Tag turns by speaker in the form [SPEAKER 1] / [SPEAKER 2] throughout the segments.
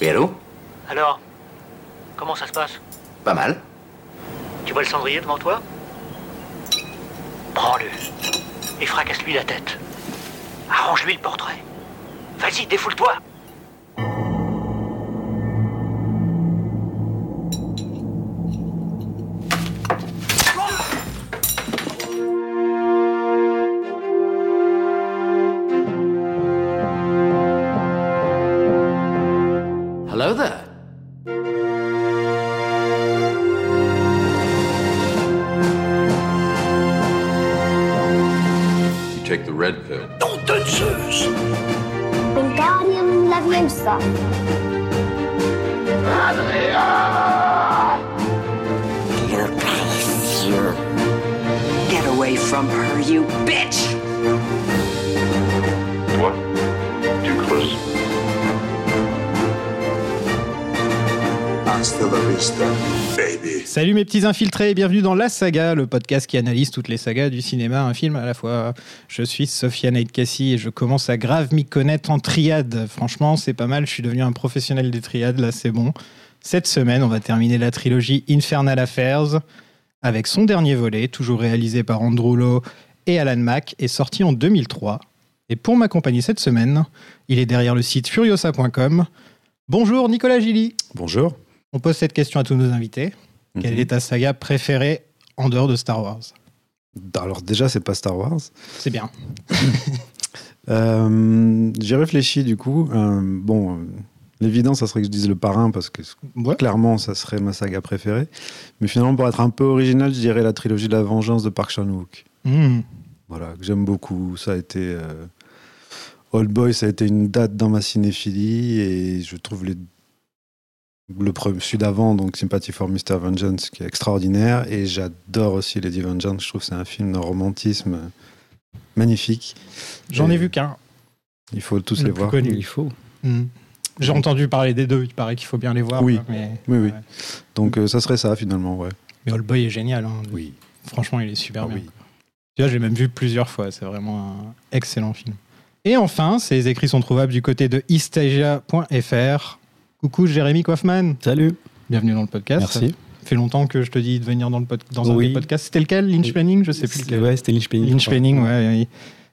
[SPEAKER 1] Oui, allô
[SPEAKER 2] Alors Comment ça se passe
[SPEAKER 1] Pas mal.
[SPEAKER 2] Tu vois le cendrier devant toi Prends-le et fracasse-lui la tête. Arrange-lui le portrait. Vas-y, défoule-toi
[SPEAKER 1] Hello there.
[SPEAKER 3] You take the red pill.
[SPEAKER 4] Wingardium Leviosa.
[SPEAKER 5] Get away from her, you bitch!
[SPEAKER 6] Toi, tu creuses.
[SPEAKER 7] Salut mes petits infiltrés et bienvenue dans La Saga, le podcast qui analyse toutes les sagas du cinéma, un film à la fois. Je suis Sophia Cassie et je commence à grave m'y connaître en triade. Franchement, c'est pas mal, je suis devenu un professionnel des triades, là c'est bon. Cette semaine, on va terminer la trilogie Infernal Affairs avec son dernier volet, toujours réalisé par Andrew Lowe et Alan Mack et sorti en 2003. Et pour m'accompagner cette semaine, il est derrière le site furiosa.com. Bonjour Nicolas Gilly
[SPEAKER 8] Bonjour.
[SPEAKER 7] on pose cette question à tous nos invités. Quelle
[SPEAKER 8] Mhm.
[SPEAKER 7] est ta saga préférée en dehors de Star Wars
[SPEAKER 8] Alors déjà, c'est pas Star Wars.
[SPEAKER 7] C'est bien.
[SPEAKER 8] Euh, J'ai réfléchi du coup. Euh, bon, euh, l'évidence, ça serait que je dise le parrain parce que
[SPEAKER 7] Ouais.
[SPEAKER 8] clairement, ça serait ma saga préférée. Mais finalement, pour être un peu original, je dirais la trilogie de la vengeance de Park Chan-wook.
[SPEAKER 7] Mmh.
[SPEAKER 8] Voilà, que j'aime beaucoup. Ça a été euh, Old Boy, ça a été une date dans ma cinéphilie et je trouve les le premier, celui d'avant, donc Sympathy for Mr. Vengeance, qui est extraordinaire. Et j'adore aussi Lady Vengeance. Je trouve que c'est un film de romantisme euh, magnifique.
[SPEAKER 7] J'en
[SPEAKER 8] Et
[SPEAKER 7] ai vu qu'un.
[SPEAKER 8] Il faut tous
[SPEAKER 7] le
[SPEAKER 8] les
[SPEAKER 7] plus
[SPEAKER 8] voir.
[SPEAKER 7] connu.
[SPEAKER 8] Il faut.
[SPEAKER 7] Mmh. J'ai entendu parler des deux, il paraît qu'il faut bien les voir.
[SPEAKER 8] Oui.
[SPEAKER 7] quoi, mais...
[SPEAKER 8] Oui, oui.
[SPEAKER 7] Ouais.
[SPEAKER 8] Donc euh, ça serait ça finalement, ouais.
[SPEAKER 7] mais Old Boy est génial. hein.
[SPEAKER 8] Oui.
[SPEAKER 7] Franchement, il est super
[SPEAKER 8] Ah
[SPEAKER 7] bien.
[SPEAKER 8] oui.
[SPEAKER 7] Tu vois, je l'ai même vu plusieurs fois. C'est vraiment un excellent film. Et enfin, ces écrits sont trouvables du côté de istagia.fr. Coucou Jérémy Kaufman,
[SPEAKER 9] Salut.
[SPEAKER 7] bienvenue dans le podcast.
[SPEAKER 9] Merci.
[SPEAKER 7] Ça fait longtemps que je te dis de venir dans, le pod- dans un
[SPEAKER 9] Oui.
[SPEAKER 7] des podcasts. C'était lequel Lynch
[SPEAKER 9] Oui.
[SPEAKER 7] Planning Je sais plus lequel.
[SPEAKER 9] Ouais, c'était Lynch Penny.
[SPEAKER 7] Lynch Penning, ouais. oui.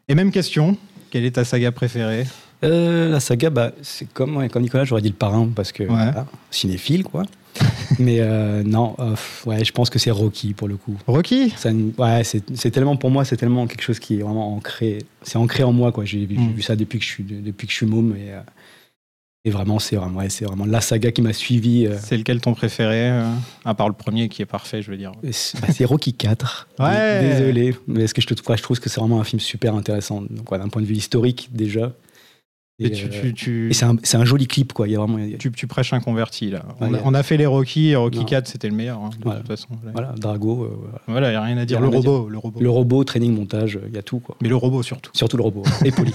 [SPEAKER 7] Et même question, quelle est ta saga préférée
[SPEAKER 9] Euh, la saga, bah, c'est comme, ouais, comme Nicolas, j'aurais dit le parrain parce que voilà, cinéphile, quoi. Mais euh, non, euh, pff, ouais, je pense que c'est Rocky pour le coup.
[SPEAKER 7] Rocky
[SPEAKER 9] Ça ne- ouais, c'est c'est tellement pour moi, c'est tellement quelque chose qui est vraiment ancré. C'est ancré en moi, quoi. J'ai j'ai
[SPEAKER 7] Mm.
[SPEAKER 9] vu ça depuis que je suis depuis que je suis môme et, euh, et vraiment, c'est vraiment, ouais, c'est vraiment la saga qui m'a suivi. euh,
[SPEAKER 7] C'est lequel ton préféré euh, À part le premier qui est parfait, je veux dire.
[SPEAKER 9] et c'est bah, c'est Rocky 4.
[SPEAKER 7] Ouais.
[SPEAKER 9] Désolé, mais est-ce que je te trouve, je trouve que c'est vraiment un film super intéressant. Donc, ouais, d'un point de vue historique déjà.
[SPEAKER 7] Et tu,
[SPEAKER 9] euh,
[SPEAKER 7] tu, tu,
[SPEAKER 9] Et c'est un, c'est un joli clip, quoi. Il y a vraiment. il y a-
[SPEAKER 7] tu- tu prêches un converti, là. On,
[SPEAKER 9] Ouais,
[SPEAKER 7] a,
[SPEAKER 9] y a-
[SPEAKER 7] on a fait les Rocky, et Rocky
[SPEAKER 9] Non.
[SPEAKER 7] 4, c'était le meilleur, hein, de
[SPEAKER 9] Voilà.
[SPEAKER 7] toute façon. Voilà,
[SPEAKER 9] Voilà, Drago, euh, voilà.
[SPEAKER 7] il n'y a rien à
[SPEAKER 9] Y
[SPEAKER 7] dire.
[SPEAKER 9] a
[SPEAKER 7] Le
[SPEAKER 9] rien à
[SPEAKER 7] robot, le robot.
[SPEAKER 9] le robot, training, montage, il y a tout, quoi.
[SPEAKER 7] Mais le robot, surtout.
[SPEAKER 9] Surtout le robot. Et Poli.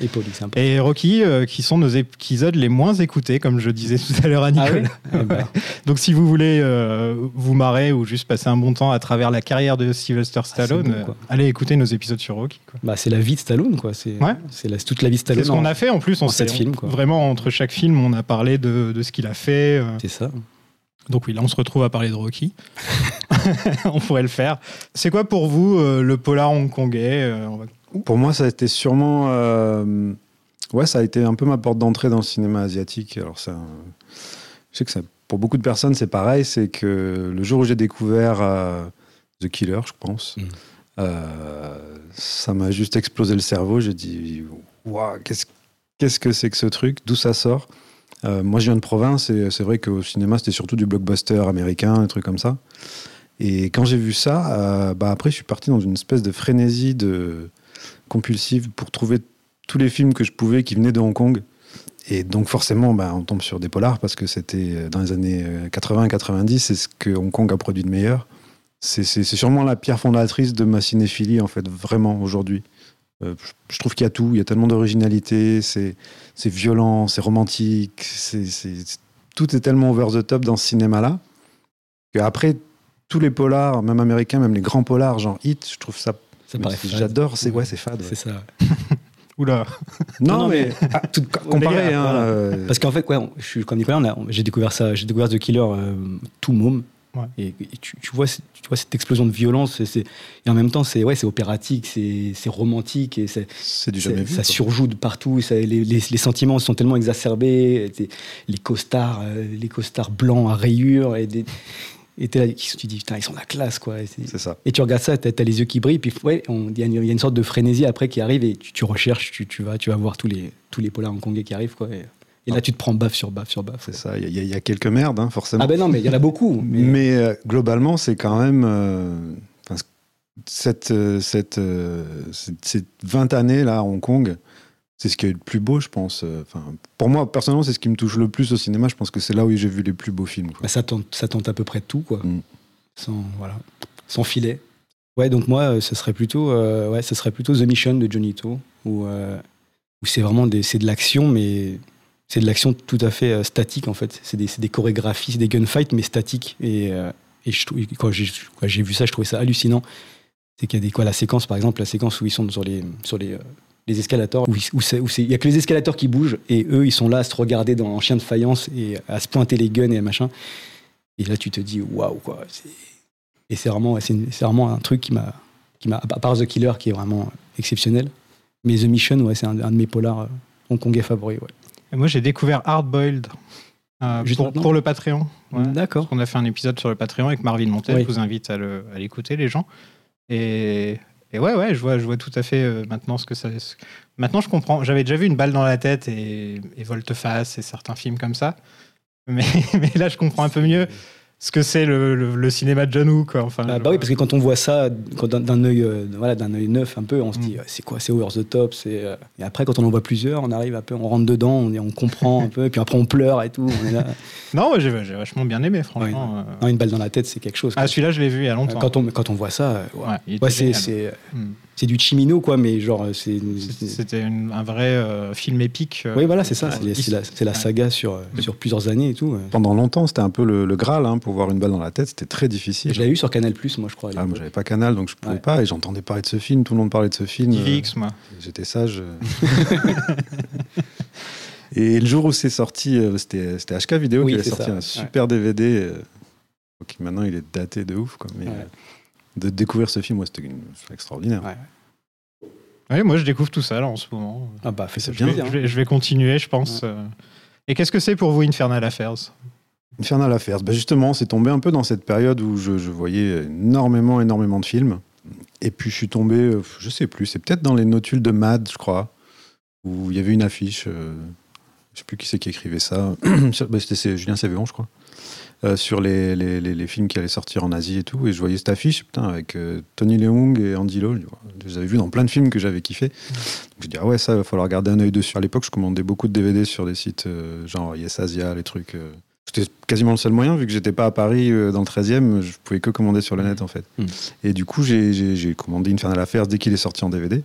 [SPEAKER 9] Et Poli, c'est important.
[SPEAKER 7] Et Rocky, euh, qui sont nos épisodes les moins écoutés, comme je disais tout à l'heure à Nicolas.
[SPEAKER 9] Eh ben,
[SPEAKER 7] Donc si vous voulez euh, vous marrer ou juste passer un bon temps à travers la carrière de Sylvester
[SPEAKER 9] Ah, c'est
[SPEAKER 7] Stallone,
[SPEAKER 9] bon,
[SPEAKER 7] euh,
[SPEAKER 9] quoi.
[SPEAKER 7] allez écouter nos épisodes sur Rocky. quoi.
[SPEAKER 9] bah, c'est la vie de Stallone, quoi. C'est
[SPEAKER 7] Ouais.
[SPEAKER 9] c'est la- c'est toute la vie de Stallone.
[SPEAKER 7] C'est ce qu'on
[SPEAKER 9] en-
[SPEAKER 7] a fait en plus. On
[SPEAKER 9] en
[SPEAKER 7] s'est-
[SPEAKER 9] sept films, quoi.
[SPEAKER 7] Vraiment, entre chaque film, on a parlé de, de ce qu'il a fait. euh.
[SPEAKER 9] C'est ça.
[SPEAKER 7] Donc oui, là, on se retrouve à parler de Rocky. on pourrait le faire. C'est quoi pour vous euh, le polar hongkongais euh, on va-
[SPEAKER 8] Pour moi, ça a été sûrement, euh, ouais, ça a été un peu ma porte d'entrée dans le cinéma asiatique. Alors c'est un- je sais que ça- pour beaucoup de personnes, c'est pareil. C'est que le jour où j'ai découvert euh, The Killer, je pense,
[SPEAKER 9] Mm.
[SPEAKER 8] euh, ça m'a juste explosé le cerveau. J'ai dit, waouh, qu'est-ce qu'est-ce que c'est que ce truc D'où ça sort Euh, Moi, je viens de province et c'est vrai qu'au cinéma, c'était surtout du blockbuster américain, des trucs comme ça. Et quand j'ai vu ça, euh, bah après, je suis parti dans une espèce de frénésie de compulsive pour trouver tous les films que je pouvais qui venaient de Hong Kong. Et donc forcément, bah, on tombe sur des polars parce que c'était euh, dans les années 80-90, c'est ce que Hong Kong a produit de meilleur. C'est c'est- c'est sûrement la pierre fondatrice de ma cinéphilie, en fait, vraiment, aujourd'hui. Euh, je, je trouve qu'il y a tout, il y a tellement d'originalité, c'est c'est violent, c'est romantique, c'est c'est- c'est- tout est tellement over the top dans ce cinéma-là. que Après, tous les polars, même américains, même les grands polars, genre Hit, je trouve ça...
[SPEAKER 9] Ça paraît fade.
[SPEAKER 8] J'adore, c'est ouais, c'est fade. ouais.
[SPEAKER 9] C'est ça.
[SPEAKER 7] Oula.
[SPEAKER 8] Non, mais, ah, tout co- comparé.
[SPEAKER 9] Les gars,
[SPEAKER 8] hein,
[SPEAKER 9] voilà.
[SPEAKER 8] euh,
[SPEAKER 9] Parce qu'en fait, ouais, on- je suis comme Nicolas, on a- on- j'ai découvert ça, j'ai découvert The Killer euh, tout môme.
[SPEAKER 7] Ouais.
[SPEAKER 9] Et, et tu, tu vois, c'est- tu vois cette explosion de violence, et, c'est- et en même temps, c'est ouais, c'est opératique, c'est c'est romantique, et c'est-
[SPEAKER 8] c'est du
[SPEAKER 9] c'est-
[SPEAKER 8] jamais vu.
[SPEAKER 9] ça
[SPEAKER 8] quoi.
[SPEAKER 9] surjoue de partout. et ça- les, les- les sentiments sont tellement exacerbés, et t'es- les costards, euh, les costards blancs à rayures, et, des, et t'es là, qui sont- tu dis putain, ils sont la classe, quoi. Et c'est-
[SPEAKER 8] C'est ça.
[SPEAKER 9] et tu regardes ça, t'as t'as les yeux qui brillent, puis ouais, on- il y, a une- il y a une sorte de frénésie après qui arrive et tu, tu recherches, tu, tu vas, tu vas voir tous les, tous les polars hongkongais qui arrivent, quoi. Et, et là, tu te prends baffe sur baffe sur baffe.
[SPEAKER 8] C'est ça. Il y, a- il y a quelques merdes, hein, forcément.
[SPEAKER 9] Ah ben non, mais il y en a beaucoup.
[SPEAKER 8] mais
[SPEAKER 9] Mais,
[SPEAKER 8] euh, globalement, c'est quand même. euh, enfin, c- cette, euh, cette, euh, cette- ces 20 années-là à Hong Kong, c'est ce qui est le plus beau, je pense. Euh, Enfin, pour moi, personnellement, c'est ce qui me touche le plus au cinéma. Je pense que c'est là où j'ai vu les plus beaux films. quoi.
[SPEAKER 9] bah, ça, tente, ça tente à peu près tout, quoi.
[SPEAKER 8] Mm.
[SPEAKER 9] Sans, voilà, sans filet. Ouais, donc moi, euh, ce serait plutôt, euh, ouais, ce serait plutôt The Mission de Johnny To, où, euh, où c'est vraiment des, c'est de l'action, mais c'est de l'action tout à fait euh, statique en fait. C'est des, c'est des chorégraphies, c'est des gunfights, mais statiques. Et, euh, et je, trou- et quand j'ai quand j'ai vu ça, je trouvais ça hallucinant. C'est qu'il y a des quoi, la séquence par exemple, la séquence où ils sont sur les sur les euh, les escalators, où, ils- où c'est- où c'est- il y a que les escalators qui bougent et eux ils sont là à se regarder dans, en chien de faïence et à se pointer les guns et machin. Et là tu te dis waouh quoi. c'est- Et c'est vraiment ouais, c'est une- c'est vraiment un truc qui m'a qui m'a à part The Killer qui est vraiment exceptionnel, mais The Mission ouais c'est un, un de mes polars euh, hongkongais favoris ouais.
[SPEAKER 7] Et moi, j'ai découvert Hardboiled euh,
[SPEAKER 9] Juste
[SPEAKER 7] pour,
[SPEAKER 9] maintenant
[SPEAKER 7] pour le Patreon. Ouais.
[SPEAKER 9] D'accord.
[SPEAKER 7] On a fait un épisode sur le Patreon avec Marvin Montel.
[SPEAKER 9] Oui.
[SPEAKER 7] Je vous invite à le- à l'écouter, les gens. Et, et ouais, ouais, je vois, je vois tout à fait euh, maintenant ce que ça. ce- Maintenant, je comprends. J'avais déjà vu une balle dans la tête et, et Volte-Face et certains films comme ça. Mais, mais là, je comprends un peu mieux ce que c'est le, le- le cinéma de John Woo, quoi. Enfin, euh,
[SPEAKER 9] Ah
[SPEAKER 7] je-
[SPEAKER 9] bah oui, parce que quand on voit ça quand d'un- d'un œil, euh, voilà, d'un œil neuf un peu, on se
[SPEAKER 7] Mm.
[SPEAKER 9] dit euh, c'est quoi, c'est over the top, c'est. euh, Et après, quand on en voit plusieurs, on arrive un peu, on rentre dedans, on, on comprend un peu, et puis après on pleure et tout. on est là.
[SPEAKER 7] Non, ouais, j'ai j'ai vachement bien aimé, franchement. euh.
[SPEAKER 9] Non, une balle dans la tête, c'est quelque chose.
[SPEAKER 7] Ah, celui-là, je l'ai vu il y a longtemps.
[SPEAKER 9] quand on quand on voit ça, euh, ouais.
[SPEAKER 7] Ouais, il était
[SPEAKER 9] Ouais, c'est
[SPEAKER 7] génial.
[SPEAKER 9] c'est
[SPEAKER 7] Mm.
[SPEAKER 9] c'est du chimino quoi, mais genre euh, c'est.
[SPEAKER 7] C'est- C'était une- un vrai euh, film épique. euh,
[SPEAKER 9] Oui, voilà, c'est ça,
[SPEAKER 7] ouais.
[SPEAKER 9] c'est les- c'est la, c'est la
[SPEAKER 7] Ouais.
[SPEAKER 9] saga sur, euh, sur plusieurs années et tout. euh.
[SPEAKER 8] Pendant longtemps, c'était un peu le, le Graal. hein, pour voir une balle dans la tête, c'était très difficile.
[SPEAKER 9] Je l'avais eu sur Canal moi je crois. à
[SPEAKER 8] Ah, moi,
[SPEAKER 9] l'époque.
[SPEAKER 8] j'avais pas Canal, donc je pouvais
[SPEAKER 9] Ouais.
[SPEAKER 8] pas. Et j'entendais parler de ce film. Tout le monde parlait de ce film. euh,
[SPEAKER 7] DivX, moi.
[SPEAKER 8] J'étais sage. euh. et le jour où c'est sorti, euh, c'était c'était HK Vidéo
[SPEAKER 9] Oui,
[SPEAKER 8] qui avait
[SPEAKER 9] c'est
[SPEAKER 8] sorti
[SPEAKER 9] ça,
[SPEAKER 8] un
[SPEAKER 9] ouais.
[SPEAKER 8] super DVD. euh, qui maintenant, il est daté de ouf. Quoi, mais
[SPEAKER 9] Ouais.
[SPEAKER 8] euh, de découvrir ce film, ouais, c'était une- c'était extraordinaire.
[SPEAKER 9] Ouais.
[SPEAKER 7] Oui, moi je découvre tout ça là en ce moment.
[SPEAKER 9] Ah bah fais ça
[SPEAKER 8] C'est
[SPEAKER 7] Je
[SPEAKER 9] bien.
[SPEAKER 7] vais, je vais- je vais continuer, je pense. euh. Et qu'est-ce que c'est pour vous Infernal Affairs
[SPEAKER 8] Infernal Affairs. Bah, justement, c'est tombé un peu dans cette période où je, je voyais énormément, énormément de films. Et puis, je suis tombé, euh, je sais plus, c'est peut-être dans les notules de Mad, je crois, où il y avait une affiche. euh, je sais plus qui c'est qui écrivait ça. Sur- bah, C'était c'est Julien Sévéon, je crois. euh, sur les, les, les- les films qui allaient sortir en Asie et tout. Et je voyais cette affiche, putain, avec euh, Tony Leung et Andy Lau. Je dis, ouais, Je les avais vus dans plein de films que j'avais kiffé. Donc, je dis, ah ouais, ça, il va falloir garder un œil dessus. À l'époque, je commandais beaucoup de DVD sur des sites euh, genre Yes Asia, les trucs. euh, c'était quasiment le seul moyen, vu que j'étais pas à Paris euh, dans le 13e, je pouvais que commander sur le net en fait.
[SPEAKER 9] Mm.
[SPEAKER 8] Et du coup, j'ai- j'ai j'ai commandé Infernal Affairs dès qu'il est sorti en DVD.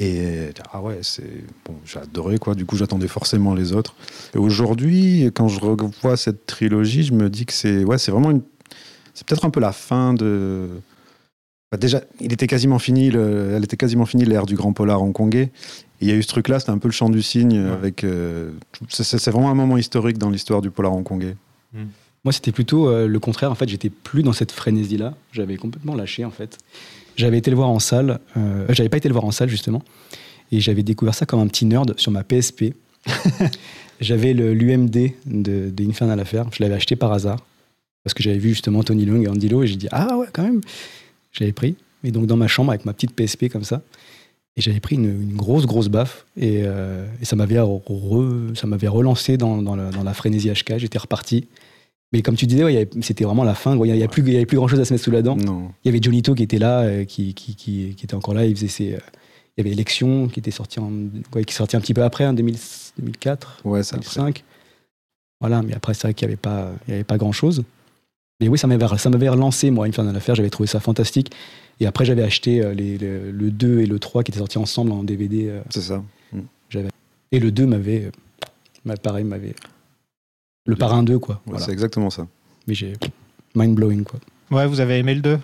[SPEAKER 8] Et ah ouais, c'est bon, j'ai adoré quoi. Du coup, j'attendais forcément les autres. Et aujourd'hui, quand je revois cette trilogie, je me dis que c'est ouais, c'est vraiment une, c'est peut-être un peu la fin de. Bah, déjà, il était quasiment fini, le- elle était quasiment finie l'ère du grand polar hongkongais. Et Il y a eu ce truc-là, c'était un peu le chant du cygne
[SPEAKER 7] Ouais.
[SPEAKER 8] avec. euh, c'est- c'est c'est vraiment un moment historique dans l'histoire du polar hongkongais.
[SPEAKER 9] Moi, c'était plutôt euh, le contraire. En fait, j'étais plus dans cette frénésie-là. J'avais complètement lâché, en fait. J'avais été le voir en salle. euh, j'avais pas été le voir en salle, justement. Et j'avais découvert ça comme un petit nerd sur ma PSP. j'avais le- l'UMD de, de Infernal Affair. Je l'avais acheté par hasard. Parce que j'avais vu justement Tony Long et Andy Lau. Et j'ai dit, ah ouais, quand même. J'avais pris. Et donc, dans ma chambre, avec ma petite PSP comme ça. Et j'avais pris une, une grosse, grosse baffe. Et, euh, et ça m'avait re- ça m'avait relancé dans, dans la, dans la frénésie HK. J'étais reparti. Mais comme tu disais, ouais, il y avait- c'était vraiment la fin. gros. Il n'y avait, plus- il y avait plus grand chose à se mettre sous la dent.
[SPEAKER 8] Non.
[SPEAKER 9] Il y avait Jonito qui était là, euh, qui, qui, qui, qui était encore là. Il faisait ses, euh, il y avait Élection qui était sorti, en, ouais, qui est sorti un petit peu après, hein, en 2000 2004,
[SPEAKER 8] Ouais, ça.
[SPEAKER 9] 2005. Voilà, mais après, c'est vrai qu'il n'y avait pas, il y avait pas grand chose. Mais oui, ça m'avait ça m'avait relancé, moi, Infernal Affair. J'avais trouvé ça fantastique. Et après, j'avais acheté euh, les, le, le 2 et le 3 qui étaient sortis ensemble en DVD. euh,
[SPEAKER 8] C'est ça. Mm.
[SPEAKER 9] et le 2 m'avait. euh, m'a- pareil, m'avait. Le parrain 2, quoi.
[SPEAKER 8] Ouais,
[SPEAKER 9] voilà.
[SPEAKER 8] C'est exactement ça.
[SPEAKER 9] Mais j'ai. Mind blowing, quoi.
[SPEAKER 7] Ouais, vous avez aimé le 2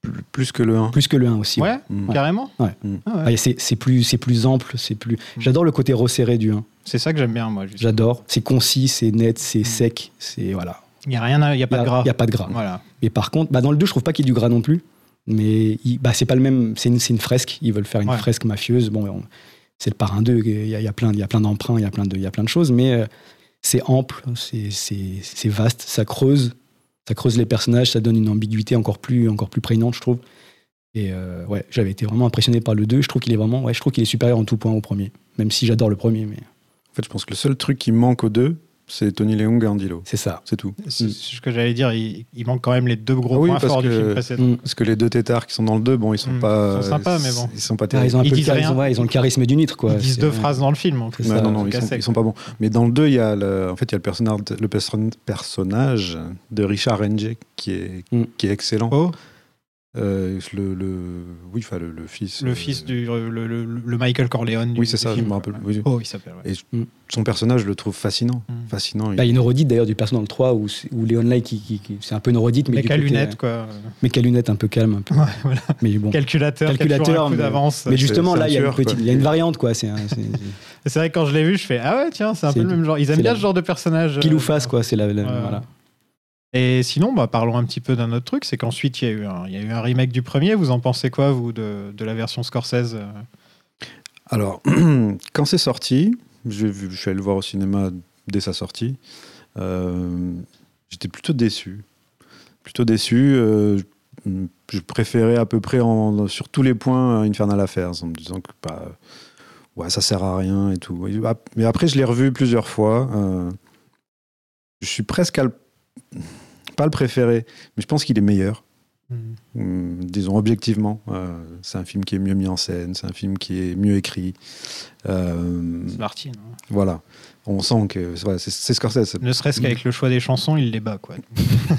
[SPEAKER 8] plus- plus que le 1.
[SPEAKER 9] Plus que le 1 aussi.
[SPEAKER 7] Ouais,
[SPEAKER 8] Mm.
[SPEAKER 7] carrément.
[SPEAKER 9] Ouais.
[SPEAKER 7] Ah ouais. Mm.
[SPEAKER 9] Ah, et c'est c'est plus, c'est plus ample, c'est plus. J'adore le côté resserré du 1.
[SPEAKER 7] C'est ça que j'aime bien, moi. juste.
[SPEAKER 9] J'adore. C'est concis, c'est net, c'est sec, c'est voilà.
[SPEAKER 7] Il n'y a rien, à- il n'y a pas
[SPEAKER 9] Il y a-
[SPEAKER 7] de gras.
[SPEAKER 9] Il y a pas de gras.
[SPEAKER 7] Voilà.
[SPEAKER 9] Mais par contre, bah dans le 2, je trouve pas qu'il y ait du gras non plus. Mais il- bah, c'est pas le même. C'est une, c'est une fresque. Ils veulent faire une
[SPEAKER 7] Ouais.
[SPEAKER 9] fresque mafieuse. Bon, on- c'est le parrain 2. Il y a, il y a plein, il y a plein d'emprunts, il y a plein de, il y a plein de choses. Mais euh, c'est ample, c'est- c'est c'est vaste, ça creuse, ça creuse les personnages, ça donne une ambiguïté encore plus, encore plus prégnante, je trouve. Et euh, ouais, j'avais été vraiment impressionné par le 2. Je trouve qu'il est vraiment, ouais, je trouve qu'il est supérieur en tout point au premier. Même si j'adore le premier, mais
[SPEAKER 8] En fait, je pense que le seul truc qui manque aux deux, c'est Tony Leung et Andy Lau.
[SPEAKER 9] c'est ça.
[SPEAKER 8] C'est tout.
[SPEAKER 7] C'est c'est ce que j'allais dire. Il, il manque quand même les deux gros
[SPEAKER 8] Ah oui,
[SPEAKER 7] points
[SPEAKER 8] parce
[SPEAKER 7] forts du
[SPEAKER 8] que-
[SPEAKER 7] film précédent.
[SPEAKER 9] Mm.
[SPEAKER 8] Parce que les deux tétards qui sont dans le 2, bon, ils sont
[SPEAKER 7] Mm,
[SPEAKER 8] pas.
[SPEAKER 7] ils sont sympas, mais bon.
[SPEAKER 8] Ils sont pas
[SPEAKER 9] Ah,
[SPEAKER 8] terribles.
[SPEAKER 9] ils ont un peu
[SPEAKER 7] Ils
[SPEAKER 9] le
[SPEAKER 7] disent
[SPEAKER 9] charisme,
[SPEAKER 7] rien.
[SPEAKER 9] ouais, ils ont le charisme du nitre, quoi.
[SPEAKER 7] Ils disent
[SPEAKER 9] C'est-
[SPEAKER 7] deux phrases dans le film. En plus,
[SPEAKER 9] C'est ça,
[SPEAKER 8] Ouais, non, non,
[SPEAKER 7] Donc,
[SPEAKER 8] ils sont,
[SPEAKER 7] assez-
[SPEAKER 8] ils sont pas bons. Mais dans le 2, il y a le- en fait, il y a le personnage, le person- personnage de Richard Renge qui est,
[SPEAKER 9] Mm.
[SPEAKER 8] qui est excellent.
[SPEAKER 7] Oh,
[SPEAKER 8] Euh, le, le- oui, enfin, le, le fils.
[SPEAKER 7] le
[SPEAKER 8] euh,
[SPEAKER 7] fils du le, le- le- le Michael Corleone. du-
[SPEAKER 8] Oui, c'est
[SPEAKER 7] du
[SPEAKER 8] ça, je
[SPEAKER 7] film,
[SPEAKER 8] me rappelle.
[SPEAKER 7] ouais.
[SPEAKER 8] Oui.
[SPEAKER 7] Oh, il s'appelle. ouais.
[SPEAKER 8] Et
[SPEAKER 9] Mm.
[SPEAKER 8] son personnage, je le trouve fascinant.
[SPEAKER 7] Mm.
[SPEAKER 8] Fascinant.
[SPEAKER 9] Bah, il y a
[SPEAKER 8] il-
[SPEAKER 9] une redite d'ailleurs du perso dans le 3 où, où Léon Lai, qui, qui- qui- c'est un peu une redite, mais
[SPEAKER 7] Mec
[SPEAKER 9] du
[SPEAKER 7] à
[SPEAKER 9] côté,
[SPEAKER 7] lunettes,
[SPEAKER 9] euh,
[SPEAKER 7] quoi.
[SPEAKER 9] mec à lunettes un peu calme. Un peu.
[SPEAKER 7] Ouais, voilà.
[SPEAKER 9] Mais bon. Calculateur,
[SPEAKER 7] Calculateur, calculateur, un coup
[SPEAKER 9] mais-
[SPEAKER 7] d'avance.
[SPEAKER 9] mais justement,
[SPEAKER 8] c'est
[SPEAKER 9] là,
[SPEAKER 8] un
[SPEAKER 9] il y, a une
[SPEAKER 8] tueur, quoi.
[SPEAKER 9] petite- il y a une variante, quoi. C'est un- c'est- c'est
[SPEAKER 7] C'est vrai que quand je l'ai vu, je fais ah ouais tiens, c'est un
[SPEAKER 9] C'est-
[SPEAKER 7] peu le même genre. Ils aiment
[SPEAKER 9] c'est
[SPEAKER 7] bien
[SPEAKER 9] la-
[SPEAKER 7] ce genre de personnage.
[SPEAKER 9] pile
[SPEAKER 7] euh,
[SPEAKER 9] ou face, quoi. C'est la, la-
[SPEAKER 7] Ouais.
[SPEAKER 9] voilà.
[SPEAKER 7] Et sinon, bah, parlons un petit peu d'un autre truc, c'est qu'ensuite il y, a eu un- il y a eu un remake du premier. Vous en pensez quoi, vous, de, de la version Scorsese euh
[SPEAKER 8] Alors, quand c'est sorti, j'ai vu- je suis allé le voir au cinéma dès sa sortie. euh, J'étais plutôt déçu. Plutôt déçu. euh, je préférais à peu près en- sur tous les points euh, Infernal Affairs en me disant que bah, ouais, ça sert à rien et tout. Et ap- Mais après, je l'ai revu plusieurs fois. euh, je suis presque à le- pas le préféré, mais je pense qu'il est meilleur.
[SPEAKER 7] Hmm.
[SPEAKER 8] Hum, disons objectivement. euh, c'est un film qui est mieux mis en scène, c'est un film qui est mieux écrit. Euh,
[SPEAKER 7] C'est Martin. hein.
[SPEAKER 8] voilà. On sent que voilà, c'est c'est Scorsese.
[SPEAKER 7] Ne
[SPEAKER 9] Hmm.
[SPEAKER 7] serait-ce qu'avec le choix des chansons, il les bat, quoi.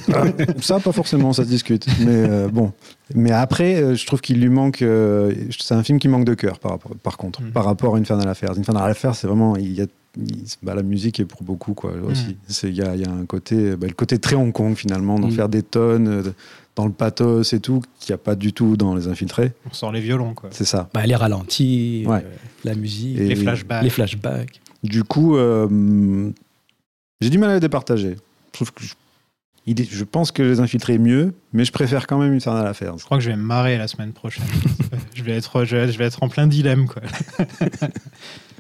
[SPEAKER 8] Euh, ça, pas forcément, ça se discute. Mais euh, bon. Mais après, euh, je trouve qu'il lui manque. euh, c'est un film qui manque de cœur, par, rapport- par contre,
[SPEAKER 7] Mhm.
[SPEAKER 8] par rapport à Infernal Affairs. Infernal Affairs, c'est vraiment. Il y a, il- bah, la musique est pour beaucoup, quoi, aussi. C'est- Il y, a, il y a un côté. bah, le côté très Hong Kong, finalement, d'en
[SPEAKER 9] Mhm.
[SPEAKER 8] faire des tonnes, euh, de- dans le pathos et tout, qu'il n'y a pas du tout dans Les Infiltrés.
[SPEAKER 7] On sort les violons, quoi.
[SPEAKER 8] C'est ça.
[SPEAKER 9] Bah, les ralentis,
[SPEAKER 8] Ouais.
[SPEAKER 9] euh, la musique,
[SPEAKER 8] Et-
[SPEAKER 7] Les flashbacks.
[SPEAKER 9] les flashbacks.
[SPEAKER 8] Du coup, euh, j'ai du mal à le départager. Je, trouve que je, il est- je pense que les infiltrer est mieux, mais je préfère quand même Infernal Affairs.
[SPEAKER 7] Je crois que je vais me marrer la semaine prochaine. je, vais être, je, vais être, je vais être en plein dilemme, quoi.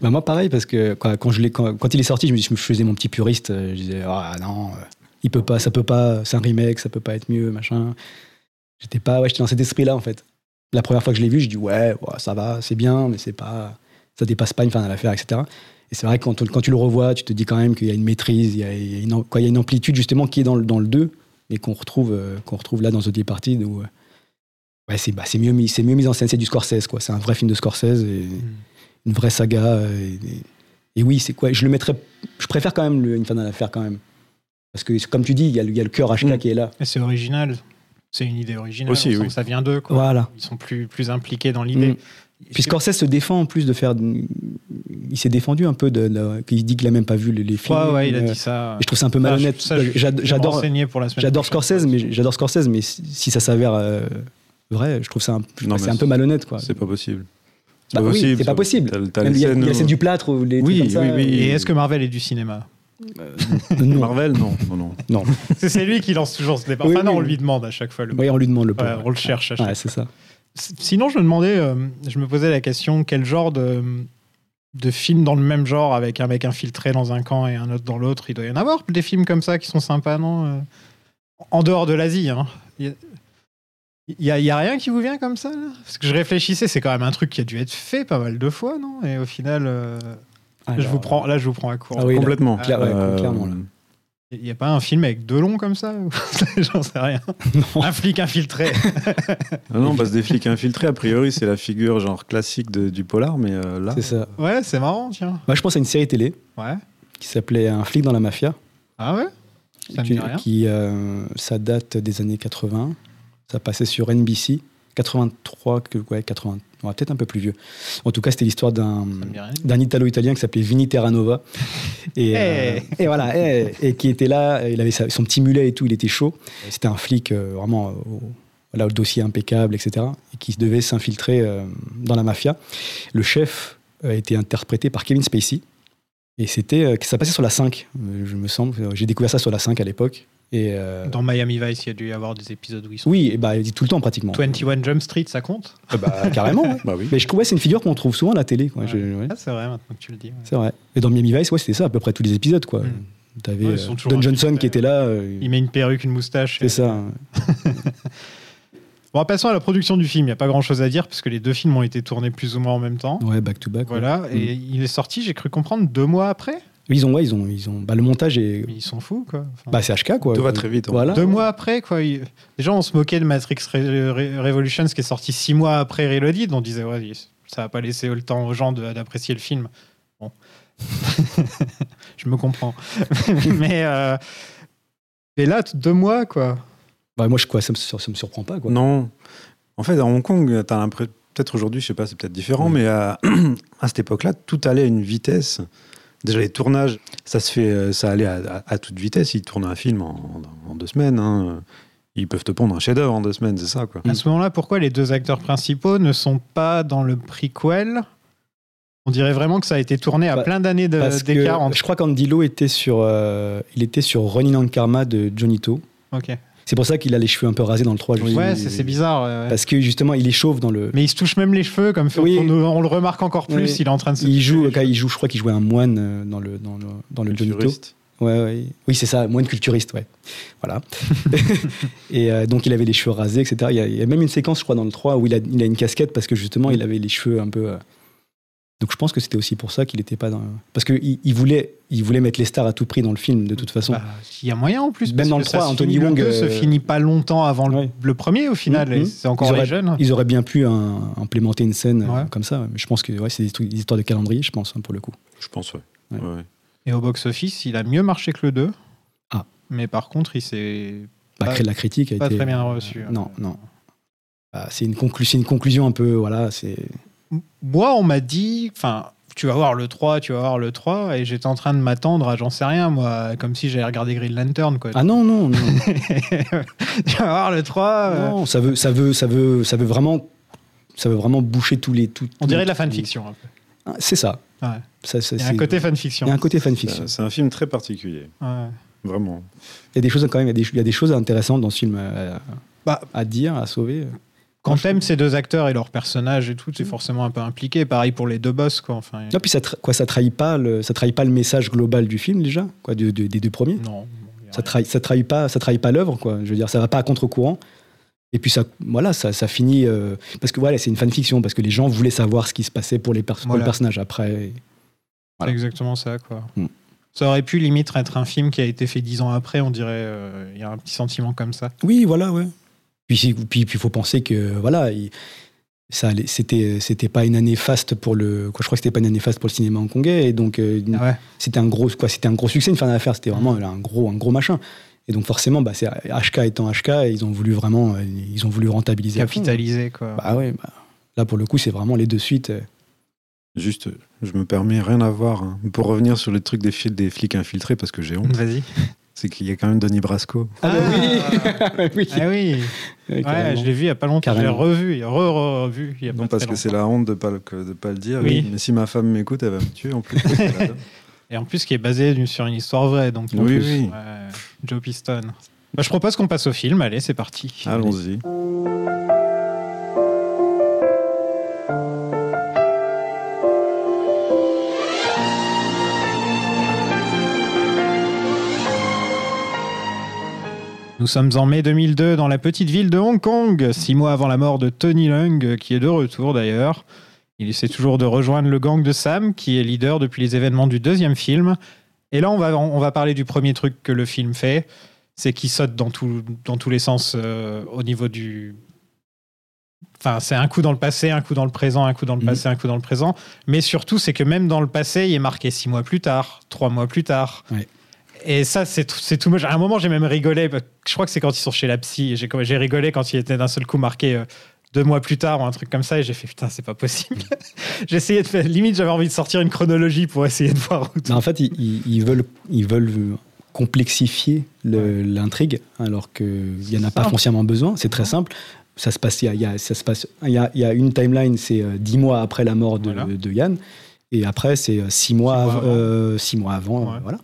[SPEAKER 9] Bah, moi, pareil, parce que quoi, quand, je l'ai- quand, quand il est sorti, je me suis- je faisais mon petit puriste. euh, Je disais, ah non, euh, il peut pas, ça peut pas, c'est un remake, ça peut pas être mieux, machin. J'étais pas, ouais, j'étais dans cet esprit-là, en fait. La première fois que je l'ai vu, je dis, ouais, ouais, ça va, c'est bien, mais c'est pas, ça dépasse pas une fin à l'affaire, etc. Et c'est vrai que quand, on- quand tu le revois, tu te dis quand même qu'il y a une maîtrise, il y a, il y a une, am- quoi, il y a une amplitude justement qui est dans le, dans le 2, mais qu'on retrouve, euh, qu'on retrouve là dans The Departed où, euh, ouais, c'est bah, c'est mieux, mis- c'est mieux mis en scène, c'est du Scorsese, quoi. C'est un vrai film de Scorsese. Et, une vraie saga. euh, Et, et- et oui, c'est quoi Je le mettrais. Je préfère quand même le Infernal Affair quand même. Parce que, comme tu dis, il y, a le- il y a le cœur HK
[SPEAKER 8] Mm.
[SPEAKER 9] qui est là.
[SPEAKER 7] Et c'est original. C'est une idée originale.
[SPEAKER 8] Aussi,
[SPEAKER 7] On sent
[SPEAKER 8] oui.
[SPEAKER 7] que Ça vient d'eux, quoi.
[SPEAKER 9] Voilà.
[SPEAKER 7] Ils sont plus, plus impliqués dans l'idée.
[SPEAKER 9] Mm. Puis Scorsese se défend en plus de faire. Il s'est défendu un peu de. de- qu'il dit qu'il a même pas vu les, les films.
[SPEAKER 7] Ouais, ouais, il a
[SPEAKER 9] euh,
[SPEAKER 7] dit ça.
[SPEAKER 9] et je trouve ça un peu malhonnête.
[SPEAKER 7] Ça, je- ça, je- je
[SPEAKER 9] J'ad-
[SPEAKER 7] vais
[SPEAKER 9] J'adore.
[SPEAKER 7] m'enseigner pour la semaine
[SPEAKER 9] J'adore
[SPEAKER 7] prochaine.
[SPEAKER 9] Scorsese, mais j'adore Scorsese, mais si si ça s'avère euh, vrai, je trouve ça un, je
[SPEAKER 8] Non,
[SPEAKER 9] trouve c'est
[SPEAKER 8] mais
[SPEAKER 9] un peu malhonnête quoi.
[SPEAKER 8] C'est pas possible. C'est
[SPEAKER 9] Bah oui, c'est pas
[SPEAKER 8] ça.
[SPEAKER 9] possible.
[SPEAKER 8] T'as- t'as
[SPEAKER 9] Même
[SPEAKER 8] les
[SPEAKER 9] Il y a,
[SPEAKER 8] scènes
[SPEAKER 9] il y a
[SPEAKER 8] où-
[SPEAKER 9] celle du plâtre ou les
[SPEAKER 8] Oui,
[SPEAKER 9] trucs comme ça. euh,
[SPEAKER 8] oui, oui.
[SPEAKER 7] Et est-ce que Marvel est du cinéma
[SPEAKER 9] Non,
[SPEAKER 8] Marvel, non. non, non.
[SPEAKER 9] non.
[SPEAKER 7] C'est c'est lui qui lance toujours ce débat.
[SPEAKER 9] Oui,
[SPEAKER 7] Enfin, non,
[SPEAKER 9] oui,
[SPEAKER 7] on
[SPEAKER 9] oui. Bah,
[SPEAKER 7] lui demande à chaque fois. Le...
[SPEAKER 9] Ouais, on lui demande le
[SPEAKER 7] Ouais,
[SPEAKER 9] pauvre.
[SPEAKER 7] on le cherche à chaque
[SPEAKER 9] Ouais, c'est ça.
[SPEAKER 7] S- Sinon, je me demandais, euh, je me posais la question, quel genre de, de film dans le même genre, avec un mec infiltré dans un camp et un autre dans l'autre, il doit y en avoir des films comme ça qui sont sympas, non euh, En dehors de l'Asie, hein. Il y a- il y a, il y a rien qui vous vient comme ça là Parce que je réfléchissais, c'est quand même un truc qui a dû être fait pas mal de fois, non Et au final, euh, je
[SPEAKER 9] Alors,
[SPEAKER 7] vous prends, là, je vous prends à court.
[SPEAKER 9] Ah oui, là.
[SPEAKER 8] Complètement. Euh,
[SPEAKER 9] Cla- ouais, clairement, là.
[SPEAKER 7] Il n'y a pas un film avec deux longs comme ça J'en sais rien.
[SPEAKER 9] Non.
[SPEAKER 7] Un flic infiltré.
[SPEAKER 8] Ah non, parce que des flics infiltrés, a priori, c'est la figure genre classique de- du polar, mais euh, là.
[SPEAKER 9] C'est ça.
[SPEAKER 7] Ouais, c'est marrant, tiens.
[SPEAKER 9] Moi, je pense à une série télé
[SPEAKER 7] Ouais.
[SPEAKER 9] qui s'appelait Un flic dans la mafia.
[SPEAKER 7] Ah ouais Ça me
[SPEAKER 9] qui,
[SPEAKER 7] dit rien.
[SPEAKER 9] qui, euh, ça date des années 80. Ça passait sur NBC. 83, que, ouais, 80, ouais, peut-être un peu plus vieux. En tout cas, c'était l'histoire d'un
[SPEAKER 7] Ça me dit rien.
[SPEAKER 9] d'un Italo-Italien qui s'appelait Vini Terranova. Et,
[SPEAKER 7] Hey.
[SPEAKER 9] euh, et voilà, et, et qui était là, il avait sa- son petit mulet et tout, il était chaud. C'était un flic euh, vraiment euh, au- voilà, le dossier impeccable, etc., et qui devait s'infiltrer euh, dans la mafia. Le chef euh, a été interprété par Kevin Spacey. Et c'était, euh, ça passait sur la 5, euh, je me semble. J'ai découvert ça sur la 5 à l'époque. Et euh,
[SPEAKER 7] Dans Miami Vice, il y a dû y avoir des épisodes où ils sont.
[SPEAKER 9] oui, et bah, il dit tout le temps pratiquement.
[SPEAKER 7] 21 Jump Street, ça compte
[SPEAKER 9] Euh, bah, carrément. ouais.
[SPEAKER 8] Bah oui.
[SPEAKER 9] Mais je trouvais c'est une figure qu'on trouve souvent à la télé. quoi. Je- ouais,
[SPEAKER 7] Ah, c'est vrai, maintenant que tu le dis. ouais.
[SPEAKER 9] c'est vrai. Et dans Miami Vice, ouais, c'était ça à peu près tous les épisodes. Quoi.
[SPEAKER 7] Mm.
[SPEAKER 9] T'avais
[SPEAKER 7] Ouais, ils sont
[SPEAKER 9] euh,
[SPEAKER 7] toujours
[SPEAKER 9] Don Johnson
[SPEAKER 7] infiltrés.
[SPEAKER 9] qui était là. euh,
[SPEAKER 7] Il met une perruque, une moustache.
[SPEAKER 9] c'est ça.
[SPEAKER 7] Bon, passons à la production du film. Il n'y a pas grand-chose à dire parce que les deux films ont été tournés plus ou moins en même temps.
[SPEAKER 9] Ouais, back to back. ouais. Mm.
[SPEAKER 7] Voilà, et il est sorti, j'ai cru comprendre, deux mois après.
[SPEAKER 9] Ils ont, ouais, ils ont, ils ont. Bah, le montage est.
[SPEAKER 7] Mais ils sont fous, quoi. Enfin,
[SPEAKER 9] Bah, c'est HK, quoi.
[SPEAKER 8] Tout va très vite, hein.
[SPEAKER 9] Voilà.
[SPEAKER 7] deux mois après, quoi. il- Déjà, on se moquait de Matrix Re- Re- Revolutions qui est sorti six mois après Reloaded. On disait, ouais, ça va pas laisser le temps aux gens de- d'apprécier le film. Bon. Je me comprends. Mais. euh, Et là, t- deux mois, quoi.
[SPEAKER 9] Bah, moi, je, quoi, ça, me, sur- ça me surprend pas, quoi.
[SPEAKER 8] Non. En fait, à Hong Kong, t'as l'impression. Peut-être aujourd'hui, je sais pas, c'est peut-être différent, mais à, à cette époque-là, tout allait à une vitesse. Déjà, les tournages, ça se fait, euh, ça allait à, à- à toute vitesse. Ils tournent un film en, en deux semaines. hein. Ils peuvent te pondre un chef-d'œuvre en deux semaines, c'est ça,
[SPEAKER 9] Ah,
[SPEAKER 8] quoi.
[SPEAKER 7] À ce moment-là, pourquoi les deux acteurs principaux ne sont pas dans le prequel On dirait vraiment que ça a été tourné à
[SPEAKER 9] Bah,
[SPEAKER 7] plein d'années
[SPEAKER 9] Parce
[SPEAKER 7] de-
[SPEAKER 9] que
[SPEAKER 7] d'écart entre.
[SPEAKER 9] je crois qu'Andy Lau était sur, euh, il était sur Running on Karma de Johnny To.
[SPEAKER 7] Ok.
[SPEAKER 9] C'est pour ça qu'il a les cheveux un peu rasés dans le 3. justement.
[SPEAKER 7] Ouais, c'est c'est bizarre. ouais, ouais.
[SPEAKER 9] Parce que justement, il est chauve dans le.
[SPEAKER 7] Mais il se touche même les cheveux, comme fait-
[SPEAKER 9] Oui.
[SPEAKER 7] on, on le remarque encore plus,
[SPEAKER 9] Oui.
[SPEAKER 7] il est en train de se.
[SPEAKER 9] Il
[SPEAKER 7] toucher
[SPEAKER 9] joue,
[SPEAKER 7] les
[SPEAKER 9] quand il joue, je crois qu'il jouait un moine euh, dans le dans le dans le Johnny To.
[SPEAKER 8] Futuriste.
[SPEAKER 9] Ouais, ouais. Oui, c'est ça, moine culturiste, ouais. Voilà. et euh, donc, il avait les cheveux rasés, etc. Il y, a, il y a même une séquence, je crois, dans le 3 où il a, il a une casquette parce que justement, il avait les cheveux un peu. euh, Donc, je pense que c'était aussi pour ça qu'il n'était pas dans. Parce qu'il il voulait, il voulait mettre les stars à tout prix dans le film, de toute façon.
[SPEAKER 7] Bah, il y a moyen en plus.
[SPEAKER 9] Même
[SPEAKER 7] parce
[SPEAKER 9] dans
[SPEAKER 7] que
[SPEAKER 9] le
[SPEAKER 7] ça
[SPEAKER 9] 3,
[SPEAKER 7] se
[SPEAKER 9] Anthony
[SPEAKER 7] finit,
[SPEAKER 9] Wong,
[SPEAKER 7] Le 2 se
[SPEAKER 9] euh,
[SPEAKER 7] finit pas longtemps avant le,
[SPEAKER 9] Ouais.
[SPEAKER 7] le premier au final,
[SPEAKER 9] Mhm.
[SPEAKER 7] et c'est encore
[SPEAKER 9] Ils
[SPEAKER 7] les
[SPEAKER 9] auraient-
[SPEAKER 7] jeunes.
[SPEAKER 9] Ils auraient bien pu hein, implémenter une scène euh,
[SPEAKER 7] Ouais.
[SPEAKER 9] comme ça. ouais. Mais je pense que ouais, c'est des, trucs- des histoires de calendrier, je pense, hein, pour le coup.
[SPEAKER 8] Je pense, ouais.
[SPEAKER 9] Ouais.
[SPEAKER 8] Ouais.
[SPEAKER 7] Et au box-office, il a mieux marché que le 2.
[SPEAKER 9] Ah.
[SPEAKER 7] Mais par contre, il s'est.
[SPEAKER 9] Bah,
[SPEAKER 7] Pas-
[SPEAKER 9] cré- la critique a
[SPEAKER 7] pas
[SPEAKER 9] été.
[SPEAKER 7] très bien reçu, hein.
[SPEAKER 9] non, non. Bah, c'est une, conclu- c'est une conclusion un peu. Voilà, c'est.
[SPEAKER 7] Moi, on m'a dit, enfin, tu vas voir le 3, tu vas voir le 3, et j'étais en train de m'attendre à j'en sais rien, moi, comme si j'avais regardé Green Lantern, quoi.
[SPEAKER 9] Ah non, non, non.
[SPEAKER 7] tu vas voir le 3. euh,
[SPEAKER 9] Non, ça veut, ça veut, ça veut, ça veut vraiment, ça veut vraiment boucher tous les tout.
[SPEAKER 7] On dirait de la
[SPEAKER 9] tous les-
[SPEAKER 7] fanfiction. un peu.
[SPEAKER 9] Ah, C'est ça.
[SPEAKER 7] Ouais.
[SPEAKER 9] Ça, ça,
[SPEAKER 7] Il y a
[SPEAKER 9] c'est-
[SPEAKER 7] un côté
[SPEAKER 9] il y a
[SPEAKER 7] fanfiction.
[SPEAKER 9] un côté fanfiction.
[SPEAKER 8] C'est c'est un film très particulier,
[SPEAKER 7] Ouais.
[SPEAKER 8] vraiment.
[SPEAKER 9] Il y a des choses quand même, il y a des, il y a des choses intéressantes dans ce film à,
[SPEAKER 7] Bah,
[SPEAKER 9] à dire, à sauver.
[SPEAKER 7] Quand t'aimes ces deux acteurs et leurs personnages et tout,
[SPEAKER 8] Mm.
[SPEAKER 7] t'es forcément un peu impliqué. Pareil pour les deux boss, quoi. Enfin,
[SPEAKER 9] Non, puis ça, tra- quoi, ça trahit pas le, ça trahit pas le message global du film déjà, quoi, de- de- des deux premiers.
[SPEAKER 7] non.
[SPEAKER 9] Ça trahit, ça trahit pas, ça trahit pas l'œuvre, quoi. Je veux dire, ça va pas à contre-courant. Et puis ça, voilà, ça, ça finit euh, parce que voilà, c'est une fanfiction parce que les gens voulaient savoir ce qui se passait pour les pers- pour
[SPEAKER 7] Voilà.
[SPEAKER 9] le personnage après. Voilà.
[SPEAKER 7] C'est exactement ça, quoi.
[SPEAKER 9] Mm.
[SPEAKER 7] Ça aurait pu limite être un film qui a été fait dix ans après, on dirait. euh, Il y a un petit sentiment comme ça.
[SPEAKER 9] Oui, voilà, ouais. Puis il puis, puis faut penser que, voilà, il- ça allait- c'était c'était pas une année faste pour le. quoi, je crois que c'était pas une année faste pour le cinéma hongkongais. Et donc, euh,
[SPEAKER 8] Mm.
[SPEAKER 7] Ah Ouais.
[SPEAKER 9] c'était un, gros, quoi, c'était un gros succès, une fin d'affaires. C'était vraiment là, un gros, un gros machin. Et donc, forcément, bah, c'est HK étant HK, ils ont voulu vraiment. euh, Ils ont voulu rentabiliser. à fond.
[SPEAKER 8] hein.
[SPEAKER 7] Capitalisé, quoi.
[SPEAKER 9] Bah ouais, bah, là, pour le coup, c'est vraiment les deux suites. euh,
[SPEAKER 8] Juste, je me permets rien à voir. hein. Pour revenir sur le truc des, fil- des flics infiltrés, parce que j'ai honte,
[SPEAKER 7] Vas-y.
[SPEAKER 9] Mm.
[SPEAKER 8] c'est qu'il y a quand même Denis Brasco.
[SPEAKER 9] Ah, bah oui
[SPEAKER 7] Ah oui,
[SPEAKER 9] Ouais,
[SPEAKER 7] ouais,
[SPEAKER 9] carrément.
[SPEAKER 7] je l'ai vu il y a pas longtemps. Je l'ai
[SPEAKER 9] Carrément.
[SPEAKER 7] revu, re-revu. il y a
[SPEAKER 8] Non,
[SPEAKER 7] pas
[SPEAKER 8] parce
[SPEAKER 7] très
[SPEAKER 8] que c'est
[SPEAKER 7] longtemps.
[SPEAKER 8] la honte de pas le, que- de pas le dire.
[SPEAKER 7] Oui.
[SPEAKER 8] Mais si ma femme m'écoute, elle va me tuer en plus.
[SPEAKER 7] Et en plus, qui est basé d'une- sur une histoire vraie. Donc, en
[SPEAKER 8] Oui,
[SPEAKER 7] plus,
[SPEAKER 8] oui.
[SPEAKER 7] ouais, Joe Piston. Bah, je propose qu'on passe au film. Allez, c'est parti.
[SPEAKER 8] Allons-y.
[SPEAKER 7] Nous sommes en mai 2002 dans la petite ville de Hong Kong, six mois avant la mort de Tony Leung, euh, qui est de retour d'ailleurs. Il essaie toujours de rejoindre le gang de Sam, qui est leader depuis les événements du deuxième film. Et là, on va, on va parler du premier truc que le film fait, c'est qu'il saute dans, tout- dans tous les sens euh, au niveau du... Enfin, c'est un coup dans le passé, un coup dans le présent, un coup dans le
[SPEAKER 9] Mhm.
[SPEAKER 7] passé, un coup dans le présent. Mais surtout, c'est que même dans le passé, il est marqué six mois plus tard, trois mois plus tard.
[SPEAKER 9] Ouais.
[SPEAKER 7] Et ça, c'est tout, c'est tout moche. À un moment, j'ai même rigolé. parce que Je crois que c'est quand ils sont chez la psy. et J'ai j'ai rigolé quand il était d'un seul coup marqué euh, deux mois plus tard ou un truc comme ça. Et j'ai fait putain, c'est pas possible. J'essayais de faire. Limite, j'avais envie de sortir une chronologie pour essayer de voir où tout.
[SPEAKER 9] Mais en fait, ils, ils- ils veulent, ils veulent complexifier le- l'intrigue, alors qu'il n'y en a pas
[SPEAKER 7] Simple.
[SPEAKER 9] foncièrement besoin. C'est très simple. Ça se passe, il y a, il y a- ça se passe, il y a, il y a une timeline, c'est euh, dix mois après la mort de,
[SPEAKER 7] Voilà.
[SPEAKER 9] de Yann, et après c'est euh, six mois,
[SPEAKER 7] mois
[SPEAKER 9] av-
[SPEAKER 7] avant.
[SPEAKER 9] euh, six mois avant,
[SPEAKER 7] Ouais.
[SPEAKER 9] euh, voilà.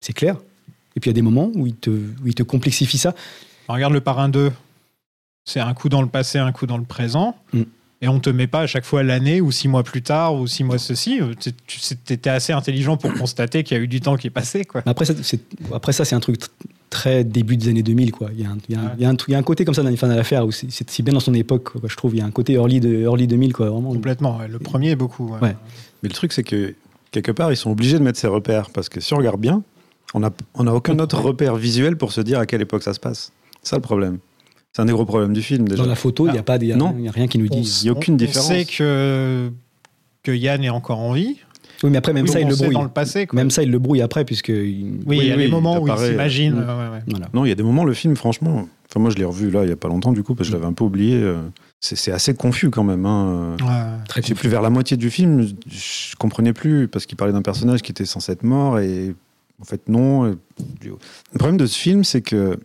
[SPEAKER 9] C'est clair. Et puis il y a des moments où il te, où il te complexifie ça.
[SPEAKER 7] Regarde le parrain 2. C'est un coup dans le passé, un coup dans le présent.
[SPEAKER 9] Mm.
[SPEAKER 7] Et on te met pas à chaque fois l'année ou six mois plus tard ou six mois ceci. Euh, t'es- tu- c'est- T'étais assez intelligent pour constater qu'il y a eu du temps qui est passé, quoi.
[SPEAKER 9] Mais Après, ça, c'est, après ça, c'est un truc tr- très début des années 2000. Quoi. Il, y a un, il, y a un,
[SPEAKER 7] Ouais.
[SPEAKER 9] il y a un truc- il y a un côté comme ça dans les fans à l'affaire où c'est, c'est si bien dans son époque, quoi, je trouve. Il y a un côté early, de, early 2000, quoi, vraiment.
[SPEAKER 7] Complètement. ouais. Le premier est beaucoup. ouais.
[SPEAKER 9] Ouais.
[SPEAKER 8] Mais le truc, c'est que quelque part, ils sont obligés de mettre ces repères parce que si on regarde bien, on n'a on a aucun autre repère visuel pour se dire à quelle époque ça se passe. C'est ça le problème. C'est un des gros problèmes du film déjà. Ah,
[SPEAKER 9] Dans la photo, il n'y a, pas des- il y a-
[SPEAKER 8] Non.
[SPEAKER 9] il y a rien qui nous
[SPEAKER 7] On-
[SPEAKER 9] dise.
[SPEAKER 8] Il y a aucune
[SPEAKER 7] on-
[SPEAKER 8] différence.
[SPEAKER 7] On sait que, que Yann est encore en vie.
[SPEAKER 9] Oui, mais après, même
[SPEAKER 7] Oui,
[SPEAKER 9] ça,
[SPEAKER 7] on
[SPEAKER 9] il le
[SPEAKER 7] sait
[SPEAKER 9] brouille.
[SPEAKER 7] dans le passé. quoi.
[SPEAKER 9] Même ça, il le brouille après, puisque. il-
[SPEAKER 7] oui, il y a
[SPEAKER 8] oui,
[SPEAKER 7] des
[SPEAKER 8] il
[SPEAKER 7] moments où il
[SPEAKER 8] apparaît,
[SPEAKER 7] s'imagine.
[SPEAKER 9] euh,
[SPEAKER 7] ouais, ouais, ouais.
[SPEAKER 9] Voilà.
[SPEAKER 8] Non, il y a des moments, le film, franchement. Enfin, moi, je l'ai revu là, il n'y a pas longtemps, du coup,
[SPEAKER 7] Mm.
[SPEAKER 8] parce que je l'avais un peu oublié. euh, C'est c'est assez confus quand même. Hein. euh.
[SPEAKER 7] Ouais.
[SPEAKER 9] Très
[SPEAKER 8] Je sais
[SPEAKER 9] confus.
[SPEAKER 8] plus, vers la moitié du film, je comprenais plus, parce qu'il parlait d'un personnage qui était censé être mort, et en fait, non. et- Le problème de ce film, c'est que.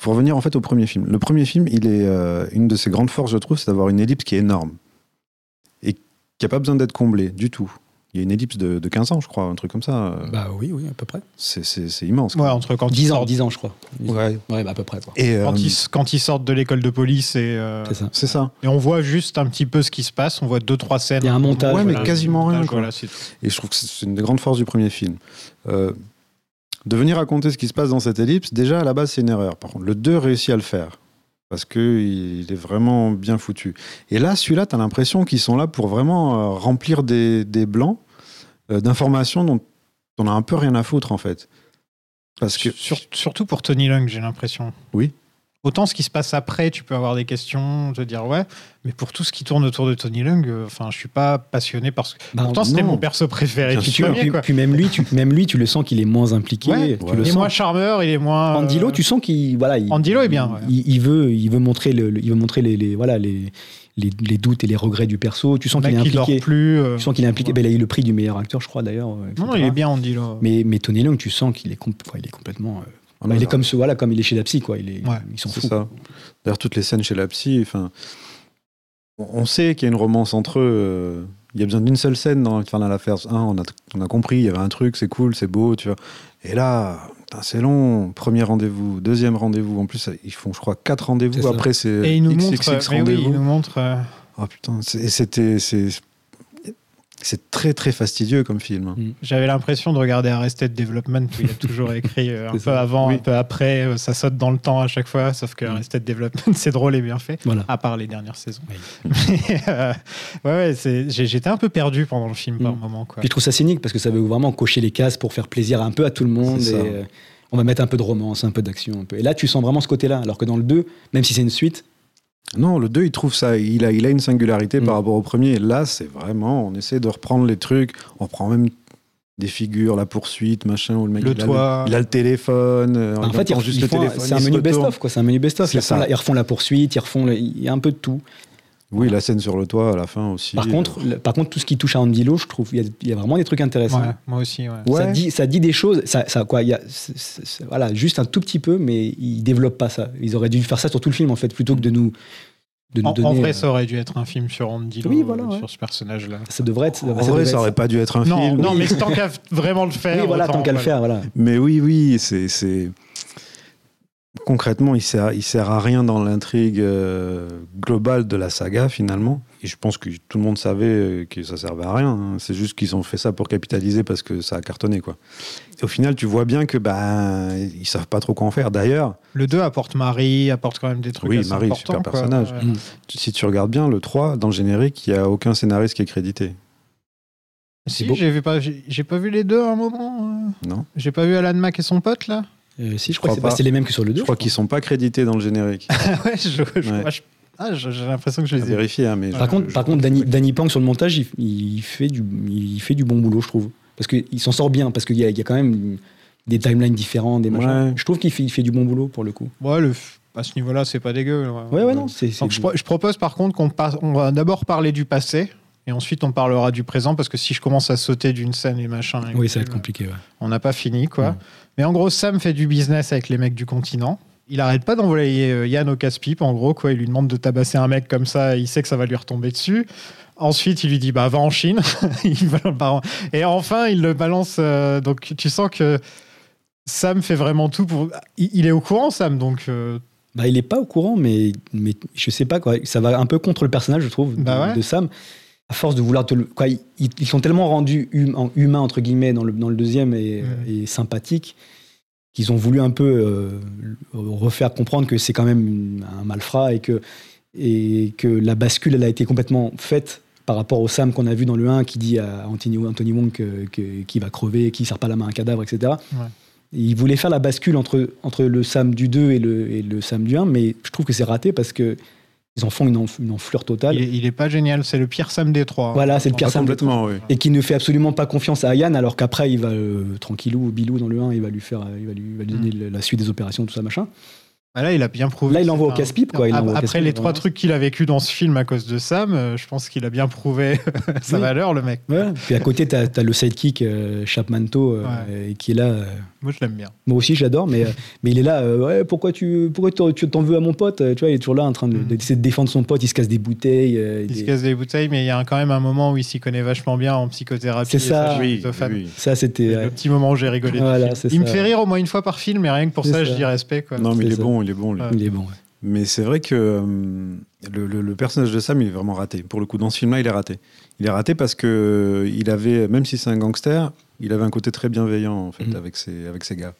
[SPEAKER 8] Faut revenir en fait au premier film. Le premier film, il est euh, une de ses grandes forces, je trouve, c'est d'avoir une ellipse qui est énorme et qui a pas besoin d'être comblée du tout. Il y a une ellipse de, de 15 ans, je crois, un truc comme ça. euh,
[SPEAKER 9] Bah oui, oui, à peu près.
[SPEAKER 8] C'est- C'est c'est immense.
[SPEAKER 7] Ouais, entre quand
[SPEAKER 9] 10
[SPEAKER 7] ils
[SPEAKER 9] ans,
[SPEAKER 7] sortent,
[SPEAKER 9] 10 ans, je crois.
[SPEAKER 8] Ouais.
[SPEAKER 9] Ouais, bah à peu près, quoi.
[SPEAKER 8] Et,
[SPEAKER 7] quand
[SPEAKER 8] euh,
[SPEAKER 7] ils, quand ils sortent de l'école de police et, euh,
[SPEAKER 9] C'est ça.
[SPEAKER 8] c'est ça.
[SPEAKER 7] et on voit juste un petit peu ce qui se passe. On voit deux trois scènes.
[SPEAKER 9] Il y a un montage.
[SPEAKER 8] Ouais, mais
[SPEAKER 9] voilà.
[SPEAKER 8] quasiment rien, quoi.
[SPEAKER 7] Voilà, c'est tout.
[SPEAKER 8] Et je trouve que c'est une des grandes forces du premier film. Euh, de venir raconter ce qui se passe dans cette ellipse, déjà à la base, c'est une erreur. Par contre, le 2 réussit à le faire. Parce qu'il est vraiment bien foutu. Et là, celui-là, tu as l'impression qu'ils sont là pour vraiment euh, remplir des, des blancs euh, d'informations dont on a un peu rien à foutre, en fait. Parce que.
[SPEAKER 7] Sur- surtout pour Tony Lung, j'ai l'impression.
[SPEAKER 8] Oui.
[SPEAKER 7] Autant ce qui se passe après, tu peux avoir des questions, te dire ouais, mais pour tout ce qui tourne autour de Tony Lung, euh, enfin, je suis pas passionné parce que.
[SPEAKER 9] Bah,
[SPEAKER 7] Pourtant, c'était
[SPEAKER 8] non.
[SPEAKER 7] mon perso préféré
[SPEAKER 8] Bien
[SPEAKER 7] du
[SPEAKER 8] sûr.
[SPEAKER 7] premier,
[SPEAKER 9] puis,
[SPEAKER 7] quoi.
[SPEAKER 9] puis même, lui, tu, même lui, tu le sens qu'il est moins impliqué.
[SPEAKER 7] Ouais.
[SPEAKER 9] tu
[SPEAKER 8] Ouais.
[SPEAKER 9] le
[SPEAKER 7] Il est
[SPEAKER 9] sens.
[SPEAKER 7] moins charmeur, il est moins. euh,
[SPEAKER 9] Andilo, tu sens qu'il voilà, il,
[SPEAKER 7] Andilo est bien, ouais.
[SPEAKER 9] Il, il veut, il veut montrer, le, le- il veut montrer les, les- voilà, les, les, les doutes et les regrets du perso. Tu sens
[SPEAKER 7] là,
[SPEAKER 9] qu'il est
[SPEAKER 7] euh, qui dort
[SPEAKER 9] impliqué.
[SPEAKER 7] plus. euh,
[SPEAKER 9] Tu sens qu'il est impliqué.
[SPEAKER 7] ouais.
[SPEAKER 9] Ben, il a eu le prix du meilleur acteur, je crois d'ailleurs. euh,
[SPEAKER 7] Non,
[SPEAKER 9] etc.
[SPEAKER 7] il est bien Andilo.
[SPEAKER 9] Mais, mais Tony Leung, tu sens qu'il est, compl- enfin, il est complètement. euh,
[SPEAKER 8] Ah
[SPEAKER 9] bah, il est comme ce, voilà, comme il est chez la psy, quoi. Il est,
[SPEAKER 7] Ouais,
[SPEAKER 9] ils sont
[SPEAKER 8] C'est
[SPEAKER 9] fous.
[SPEAKER 8] ça. D'ailleurs, toutes les scènes chez la psy, enfin, on on sait qu'il y a une romance entre eux. euh, Il y a besoin d'une seule scène dans Infernal Affairs 1. On a, on a compris, il y avait un truc, c'est cool, c'est beau, tu vois. Et là, putain, c'est long. Premier rendez-vous, deuxième rendez-vous. En plus, ça- ils font, je crois, quatre
[SPEAKER 9] C'est
[SPEAKER 8] rendez-vous.
[SPEAKER 9] ça.
[SPEAKER 8] Après, c'est
[SPEAKER 7] Et il nous montre.
[SPEAKER 8] XXX
[SPEAKER 7] mais oui, il
[SPEAKER 8] rendez-vous.
[SPEAKER 7] nous montre. euh,
[SPEAKER 8] Ah putain, c'est- et c'était. c'est- C'est très, très fastidieux comme film. hein.
[SPEAKER 7] J'avais l'impression de regarder Arrested Development où il y a toujours écrit euh, un peu
[SPEAKER 9] C'est ça.
[SPEAKER 7] avant,
[SPEAKER 9] Oui.
[SPEAKER 7] un peu après, euh, ça saute dans le temps à chaque fois, sauf que
[SPEAKER 9] Mm.
[SPEAKER 7] Arrested Development c'est drôle et bien fait,
[SPEAKER 9] Voilà.
[SPEAKER 7] à part les dernières saisons.
[SPEAKER 9] Oui.
[SPEAKER 7] Mais, euh, ouais, ouais, c'est- j'ai- j'étais un peu perdu pendant le film par
[SPEAKER 9] Mm.
[SPEAKER 7] moment. Quoi.
[SPEAKER 9] Puis je trouve ça cynique parce que ça veut vraiment cocher les cases pour faire plaisir un peu à tout le monde.
[SPEAKER 8] C'est
[SPEAKER 9] et,
[SPEAKER 8] ça.
[SPEAKER 9] euh, on va mettre un peu de romance, un peu d'action, un peu. Et là, tu sens vraiment ce côté-là. Alors que dans le 2, même si c'est une suite,
[SPEAKER 8] Non, le 2, il trouve ça. Il a, il a une singularité
[SPEAKER 9] Mm.
[SPEAKER 8] par rapport au premier. Et là, c'est vraiment. On essaie de reprendre les trucs. On reprend même des figures, la poursuite, machin, où le mec.
[SPEAKER 7] Le
[SPEAKER 8] il, A
[SPEAKER 7] toit.
[SPEAKER 8] le, il a le téléphone. euh,
[SPEAKER 9] Bah, en
[SPEAKER 8] il
[SPEAKER 9] fait, ils, ils font un-
[SPEAKER 8] entend
[SPEAKER 9] c'est un
[SPEAKER 8] il se
[SPEAKER 9] menu
[SPEAKER 8] retourne.
[SPEAKER 9] best-of, quoi. C'est un menu best-of.
[SPEAKER 8] C'est
[SPEAKER 9] Ils, refont
[SPEAKER 8] ça.
[SPEAKER 9] la- ils refont la poursuite, ils refont, le- il y a un peu de tout.
[SPEAKER 8] Oui, la scène sur le toit à la fin aussi. euh,
[SPEAKER 9] Par contre, le- par contre, tout ce qui touche à Andilo, je trouve, il y a- il y, a vraiment des trucs intéressants.
[SPEAKER 7] Ouais, moi aussi, ouais.
[SPEAKER 9] Ça
[SPEAKER 8] Ouais.
[SPEAKER 9] dit, ça dit des choses. Ça, ça quoi, il y a, c'est- c'est- c'est- voilà, juste un tout petit peu, mais ils développent pas ça. Ils auraient dû faire ça sur tout le film en fait, plutôt que de nous, de nous
[SPEAKER 7] En, en
[SPEAKER 9] donner.
[SPEAKER 7] vrai,
[SPEAKER 9] euh,
[SPEAKER 7] ça aurait dû être un film sur Andy Lau,
[SPEAKER 9] Oui, voilà,
[SPEAKER 7] euh,
[SPEAKER 9] ouais.
[SPEAKER 7] sur ce personnage-là.
[SPEAKER 9] ça devrait être.
[SPEAKER 8] en
[SPEAKER 9] ça
[SPEAKER 8] vrai,
[SPEAKER 9] devrait
[SPEAKER 8] ça
[SPEAKER 9] être-
[SPEAKER 8] aurait pas dû être un
[SPEAKER 7] Non,
[SPEAKER 8] film.
[SPEAKER 7] non,
[SPEAKER 8] Oui.
[SPEAKER 7] mais tant qu'à vraiment le faire.
[SPEAKER 9] Oui, voilà,
[SPEAKER 7] autant,
[SPEAKER 9] tant qu'à le
[SPEAKER 7] voilà.
[SPEAKER 9] faire, voilà.
[SPEAKER 8] Mais oui, oui, c'est. c'est- Concrètement, il sert, il sert à rien dans l'intrigue euh, globale de la saga, finalement. Et je pense que tout le monde savait euh, que ça servait à rien. hein. C'est juste qu'ils ont fait ça pour capitaliser parce que ça a cartonné, quoi. Et au final, tu vois bien que ben ils savent pas trop quoi en faire. D'ailleurs,
[SPEAKER 7] Le 2 apporte Marie, apporte quand même des trucs.
[SPEAKER 8] Oui,
[SPEAKER 7] assez
[SPEAKER 8] Marie,
[SPEAKER 7] importants,
[SPEAKER 8] super
[SPEAKER 7] quoi.
[SPEAKER 8] personnage.
[SPEAKER 7] Ouais.
[SPEAKER 9] Mm.
[SPEAKER 8] tu- si tu regardes bien, le 3, dans le générique, il n'y a aucun scénariste qui est crédité.
[SPEAKER 7] Si,
[SPEAKER 9] beau.
[SPEAKER 7] j'ai vu pas, j'ai j'ai pas vu les deux à un moment. euh.
[SPEAKER 8] Non.
[SPEAKER 7] J'ai pas vu Alan Mack et son pote là.
[SPEAKER 9] Euh, si, je
[SPEAKER 8] crois
[SPEAKER 9] crois, que c'est-
[SPEAKER 8] pas.
[SPEAKER 9] c'est les mêmes que sur le 2.
[SPEAKER 8] Je crois qu'ils sont pas crédités dans le générique.
[SPEAKER 7] Ah ouais, je, je-
[SPEAKER 8] Ouais.
[SPEAKER 7] moi, je- ah, je- j'ai l'impression que je
[SPEAKER 8] À
[SPEAKER 7] les ai.
[SPEAKER 8] vérifier, hein, mais.
[SPEAKER 9] Par
[SPEAKER 8] je-
[SPEAKER 9] contre,
[SPEAKER 8] je-
[SPEAKER 9] par contre, Danny, Danny Pang sur le montage, il, il fait du, il fait du bon boulot, je trouve. Parce qu'il s'en sort bien, parce qu'il y, a- il y a quand même des timelines différents, des machins.
[SPEAKER 8] Ouais.
[SPEAKER 9] Je trouve qu'il fait, il fait du bon boulot pour le coup.
[SPEAKER 7] Ouais, le, f- à ce niveau-là, c'est pas dégueu.
[SPEAKER 9] Ouais, ouais, non, c'est. c'est-
[SPEAKER 7] Donc, je, pro- je propose par contre qu'on passe, on va d'abord parler du passé Et ensuite, on parlera du présent parce que si je commence à sauter d'une scène et machin, et
[SPEAKER 9] Oui, ça va être
[SPEAKER 7] tout,
[SPEAKER 9] compliqué. ouais.
[SPEAKER 7] on n'a pas fini quoi.
[SPEAKER 9] Non.
[SPEAKER 7] Mais en gros, Sam fait du business avec les mecs du continent. Il arrête pas d'envoyer euh, Yann au casse-pipe. En gros, quoi, il lui demande de tabasser un mec comme ça. Il sait que ça va lui retomber dessus. Ensuite, il lui dit bah va en Chine. Il va le bar- Et enfin, il le balance. euh, donc, tu sens que Sam fait vraiment tout pour. Il, il est au courant, Sam. Donc, euh,
[SPEAKER 9] Bah, il est pas au courant, mais, mais je sais pas quoi. Ça va un peu contre le personnage, je trouve, de,
[SPEAKER 7] Bah ouais.
[SPEAKER 9] de Sam. À force de vouloir te le. Quoi, ils, ils sont tellement rendus hum- en humains, entre guillemets, dans le, dans le deuxième et,
[SPEAKER 7] Mm.
[SPEAKER 9] et sympathiques, qu'ils ont voulu un peu euh, refaire comprendre que c'est quand même une- un malfrat et que, et que la bascule, elle a été complètement faite par rapport au Sam qu'on a vu dans le 1 qui dit à Anthony, Anthony Wong que- que- qu'il va crever, qu'il ne sert pas la main à un cadavre, etc. Il voulait faire la bascule entre, entre le Sam du 2 et le, et le Sam du 1, mais je trouve que c'est raté parce que ils en font une, enf- une enflure totale.
[SPEAKER 7] il, est, il est pas génial. C'est le pire Sam des trois.
[SPEAKER 9] Voilà, c'est le pire
[SPEAKER 8] Pas
[SPEAKER 9] Sam de-
[SPEAKER 8] complètement, oui.
[SPEAKER 9] Et qui ne fait absolument pas confiance à Yann, alors qu'après, il va euh, tranquillou, bilou dans le 1, il va lui faire, euh, il va lui, il va lui
[SPEAKER 7] Mm.
[SPEAKER 9] donner le- la suite des opérations, tout ça, machin.
[SPEAKER 7] Ah, Là, il a bien prouvé.
[SPEAKER 9] Là, il
[SPEAKER 7] que
[SPEAKER 9] l'envoie
[SPEAKER 7] c'est
[SPEAKER 9] au
[SPEAKER 7] un-
[SPEAKER 9] casse-pipe, quoi. Il
[SPEAKER 7] Ap-
[SPEAKER 9] l'envoie au
[SPEAKER 7] Après
[SPEAKER 9] casse-pipe,
[SPEAKER 7] les trois
[SPEAKER 9] vraiment.
[SPEAKER 7] trucs qu'il a vécu dans ce film à cause de Sam, euh, je pense qu'il a bien prouvé sa
[SPEAKER 9] Oui.
[SPEAKER 7] valeur, le mec.
[SPEAKER 9] Voilà. Puis à côté, t'as as le sidekick euh, Chapmanto euh,
[SPEAKER 7] Ouais.
[SPEAKER 9] et qui est là. euh,
[SPEAKER 7] Moi, je l'aime bien.
[SPEAKER 9] moi aussi, je l'adore, mais, euh, mais il est là. euh, ouais, pourquoi tu pourquoi t'en- tu t'en veux à mon pote euh, Tu vois, il est toujours là en train de-
[SPEAKER 7] Mhm.
[SPEAKER 9] d'essayer de, défendre son pote. Il se casse des bouteilles. euh,
[SPEAKER 7] Il
[SPEAKER 9] des-
[SPEAKER 7] se casse des bouteilles, mais il y a un- quand même un moment où il s'y connaît vachement bien en psychothérapie.
[SPEAKER 9] C'est
[SPEAKER 7] et
[SPEAKER 9] ça.
[SPEAKER 7] je suis
[SPEAKER 8] Oui,
[SPEAKER 7] schizophrène.
[SPEAKER 8] oui.
[SPEAKER 9] Ça, c'était.
[SPEAKER 7] C'est
[SPEAKER 9] ouais.
[SPEAKER 7] Le petit moment où j'ai rigolé. du
[SPEAKER 9] Voilà,
[SPEAKER 7] film.
[SPEAKER 9] c'est
[SPEAKER 7] il me
[SPEAKER 9] ça.
[SPEAKER 7] fait rire au moins une fois par film, mais rien que pour
[SPEAKER 9] C'est
[SPEAKER 7] ça, je
[SPEAKER 9] ça.
[SPEAKER 7] dis respect. Quoi.
[SPEAKER 8] Non, mais il
[SPEAKER 9] C'est
[SPEAKER 8] est
[SPEAKER 9] ça.
[SPEAKER 8] bon, il est bon. lui.
[SPEAKER 7] Ouais.
[SPEAKER 9] Il est bon. ouais.
[SPEAKER 8] Mais c'est vrai que euh, le, le- le personnage de Sam, il est vraiment raté. Pour le coup, dans ce film-là, il est raté. Il est raté parce que euh, il avait, même si c'est un gangster, il avait un côté très bienveillant en fait
[SPEAKER 9] Mhm.
[SPEAKER 8] avec ses avec ses gars.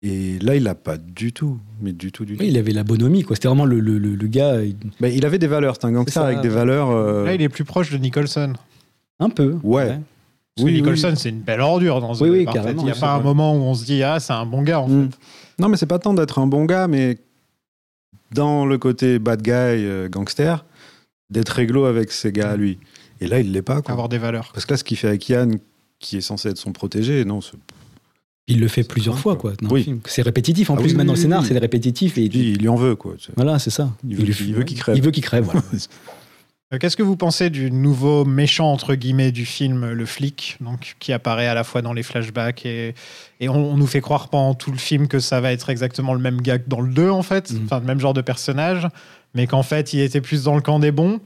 [SPEAKER 8] Et là, il l'a pas du tout, mais du tout, du tout.
[SPEAKER 9] Oui, il avait la bonhomie, quoi. C'était vraiment le, le, le- le gars, euh,
[SPEAKER 8] Ben, il avait des valeurs. C'est un gangster
[SPEAKER 9] C'est ça.
[SPEAKER 8] avec des valeurs. euh,
[SPEAKER 7] Là, il est plus proche de Nicholson.
[SPEAKER 9] un peu. hein.
[SPEAKER 8] Ouais.
[SPEAKER 7] Parce
[SPEAKER 8] oui,
[SPEAKER 7] que
[SPEAKER 8] oui.
[SPEAKER 7] Nicholson, c'est une belle ordure dans The
[SPEAKER 9] Oui, oui,
[SPEAKER 7] Big Quartet.
[SPEAKER 9] carrément,
[SPEAKER 7] Il n'y a
[SPEAKER 9] c'est
[SPEAKER 7] pas un
[SPEAKER 9] vrai.
[SPEAKER 7] moment où on se dit, ah, c'est un bon gars. en fait.
[SPEAKER 8] Mm. Non, mais c'est pas tant d'être un bon gars, mais dans le côté bad guy, euh, gangster, d'être réglo avec ses gars à lui. Et là, il l'est pas. Quoi.
[SPEAKER 7] Avoir des valeurs.
[SPEAKER 8] Parce que là, ce qu'il fait avec Yann, qui est censé être son protégé, non, c'est-
[SPEAKER 9] Il le fait plusieurs fois, quoi. dans le
[SPEAKER 8] Oui.
[SPEAKER 9] film. C'est répétitif. En
[SPEAKER 8] Ah
[SPEAKER 9] plus,
[SPEAKER 8] oui,
[SPEAKER 9] maintenant,
[SPEAKER 8] oui,
[SPEAKER 9] le scénar,
[SPEAKER 8] oui.
[SPEAKER 9] c'est répétitif. Et...
[SPEAKER 8] il dit, il lui en veut, quoi. tu sais.
[SPEAKER 9] Voilà, c'est ça.
[SPEAKER 8] Il veut-
[SPEAKER 9] le-
[SPEAKER 8] il veut qu'il crève.
[SPEAKER 9] Il veut qu'il crève, voilà.
[SPEAKER 7] Euh, Qu'est-ce que vous pensez du nouveau méchant, entre guillemets, du film euh, Le Flic, donc, qui apparaît à la fois dans les flashbacks et, et on, on nous fait croire pendant tout le film que ça va être exactement le même gars que dans le 2, en fait,
[SPEAKER 9] Mhm.
[SPEAKER 7] enfin, le même genre de personnage, mais qu'en fait, il était plus dans le camp des bons.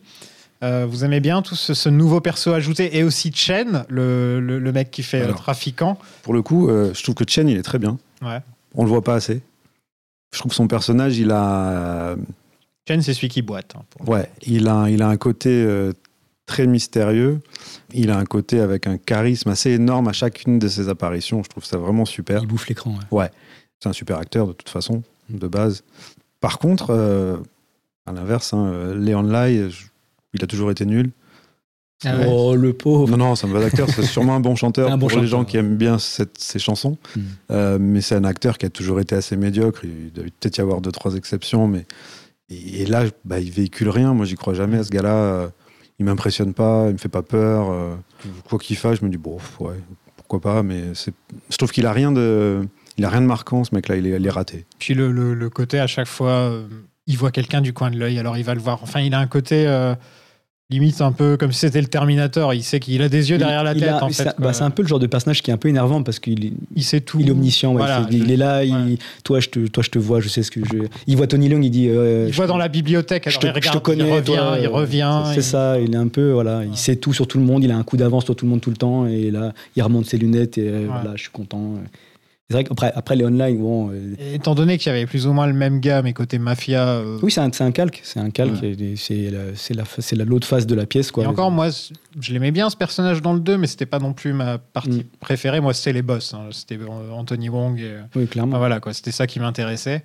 [SPEAKER 7] Euh, vous aimez bien tout ce, ce nouveau perso ajouté et aussi Chen, le, le- le mec qui fait euh,
[SPEAKER 8] Alors.
[SPEAKER 7] trafiquant.
[SPEAKER 8] Pour le coup, euh, je trouve que Chen, il est très bien.
[SPEAKER 7] Ouais.
[SPEAKER 8] On le voit pas assez. Je trouve que son personnage, il a,
[SPEAKER 7] Chen, c'est celui qui boite. hein, pour-
[SPEAKER 8] ouais, il a, il a un côté euh, très mystérieux. Il a un côté avec un charisme assez énorme à chacune de ses apparitions. Je trouve ça vraiment super.
[SPEAKER 9] Il bouffe l'écran. ouais.
[SPEAKER 8] C'est un super acteur de toute façon, de base. Par contre, euh, à l'inverse, hein, euh, Leon Lai, je- il a toujours été nul.
[SPEAKER 7] Ah ouais.
[SPEAKER 9] Oh, le pauvre.
[SPEAKER 8] Non, non, c'est un bon acteur, c'est sûrement un bon chanteur
[SPEAKER 9] C'est un bon
[SPEAKER 8] pour les
[SPEAKER 9] chanteur,
[SPEAKER 8] gens qui aiment bien cette- ces chansons.
[SPEAKER 9] Mm.
[SPEAKER 8] Euh, mais c'est un acteur qui a toujours été assez médiocre. Il doit peut-être y avoir deux, trois exceptions, mais. Et, et là, bah, il véhicule rien. Moi, j'y crois jamais. à Ce gars-là, euh, il m'impressionne pas, il me fait pas peur. euh, quoi qu'il fasse, je me dis, bon, pff, ouais, pourquoi pas, mais c'est- je trouve qu'il a rien de. Il a rien de marquant, ce mec-là, il, est- il est raté.
[SPEAKER 7] Puis le, le- le côté à chaque fois, euh, il voit quelqu'un du coin de l'œil, alors il va le voir. Enfin, il a un côté euh, limite un peu comme si c'était le Terminator. Il sait qu'il a des yeux derrière la
[SPEAKER 9] Il- il
[SPEAKER 7] tête.
[SPEAKER 9] a-
[SPEAKER 7] en
[SPEAKER 9] ça-
[SPEAKER 7] fait, quoi.
[SPEAKER 9] bah, C'est un peu le genre de personnage qui est un peu énervant parce qu'il
[SPEAKER 7] il sait tout.
[SPEAKER 9] il est omniscient. ouais.
[SPEAKER 7] Mm. Voilà,
[SPEAKER 9] il, fait- il
[SPEAKER 7] je-
[SPEAKER 9] est là, il-
[SPEAKER 7] ouais.
[SPEAKER 9] toi, je te, toi, je te vois, je sais ce que je. Il voit Tony Leung, il dit. euh,
[SPEAKER 7] Il
[SPEAKER 9] je-
[SPEAKER 7] voit dans la bibliothèque.
[SPEAKER 9] je
[SPEAKER 7] Alors
[SPEAKER 9] te,
[SPEAKER 7] il regarde,
[SPEAKER 9] je te connais,
[SPEAKER 7] il revient,
[SPEAKER 9] toi,
[SPEAKER 7] il
[SPEAKER 9] euh,
[SPEAKER 7] revient.
[SPEAKER 9] C'est
[SPEAKER 7] il-
[SPEAKER 9] ça, il est un peu, voilà,
[SPEAKER 7] Ouais.
[SPEAKER 9] il sait tout sur tout le monde, il a un coup d'avance sur tout le monde tout le temps, et là, il remonte ses lunettes, et euh, voilà, je suis content. C'est vrai qu'après après, les online, bon, euh,
[SPEAKER 7] Étant donné qu'il y avait plus ou moins le même gars, mais côté mafia. euh,
[SPEAKER 9] oui, c'est un, c'est un calque, c'est un calque, et c'est la- c'est la- c'est la- l'autre face de la pièce, quoi.
[SPEAKER 7] et encore, moi, c- je l'aimais bien ce personnage dans le 2, mais c'était pas non plus ma partie
[SPEAKER 9] Mm.
[SPEAKER 7] préférée. Moi, c'était les boss. hein. C'était euh, Anthony Wong et, euh,
[SPEAKER 9] Oui,
[SPEAKER 7] Enfin,
[SPEAKER 9] clairement.
[SPEAKER 7] voilà, quoi, c'était ça qui m'intéressait.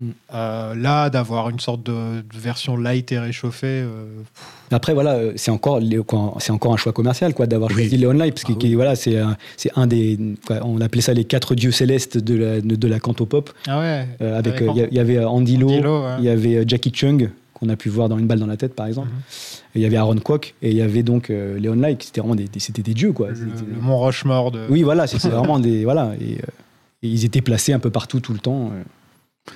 [SPEAKER 9] Mm.
[SPEAKER 7] Euh, là, d'avoir une sorte de, de version light et réchauffée. euh,
[SPEAKER 9] Après, voilà, euh, c'est encore, les- quand- c'est encore un choix commercial, quoi, d'avoir choisi les online, parce que
[SPEAKER 8] Ah
[SPEAKER 9] qui- voilà, c'est un, c'est un des, quoi, on appelait ça les quatre dieux célestes de la, de la cantopop,
[SPEAKER 7] Ah ouais.
[SPEAKER 9] euh, avec, euh, il
[SPEAKER 7] Andy
[SPEAKER 9] y a- il y, avait euh, Andy Lau,
[SPEAKER 7] Lau, ouais.
[SPEAKER 9] Il y avait euh, Jackie Chung, qu'on a pu voir dans Une balle dans la tête, par exemple.
[SPEAKER 7] Mhm.
[SPEAKER 9] Et Il y avait Aaron Kwok, et il y avait donc euh, Léon Lai, qui c'était vraiment des, des- c'était des dieux, quoi.
[SPEAKER 7] le,
[SPEAKER 9] C'était-
[SPEAKER 7] le Mont Rochemort de.
[SPEAKER 9] Oui, voilà, c'était vraiment des. Voilà. Et, euh, et ils étaient placés un peu partout, tout le temps. euh.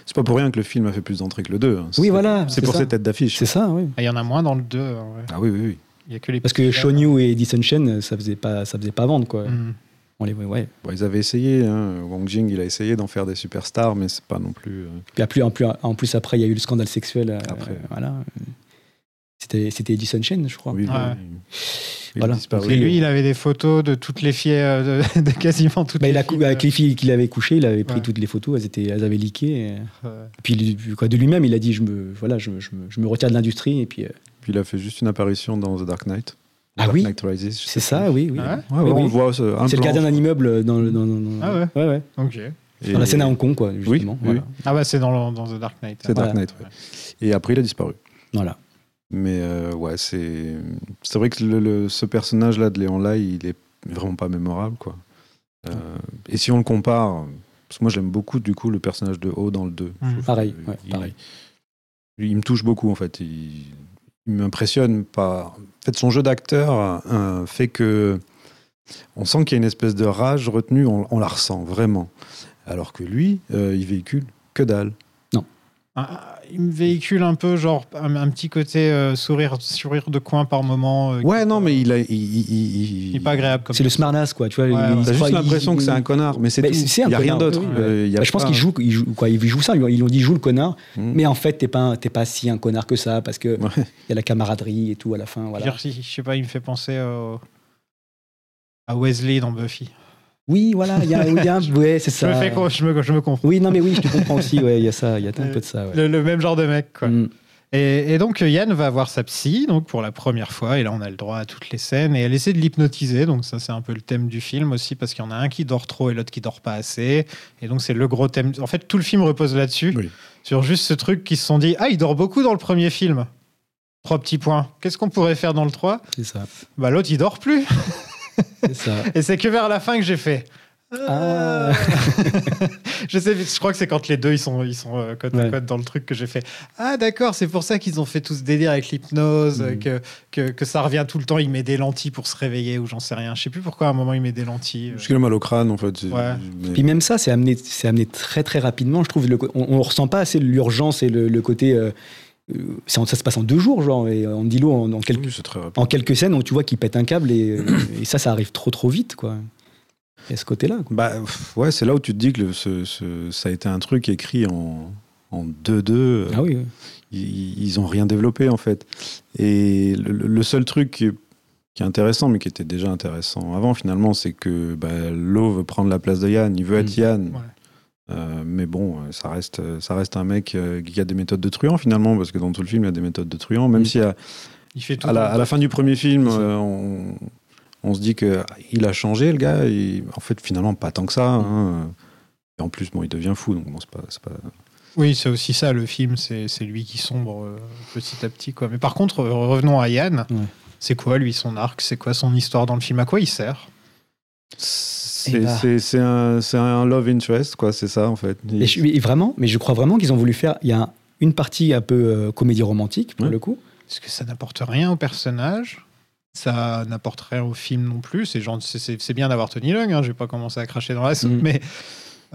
[SPEAKER 8] C'est pas pour rien que le film a fait plus d'entrées que le 2. hein.
[SPEAKER 9] Oui,
[SPEAKER 8] C'est-
[SPEAKER 9] voilà.
[SPEAKER 8] C'est pour
[SPEAKER 9] ça.
[SPEAKER 8] ses têtes d'affiche.
[SPEAKER 9] C'est ça, oui.
[SPEAKER 7] Ah, Il y en a moins dans le 2. hein, ouais.
[SPEAKER 8] Ah oui, oui, oui.
[SPEAKER 7] Il y a que les
[SPEAKER 9] Parce que
[SPEAKER 7] petits gars.
[SPEAKER 9] Sean Yu et Edison Chen, euh, ça faisait pas, ça faisait pas vendre quoi.
[SPEAKER 7] Mm.
[SPEAKER 9] On les voyait, ouais.
[SPEAKER 8] Bon, ils avaient essayé, hein. Wang Jing, il a essayé d'en faire des superstars, mais c'est pas non plus. euh,
[SPEAKER 9] Puis après, en plus, en plus après, il y a eu le scandale sexuel. euh,
[SPEAKER 8] Après.
[SPEAKER 9] euh, voilà. C'était, c'était Edison Chen, je crois.
[SPEAKER 8] oui,
[SPEAKER 7] Ouais.
[SPEAKER 8] oui. Il
[SPEAKER 9] Voilà.
[SPEAKER 8] a disparu.
[SPEAKER 7] Et lui, il avait des photos de toutes les filles, euh, de, de quasiment toutes
[SPEAKER 9] Bah,
[SPEAKER 7] les
[SPEAKER 9] il a
[SPEAKER 7] filles.
[SPEAKER 9] cou- avec les filles qu'il avait couchées, il avait pris
[SPEAKER 7] Ouais.
[SPEAKER 9] toutes les photos, elles, étaient, elles avaient leaké. et-
[SPEAKER 7] euh,
[SPEAKER 9] Et puis lui- quoi, de lui-même, il a dit je me, voilà, je, me- je me- je me retire de l'industrie. Et puis, euh,
[SPEAKER 8] Puis il a fait juste une apparition dans The Dark Knight.
[SPEAKER 9] Ah
[SPEAKER 8] Dark
[SPEAKER 9] oui
[SPEAKER 8] Knight Rises. je
[SPEAKER 9] c'est
[SPEAKER 8] sais
[SPEAKER 9] ça, oui. oui.
[SPEAKER 7] Ah Ouais,
[SPEAKER 8] plus. Ouais, ouais,
[SPEAKER 9] Oui,
[SPEAKER 8] on
[SPEAKER 9] oui.
[SPEAKER 8] le voit. euh, un
[SPEAKER 9] C'est le
[SPEAKER 8] plan.
[SPEAKER 9] gardien d'un immeuble dans, le, dans, dans-
[SPEAKER 7] Ah ouais.
[SPEAKER 9] ouais, ouais.
[SPEAKER 7] ok.
[SPEAKER 8] Et-
[SPEAKER 9] Dans la scène à Hong Kong, quoi,
[SPEAKER 8] Oui,
[SPEAKER 9] justement.
[SPEAKER 8] oui.
[SPEAKER 9] voilà.
[SPEAKER 7] Ah bah c'est dans, le- dans The Dark Knight.
[SPEAKER 8] C'est Dark
[SPEAKER 9] Voilà.
[SPEAKER 8] Knight, ouais. Et après, il a disparu.
[SPEAKER 9] Voilà.
[SPEAKER 8] Mais euh, ouais, c'est c'est vrai que le- le- ce personnage-là de Léon Lai, il est vraiment pas mémorable, quoi. Euh, et si on le compare, parce que moi j'aime beaucoup du coup le personnage de Ho dans le 2.
[SPEAKER 7] Mhm.
[SPEAKER 8] Je trouve
[SPEAKER 9] Pareil,
[SPEAKER 8] que
[SPEAKER 9] ouais,
[SPEAKER 8] il,
[SPEAKER 9] pareil.
[SPEAKER 8] il me touche beaucoup en fait. Il, il m'impressionne par. En fait, son jeu d'acteur euh, fait que on sent qu'il y a une espèce de rage retenue, on, on la ressent vraiment. Alors que lui, euh, il véhicule que dalle.
[SPEAKER 7] Ah, il me véhicule un peu genre un, un petit côté euh, sourire, sourire de coin par moment. euh,
[SPEAKER 8] Ouais,
[SPEAKER 7] qui-
[SPEAKER 8] non, mais il a. il- il- il-
[SPEAKER 7] qui est pas agréable comme.
[SPEAKER 9] C'est le smartass, quoi. Tu vois,
[SPEAKER 7] Ouais,
[SPEAKER 9] il-
[SPEAKER 7] ouais.
[SPEAKER 9] il
[SPEAKER 8] T'as
[SPEAKER 9] se
[SPEAKER 8] juste
[SPEAKER 9] croit-
[SPEAKER 8] l'impression
[SPEAKER 9] il-
[SPEAKER 8] que c'est
[SPEAKER 9] il-
[SPEAKER 8] un connard, mais c'est
[SPEAKER 9] Bah,
[SPEAKER 8] tout.
[SPEAKER 9] c'est un
[SPEAKER 8] Il n'y a rien
[SPEAKER 9] connard,
[SPEAKER 8] d'autre.
[SPEAKER 9] oui, oui.
[SPEAKER 8] Euh, il y a
[SPEAKER 9] Bah, je pense
[SPEAKER 8] pas-
[SPEAKER 9] qu'il joue, il joue, quoi, il joue ça. Ils l'ont dit, il joue le connard.
[SPEAKER 8] Mm.
[SPEAKER 9] Mais en fait, t'es pas, un- t'es pas si un connard que ça parce que
[SPEAKER 8] Ouais.
[SPEAKER 9] il y a la camaraderie et tout à la fin.
[SPEAKER 7] Je veux
[SPEAKER 9] Voilà.
[SPEAKER 7] dire, si- je sais pas, il me fait penser au- à Wesley dans Buffy.
[SPEAKER 9] Oui, voilà. Il y a, il y a un- ouais, c'est
[SPEAKER 7] Je me
[SPEAKER 9] ça.
[SPEAKER 7] fais con- je me, je me confonds.
[SPEAKER 9] Oui, non, mais oui, je te comprends aussi. Ouais, il y a ça, il y a un
[SPEAKER 7] Euh,
[SPEAKER 9] peu de ça. ouais.
[SPEAKER 7] Le, le même genre de mec quoi.
[SPEAKER 9] Mm.
[SPEAKER 7] Et, et donc euh, Yann va voir sa psy donc pour la première fois et là on a le droit à toutes les scènes et elle essaie de l'hypnotiser donc ça c'est un peu le thème du film aussi parce qu'il y en a un qui dort trop et l'autre qui dort pas assez et donc c'est le gros thème en fait tout le film repose là-dessus
[SPEAKER 8] Oui.
[SPEAKER 7] sur juste ce truc qu'ils se sont dit ah il dort beaucoup dans le premier film trois petits points qu'est-ce qu'on pourrait faire dans le 3
[SPEAKER 9] C'est ça.
[SPEAKER 7] bah l'autre il dort plus
[SPEAKER 9] C'est ça.
[SPEAKER 7] et c'est que vers la fin que j'ai fait
[SPEAKER 9] Ah.
[SPEAKER 7] je sais, je crois que c'est quand les deux ils sont, ils sont euh, côte à
[SPEAKER 9] Ouais.
[SPEAKER 7] côte dans le truc que j'ai fait. Ah d'accord, c'est pour ça qu'ils ont fait tout ce délire avec l'hypnose, euh,
[SPEAKER 9] Mhm.
[SPEAKER 7] que, que, que ça revient tout le temps. Il met des lentilles pour se réveiller ou j'en sais rien. Je sais plus pourquoi à un moment il met des lentilles. euh.
[SPEAKER 8] Parce qu'il a mal au crâne, en fait.
[SPEAKER 7] Ouais.
[SPEAKER 8] Mais-
[SPEAKER 9] Puis même ça, c'est amené, c'est amené très très rapidement. Je trouve le co- on, on ressent pas assez l'urgence et le, le côté. euh, euh, ça, ça se passe en deux jours, genre. Et on dit l'eau en, en quelques
[SPEAKER 8] Oui, c'est très rapide.
[SPEAKER 9] en quelques scènes, où tu vois qu'il pète un câble et, euh, et ça, ça arrive trop trop vite, quoi. Il y a ce côté-là. quoi.
[SPEAKER 8] Bah, pff, ouais, c'est là où tu te dis que le- ce- ce- ça a été un truc écrit en en 2-2.
[SPEAKER 9] Ah oui. ouais.
[SPEAKER 8] Ils ils ont rien développé, en fait. Et le, le seul truc qui est, qui est intéressant, mais qui était déjà intéressant avant, finalement, c'est que bah, Lo veut prendre la place de Yann. Il veut être
[SPEAKER 9] Mm.
[SPEAKER 8] Yann.
[SPEAKER 7] Ouais.
[SPEAKER 8] Euh, mais bon, euh, ça reste, euh, ça reste un mec euh, qui a des méthodes de truand finalement, parce que dans tout le film, il y a des méthodes de truand, même
[SPEAKER 9] Mm.
[SPEAKER 8] si à,
[SPEAKER 7] Il fait tout.
[SPEAKER 8] à la, à la fin du premier film,
[SPEAKER 9] C'est ça.
[SPEAKER 8] euh, on, on se dit que ah, il a changé, le gars. et en fait, finalement, pas tant que ça. hein. Et en plus, bon, il devient fou, donc bon, c'est pas, c'est pas-
[SPEAKER 7] Oui, c'est aussi ça le film. C'est c'est lui qui sombre euh, petit à petit quoi. Mais par contre, euh, revenons à Yann.
[SPEAKER 9] Ouais.
[SPEAKER 7] C'est quoi lui son arc C'est quoi son histoire dans le film À quoi il sert
[SPEAKER 8] C'est
[SPEAKER 9] Eh bah.
[SPEAKER 8] c'est- c'est un, c'est un love interest, quoi. C'est ça, en fait. Il-
[SPEAKER 9] Et je- mais vraiment, mais je crois vraiment qu'ils ont voulu faire. Il y a un- une partie un peu euh, comédie romantique pour
[SPEAKER 8] Ouais.
[SPEAKER 9] le coup.
[SPEAKER 7] Parce que ça n'apporte rien au personnage. Ça n'apporte rien au film non plus. C'est genre- c'est- C'est c'est bien d'avoir Tony Leung, hein, je vais pas commencer à cracher dans la soupe,
[SPEAKER 9] Mm.
[SPEAKER 7] mais.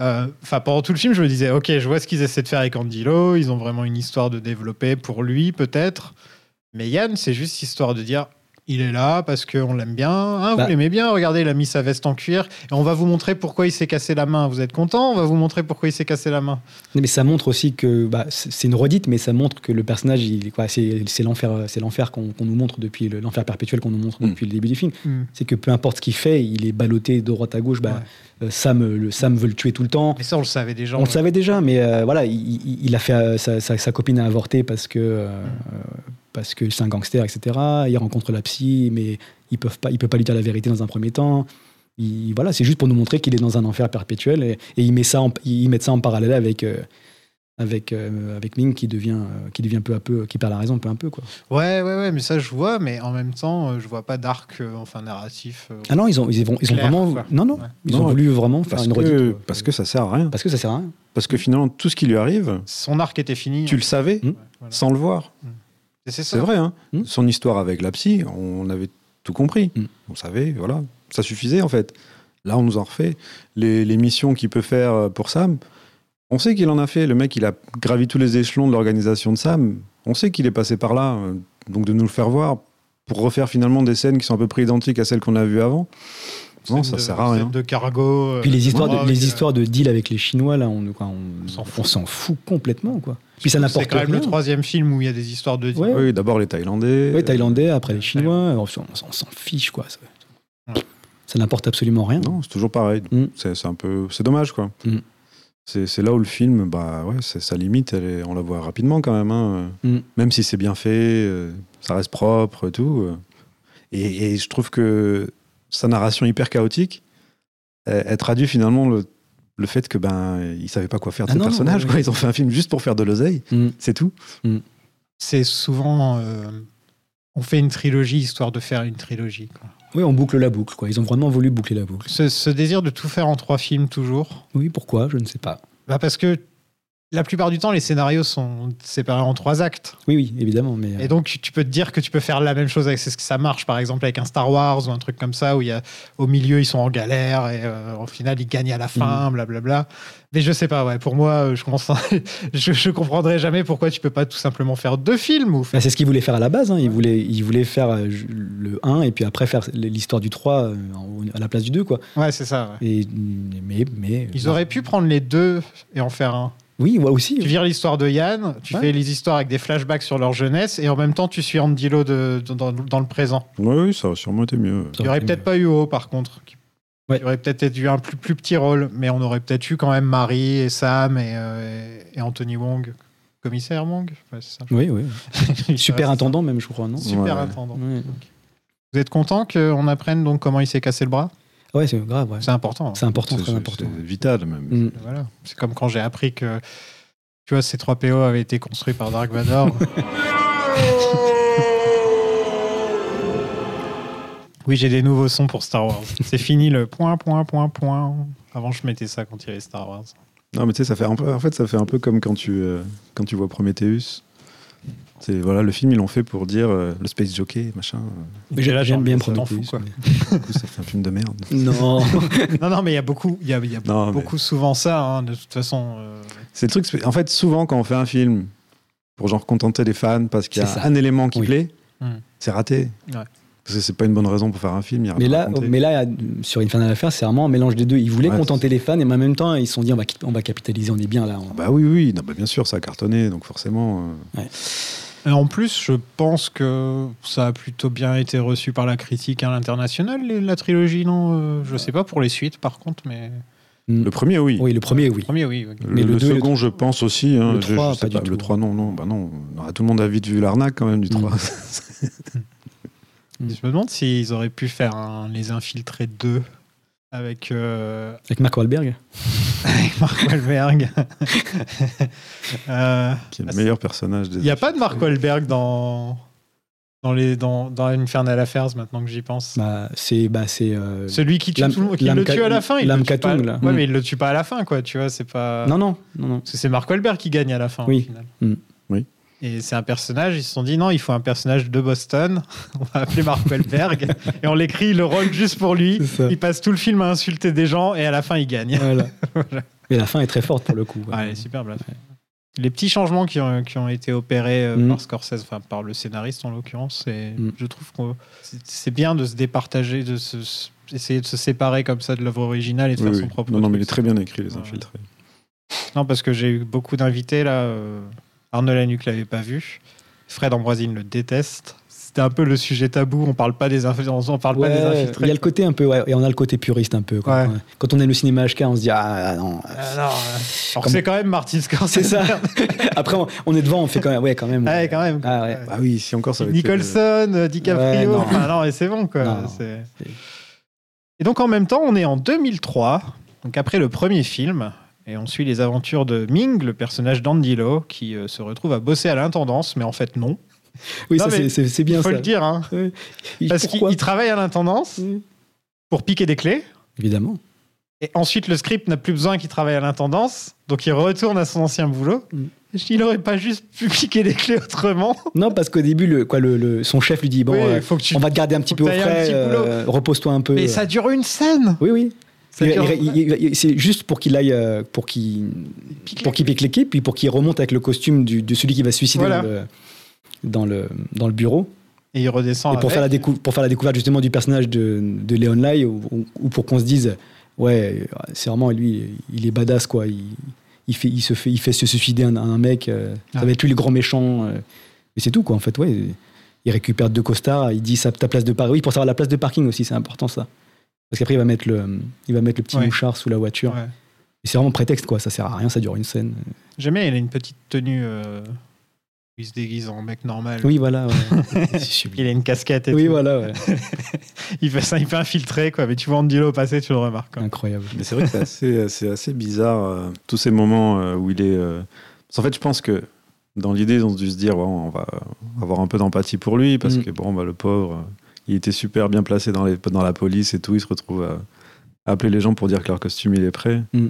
[SPEAKER 7] euh, Enfin, pendant tout le film, je me disais, ok, je vois ce qu'ils essaient de faire avec Andilo. Ils ont vraiment une histoire de développer pour lui, peut-être. Mais Yann, c'est juste histoire de dire, il est là parce qu'on l'aime bien. Hein,
[SPEAKER 9] Bah.
[SPEAKER 7] Vous l'aimez bien. Regardez, il a mis sa veste en cuir. Et on va vous montrer pourquoi il s'est cassé la main. Vous êtes content On va vous montrer pourquoi il s'est cassé la main.
[SPEAKER 9] Mais ça montre aussi que bah, c'est c'est une redite, mais ça montre que le personnage, il, quoi, c'est c'est l'enfer, c'est l'enfer qu'on qu'on nous montre depuis le- l'enfer perpétuel qu'on nous montre
[SPEAKER 8] Mm.
[SPEAKER 9] depuis le début du film.
[SPEAKER 7] Mm.
[SPEAKER 9] C'est que peu importe ce qu'il fait, il est ballotté de droite à gauche. Bah, euh, Sam, euh, le Sam veut le tuer tout le temps.
[SPEAKER 7] Mais ça, on le savait déjà.
[SPEAKER 9] On le savait déjà, mais euh, voilà, il, il- il a fait euh, sa, sa- sa copine a avorté parce que euh, euh, parce que c'est un gangster, etc. Il rencontre la psy, mais ils peuvent pas, il peut pas lui dire la vérité dans un premier temps. Il- voilà, c'est juste pour nous montrer qu'il est dans un enfer perpétuel et, et il met ça, en, ils mettent ça en parallèle avec. euh, avec, euh, avec Ming qui devient, euh, qui devient peu à peu, qui perd la raison peu à peu. Quoi.
[SPEAKER 7] Ouais, ouais, ouais, mais ça je vois, mais en même temps, euh, je vois pas d'arc, euh, enfin narratif. euh.
[SPEAKER 9] Ah non, ils ont, ils ont, ils ont
[SPEAKER 7] Clair,
[SPEAKER 9] vraiment.
[SPEAKER 7] quoi.
[SPEAKER 9] Non, non,
[SPEAKER 7] Ouais.
[SPEAKER 9] ils
[SPEAKER 8] Non,
[SPEAKER 9] ont voulu vraiment faire
[SPEAKER 8] parce,
[SPEAKER 9] une
[SPEAKER 8] que,
[SPEAKER 9] redite.
[SPEAKER 8] parce que ça sert à rien.
[SPEAKER 9] parce que ça sert à rien.
[SPEAKER 8] Parce que finalement, tout ce qui lui arrive,
[SPEAKER 7] Son arc était fini.
[SPEAKER 8] tu le savais
[SPEAKER 9] Mm.
[SPEAKER 7] Ouais, voilà.
[SPEAKER 8] sans le voir.
[SPEAKER 7] Et C'est ça.
[SPEAKER 8] C'est vrai, hein.
[SPEAKER 9] Mm.
[SPEAKER 8] Son histoire avec la psy, on avait tout compris.
[SPEAKER 9] Mm.
[SPEAKER 8] On savait, voilà. Ça suffisait, en fait. Là, on nous en refait. Les, les missions qu'il peut faire euh, pour Sam, on sait qu'il en a fait. Le mec, il a gravi tous les échelons de l'organisation de Sam. On sait qu'il est passé par là. euh, Donc, de nous le faire voir, pour refaire finalement des scènes qui sont à peu près identiques à celles qu'on a vues avant. Non, ça
[SPEAKER 7] de-
[SPEAKER 8] sert à rien.
[SPEAKER 7] De cargo.
[SPEAKER 9] Puis les histoires, de,
[SPEAKER 7] drogue,
[SPEAKER 9] les
[SPEAKER 7] euh,
[SPEAKER 9] histoires de deal avec les Chinois, là, on quoi, on-
[SPEAKER 7] On s'en fout.
[SPEAKER 9] on s'en fout. complètement. Quoi. Puis ça
[SPEAKER 7] C'est
[SPEAKER 9] n'apporte
[SPEAKER 7] quand
[SPEAKER 9] rien.
[SPEAKER 7] même le troisième film où il y a des histoires de.
[SPEAKER 9] Ouais.
[SPEAKER 8] Oui, d'abord les Thaïlandais.
[SPEAKER 9] Ouais, Thaïlandais, après les Chinois, on s'en- on s'en fiche. quoi. Ça,
[SPEAKER 7] Ouais.
[SPEAKER 9] ça n'apporte absolument rien.
[SPEAKER 8] Non, c'est toujours pareil.
[SPEAKER 9] Mm.
[SPEAKER 8] C'est c'est un peu, c'est dommage quoi.
[SPEAKER 9] Mm.
[SPEAKER 8] C'est c'est là où le film, bah ouais, c'est sa limite, elle est- on la voit rapidement quand même. hein.
[SPEAKER 9] Mm.
[SPEAKER 8] Même si c'est bien fait, euh, ça reste propre, et tout. euh. Et, et je trouve que sa narration hyper chaotique, euh, elle, elle traduit finalement le, le fait que ben ils savaient pas quoi faire de
[SPEAKER 9] Ah
[SPEAKER 8] ces
[SPEAKER 9] non, non,
[SPEAKER 8] personnages.
[SPEAKER 9] oui,
[SPEAKER 8] quoi.
[SPEAKER 9] oui.
[SPEAKER 8] Ils ont fait un film juste pour faire de l'oseille,
[SPEAKER 9] Mm.
[SPEAKER 8] c'est tout.
[SPEAKER 7] C'est souvent. euh, on fait une trilogie histoire de faire une trilogie. quoi.
[SPEAKER 9] Oui, on boucle la boucle. Quoi. Ils ont vraiment voulu boucler la boucle.
[SPEAKER 7] Ce, ce désir de tout faire en trois films toujours.
[SPEAKER 9] Oui, pourquoi Je ne sais pas.
[SPEAKER 7] Bah parce que la plupart du temps, les scénarios sont séparés en trois actes.
[SPEAKER 9] Oui, oui, évidemment. Mais, euh,
[SPEAKER 7] Et donc, tu peux te dire que tu peux faire la même chose avec c'est ce que ça marche, par exemple, avec un Star Wars ou un truc comme ça, où il y a, au milieu, ils sont en galère et euh, au final, ils gagnent à la fin, blablabla. Mais je sais pas, ouais, pour moi, euh, je, commence à- je, je comprendrai jamais pourquoi tu peux pas tout simplement faire deux films ou faire.
[SPEAKER 9] Bah, c'est ce qu'ils voulaient faire à la base. Hein. Ils, voulaient, ils voulaient faire euh, le 1 et puis après faire l'histoire du 3 euh, en- à la place du 2. Quoi.
[SPEAKER 7] Ouais, c'est ça, ouais.
[SPEAKER 9] Et, mais, mais,
[SPEAKER 7] Ils auraient pu prendre les deux et en faire un.
[SPEAKER 9] Oui, moi aussi.
[SPEAKER 7] Tu vires l'histoire de Yann, tu
[SPEAKER 9] Ouais.
[SPEAKER 7] fais les histoires avec des flashbacks sur leur jeunesse et en même temps, tu suis Andy Lo de, de- dans, dans le présent.
[SPEAKER 8] Oui, oui, ça aurait sûrement été mieux.
[SPEAKER 7] Il y aurait peut-être pas eu O, par contre. qui-
[SPEAKER 9] Ouais.
[SPEAKER 7] Il y aurait peut-être eu un plus, plus petit rôle, mais on aurait peut-être eu quand même Marie et Sam et, euh, et- et Anthony Wong. Commissaire Wong Ouais, c'est ça.
[SPEAKER 9] Oui, oui.
[SPEAKER 7] Il
[SPEAKER 9] Super
[SPEAKER 7] reste-
[SPEAKER 9] intendant, même, je crois, non
[SPEAKER 7] Super
[SPEAKER 8] Ouais.
[SPEAKER 7] intendant.
[SPEAKER 9] Ouais,
[SPEAKER 7] Vous êtes content qu'on apprenne donc comment il s'est cassé le bras
[SPEAKER 9] Ouais, c'est grave. ouais.
[SPEAKER 7] C'est important. hein.
[SPEAKER 9] C'est important,
[SPEAKER 8] C'est-
[SPEAKER 9] très
[SPEAKER 8] c'est-
[SPEAKER 9] important.
[SPEAKER 8] c'est vital même.
[SPEAKER 9] Mm.
[SPEAKER 7] Voilà. C'est comme quand j'ai appris que tu vois, ces 3 PO avaient été construits par Dark Vador. oui, j'ai des nouveaux sons pour Star Wars. C'est fini le point, point, point, point. Avant, je mettais ça quand il y avait Star Wars.
[SPEAKER 8] Non, mais tu sais, ça fait un peu, en fait, ça fait un peu comme quand tu, euh, quand tu vois Prometheus. C'est voilà, le film ils l'ont fait pour dire euh, le space jockey, machin. euh,
[SPEAKER 9] Mais j'ai- j'aime bien
[SPEAKER 7] Ça t'en
[SPEAKER 9] Prometheus,
[SPEAKER 7] fout, quoi.
[SPEAKER 9] mais-
[SPEAKER 8] Du coup, ça fait un film de merde.
[SPEAKER 9] Non.
[SPEAKER 7] Non, non, mais il y a beaucoup, il y a, il y a
[SPEAKER 8] Non, mais-
[SPEAKER 7] beaucoup souvent ça, hein, de toute façon. euh,
[SPEAKER 8] C'est le truc. c'est- En fait, souvent quand on fait un film pour genre contenter les fans parce qu'il y a
[SPEAKER 9] C'est ça.
[SPEAKER 8] un élément qui
[SPEAKER 9] Oui.
[SPEAKER 8] plaît,
[SPEAKER 7] Mm.
[SPEAKER 8] c'est raté.
[SPEAKER 7] Ouais.
[SPEAKER 8] Parce que c'est pas une bonne raison pour faire un film. il y a
[SPEAKER 9] mais
[SPEAKER 8] rien à
[SPEAKER 9] là,
[SPEAKER 8] raconter.
[SPEAKER 9] mais là, sur Infernal Affaires, c'est vraiment un mélange des deux. Ils voulaient
[SPEAKER 8] Ouais,
[SPEAKER 9] contenter les fans et en même temps, ils se sont dit on va, on va capitaliser, on est bien là. on-
[SPEAKER 8] bah oui, oui, non, bah, bien sûr, ça a cartonné, donc forcément. euh,
[SPEAKER 7] Et en plus, je pense que ça a plutôt bien été reçu par la critique à l'international, les- la trilogie, non euh, Je sais pas pour les suites, par contre, mais.
[SPEAKER 9] Mm.
[SPEAKER 8] Le premier, oui.
[SPEAKER 9] Oui, le premier, oui.
[SPEAKER 7] Premier, oui. oui.
[SPEAKER 8] Le,
[SPEAKER 9] mais le
[SPEAKER 8] le
[SPEAKER 9] deux et le
[SPEAKER 8] second, je pense aussi. hein,
[SPEAKER 9] Le
[SPEAKER 8] je- je
[SPEAKER 9] trois,
[SPEAKER 8] sais
[SPEAKER 9] pas du tout.
[SPEAKER 8] Le 3, non, non, bah non. Ah, Tout le monde a vite vu l'arnaque quand même du
[SPEAKER 9] Mm.
[SPEAKER 8] 3.
[SPEAKER 7] Je me demande s'ils auraient pu faire un Les Infiltrés 2 avec, euh,
[SPEAKER 9] Avec Mark Wahlberg.
[SPEAKER 7] avec Mark Wahlberg. Euh,
[SPEAKER 8] qui est
[SPEAKER 7] Ah,
[SPEAKER 8] le meilleur personnage des
[SPEAKER 7] Il n'y a pas de Mark Wahlberg dans, dans, les, dans, dans Infernal Affairs, maintenant que j'y pense.
[SPEAKER 9] Bah, c'est bah, c'est, euh,
[SPEAKER 7] Celui qui, tue
[SPEAKER 9] Lam-
[SPEAKER 7] tout le, monde, qui
[SPEAKER 9] Lam-
[SPEAKER 7] le tue à la fin, il
[SPEAKER 9] Lam
[SPEAKER 7] le tue pas.
[SPEAKER 9] Katung, là.
[SPEAKER 7] Ouais,
[SPEAKER 9] Mm.
[SPEAKER 7] mais il le tue pas à la fin, quoi. Tu vois, c'est pas.
[SPEAKER 9] non, non, non, non.
[SPEAKER 7] Parce que c'est Mark Wahlberg qui gagne à la fin.
[SPEAKER 9] Oui.
[SPEAKER 7] Au final.
[SPEAKER 9] Mm.
[SPEAKER 8] Oui.
[SPEAKER 7] Et c'est un personnage, ils se sont dit non, il faut un personnage de Boston, on va appeler Mark Wahlberg, et on l'écrit, il le rôle juste pour lui.
[SPEAKER 9] C'est ça.
[SPEAKER 7] Il passe tout le film à insulter des gens et à la fin il gagne.
[SPEAKER 9] Voilà.
[SPEAKER 7] Voilà.
[SPEAKER 9] Mais la fin est très forte pour le coup. ouais.
[SPEAKER 7] Ah, elle est superbe la fin. Les petits changements qui ont, qui ont été opérés euh,
[SPEAKER 9] Mm.
[SPEAKER 7] par Scorsese, enfin par le scénariste en l'occurrence, et
[SPEAKER 9] Mm.
[SPEAKER 7] je trouve que c'est bien de se départager, de se, se- essayer de se séparer comme ça de l'œuvre originale et de
[SPEAKER 8] Oui,
[SPEAKER 7] faire
[SPEAKER 8] oui.
[SPEAKER 7] son propre.
[SPEAKER 8] Non, non, mais
[SPEAKER 7] truc. Ah.
[SPEAKER 8] il est très bien écrit, Les
[SPEAKER 7] Voilà.
[SPEAKER 8] Infiltrés.
[SPEAKER 7] Non, parce que j'ai eu beaucoup d'invités là. euh, Arnaud Lanuc l'avait pas vu. Fred Ambroisine le déteste. C'était un peu le sujet tabou. On parle pas des inf- on- on parle
[SPEAKER 9] Ouais,
[SPEAKER 7] pas des
[SPEAKER 9] il
[SPEAKER 7] infiltrés.
[SPEAKER 9] y a le côté un peu, ouais, et on a le côté puriste un peu. quoi.
[SPEAKER 7] Ouais.
[SPEAKER 9] Ouais. Quand on aime le cinéma HK, on se dit ah non.
[SPEAKER 7] Ah, non, euh, alors que
[SPEAKER 9] Comme-
[SPEAKER 7] c'est quand même Martin Scorsese.
[SPEAKER 9] C'est ça. Après, on, on est devant, on fait quand même. Ouais, quand même.
[SPEAKER 7] Ouais, quand même.
[SPEAKER 9] Ah, ouais.
[SPEAKER 8] Bah oui, si encore ça va être-
[SPEAKER 7] Nicholson, euh,
[SPEAKER 9] Ouais,
[SPEAKER 7] DiCaprio.
[SPEAKER 9] non.
[SPEAKER 7] enfin, non, mais c'est bon quoi.
[SPEAKER 9] Non, non,
[SPEAKER 7] C'est-
[SPEAKER 9] c'est-
[SPEAKER 7] Et donc en même temps, on est en 2003, donc après le premier film. Et on suit les aventures de Ming, le personnage d'Andy Lau, qui euh, se retrouve à bosser à l'intendance, mais en fait non.
[SPEAKER 9] Oui,
[SPEAKER 7] Non,
[SPEAKER 9] ça, c'est-
[SPEAKER 7] mais
[SPEAKER 9] c'est c'est
[SPEAKER 7] Il
[SPEAKER 9] bien
[SPEAKER 7] faut
[SPEAKER 9] ça.
[SPEAKER 7] le dire, hein.
[SPEAKER 9] Il-
[SPEAKER 7] parce qu'il
[SPEAKER 9] pourquoi Mm.
[SPEAKER 7] il travaille à l'intendance
[SPEAKER 9] Oui.
[SPEAKER 7] pour piquer des clés.
[SPEAKER 9] Évidemment.
[SPEAKER 7] Et ensuite, le script n'a plus besoin qu'il travaille à l'intendance, donc il retourne à son ancien boulot.
[SPEAKER 9] Mm.
[SPEAKER 7] Il n'aurait pas juste pu piquer les clés autrement.
[SPEAKER 9] Non, parce qu'au début, le, quoi, le, le- son chef lui dit bon,
[SPEAKER 7] Oui,
[SPEAKER 9] euh,
[SPEAKER 7] faut que tu-
[SPEAKER 9] on va te garder un petit peu
[SPEAKER 7] faut
[SPEAKER 9] au
[SPEAKER 7] que t'ailles un
[SPEAKER 9] frais,
[SPEAKER 7] petit boulot.
[SPEAKER 9] euh, repose-toi un peu.
[SPEAKER 7] Mais ça dure une scène.
[SPEAKER 9] Oui, oui.
[SPEAKER 7] Ça
[SPEAKER 9] Il-
[SPEAKER 7] dure-
[SPEAKER 9] il- il- il- il- C'est juste pour qu'il aille, euh, pour qu'il, pour qu'il pique l'équipe, puis pour qu'il remonte avec le costume du- de celui qui va se suicider
[SPEAKER 7] Voilà.
[SPEAKER 9] dans, le, dans le dans le bureau.
[SPEAKER 7] Et il redescend.
[SPEAKER 9] Et pour,
[SPEAKER 7] avec.
[SPEAKER 9] faire la décou- pour faire la découverte justement du personnage de, de Léon Lai, ou, ou- ou pour qu'on se dise, ouais, c'est vraiment lui, il est badass, quoi. Il, il fait, il, se fait, il fait se suicider un, un mec, euh,
[SPEAKER 7] Ah.
[SPEAKER 9] ça va être lui le grand méchant. euh. mais c'est tout, quoi, en fait, ouais. Il récupère deux costards, il dit sa, ta place de parking. Oui, pour savoir la place de parking aussi, c'est important ça. Parce qu'après, il va mettre le, il va mettre le petit
[SPEAKER 7] Ouais.
[SPEAKER 9] mouchard sous la voiture.
[SPEAKER 7] Ouais. Ah
[SPEAKER 9] Et c'est vraiment prétexte, quoi. Ça sert à rien, ça dure une scène.
[SPEAKER 7] J'aime bien, il a une petite tenue. euh, où il se déguise en mec normal.
[SPEAKER 9] Oui, voilà. ouais. c'est sublime.
[SPEAKER 7] Il a une casquette et
[SPEAKER 9] Oui,
[SPEAKER 7] tout.
[SPEAKER 9] voilà, ouais.
[SPEAKER 7] Il fait ça, il fait infiltrer, quoi. Mais tu vois, Andy Lau passer, tu le remarques. quoi.
[SPEAKER 9] Incroyable.
[SPEAKER 8] Mais c'est vrai que c'est assez, c'est assez bizarre, euh, tous ces moments euh, où il est. euh, parce qu'en fait, je pense que dans l'idée, ils ont dû se dire ouais, on va avoir un peu d'empathie pour lui, parce
[SPEAKER 9] Mm.
[SPEAKER 8] que bon, bah, le pauvre, euh, il était super bien placé dans, les, dans la police et tout, il se retrouve à, à appeler les gens pour dire que leur costume, il est prêt.
[SPEAKER 9] Mm.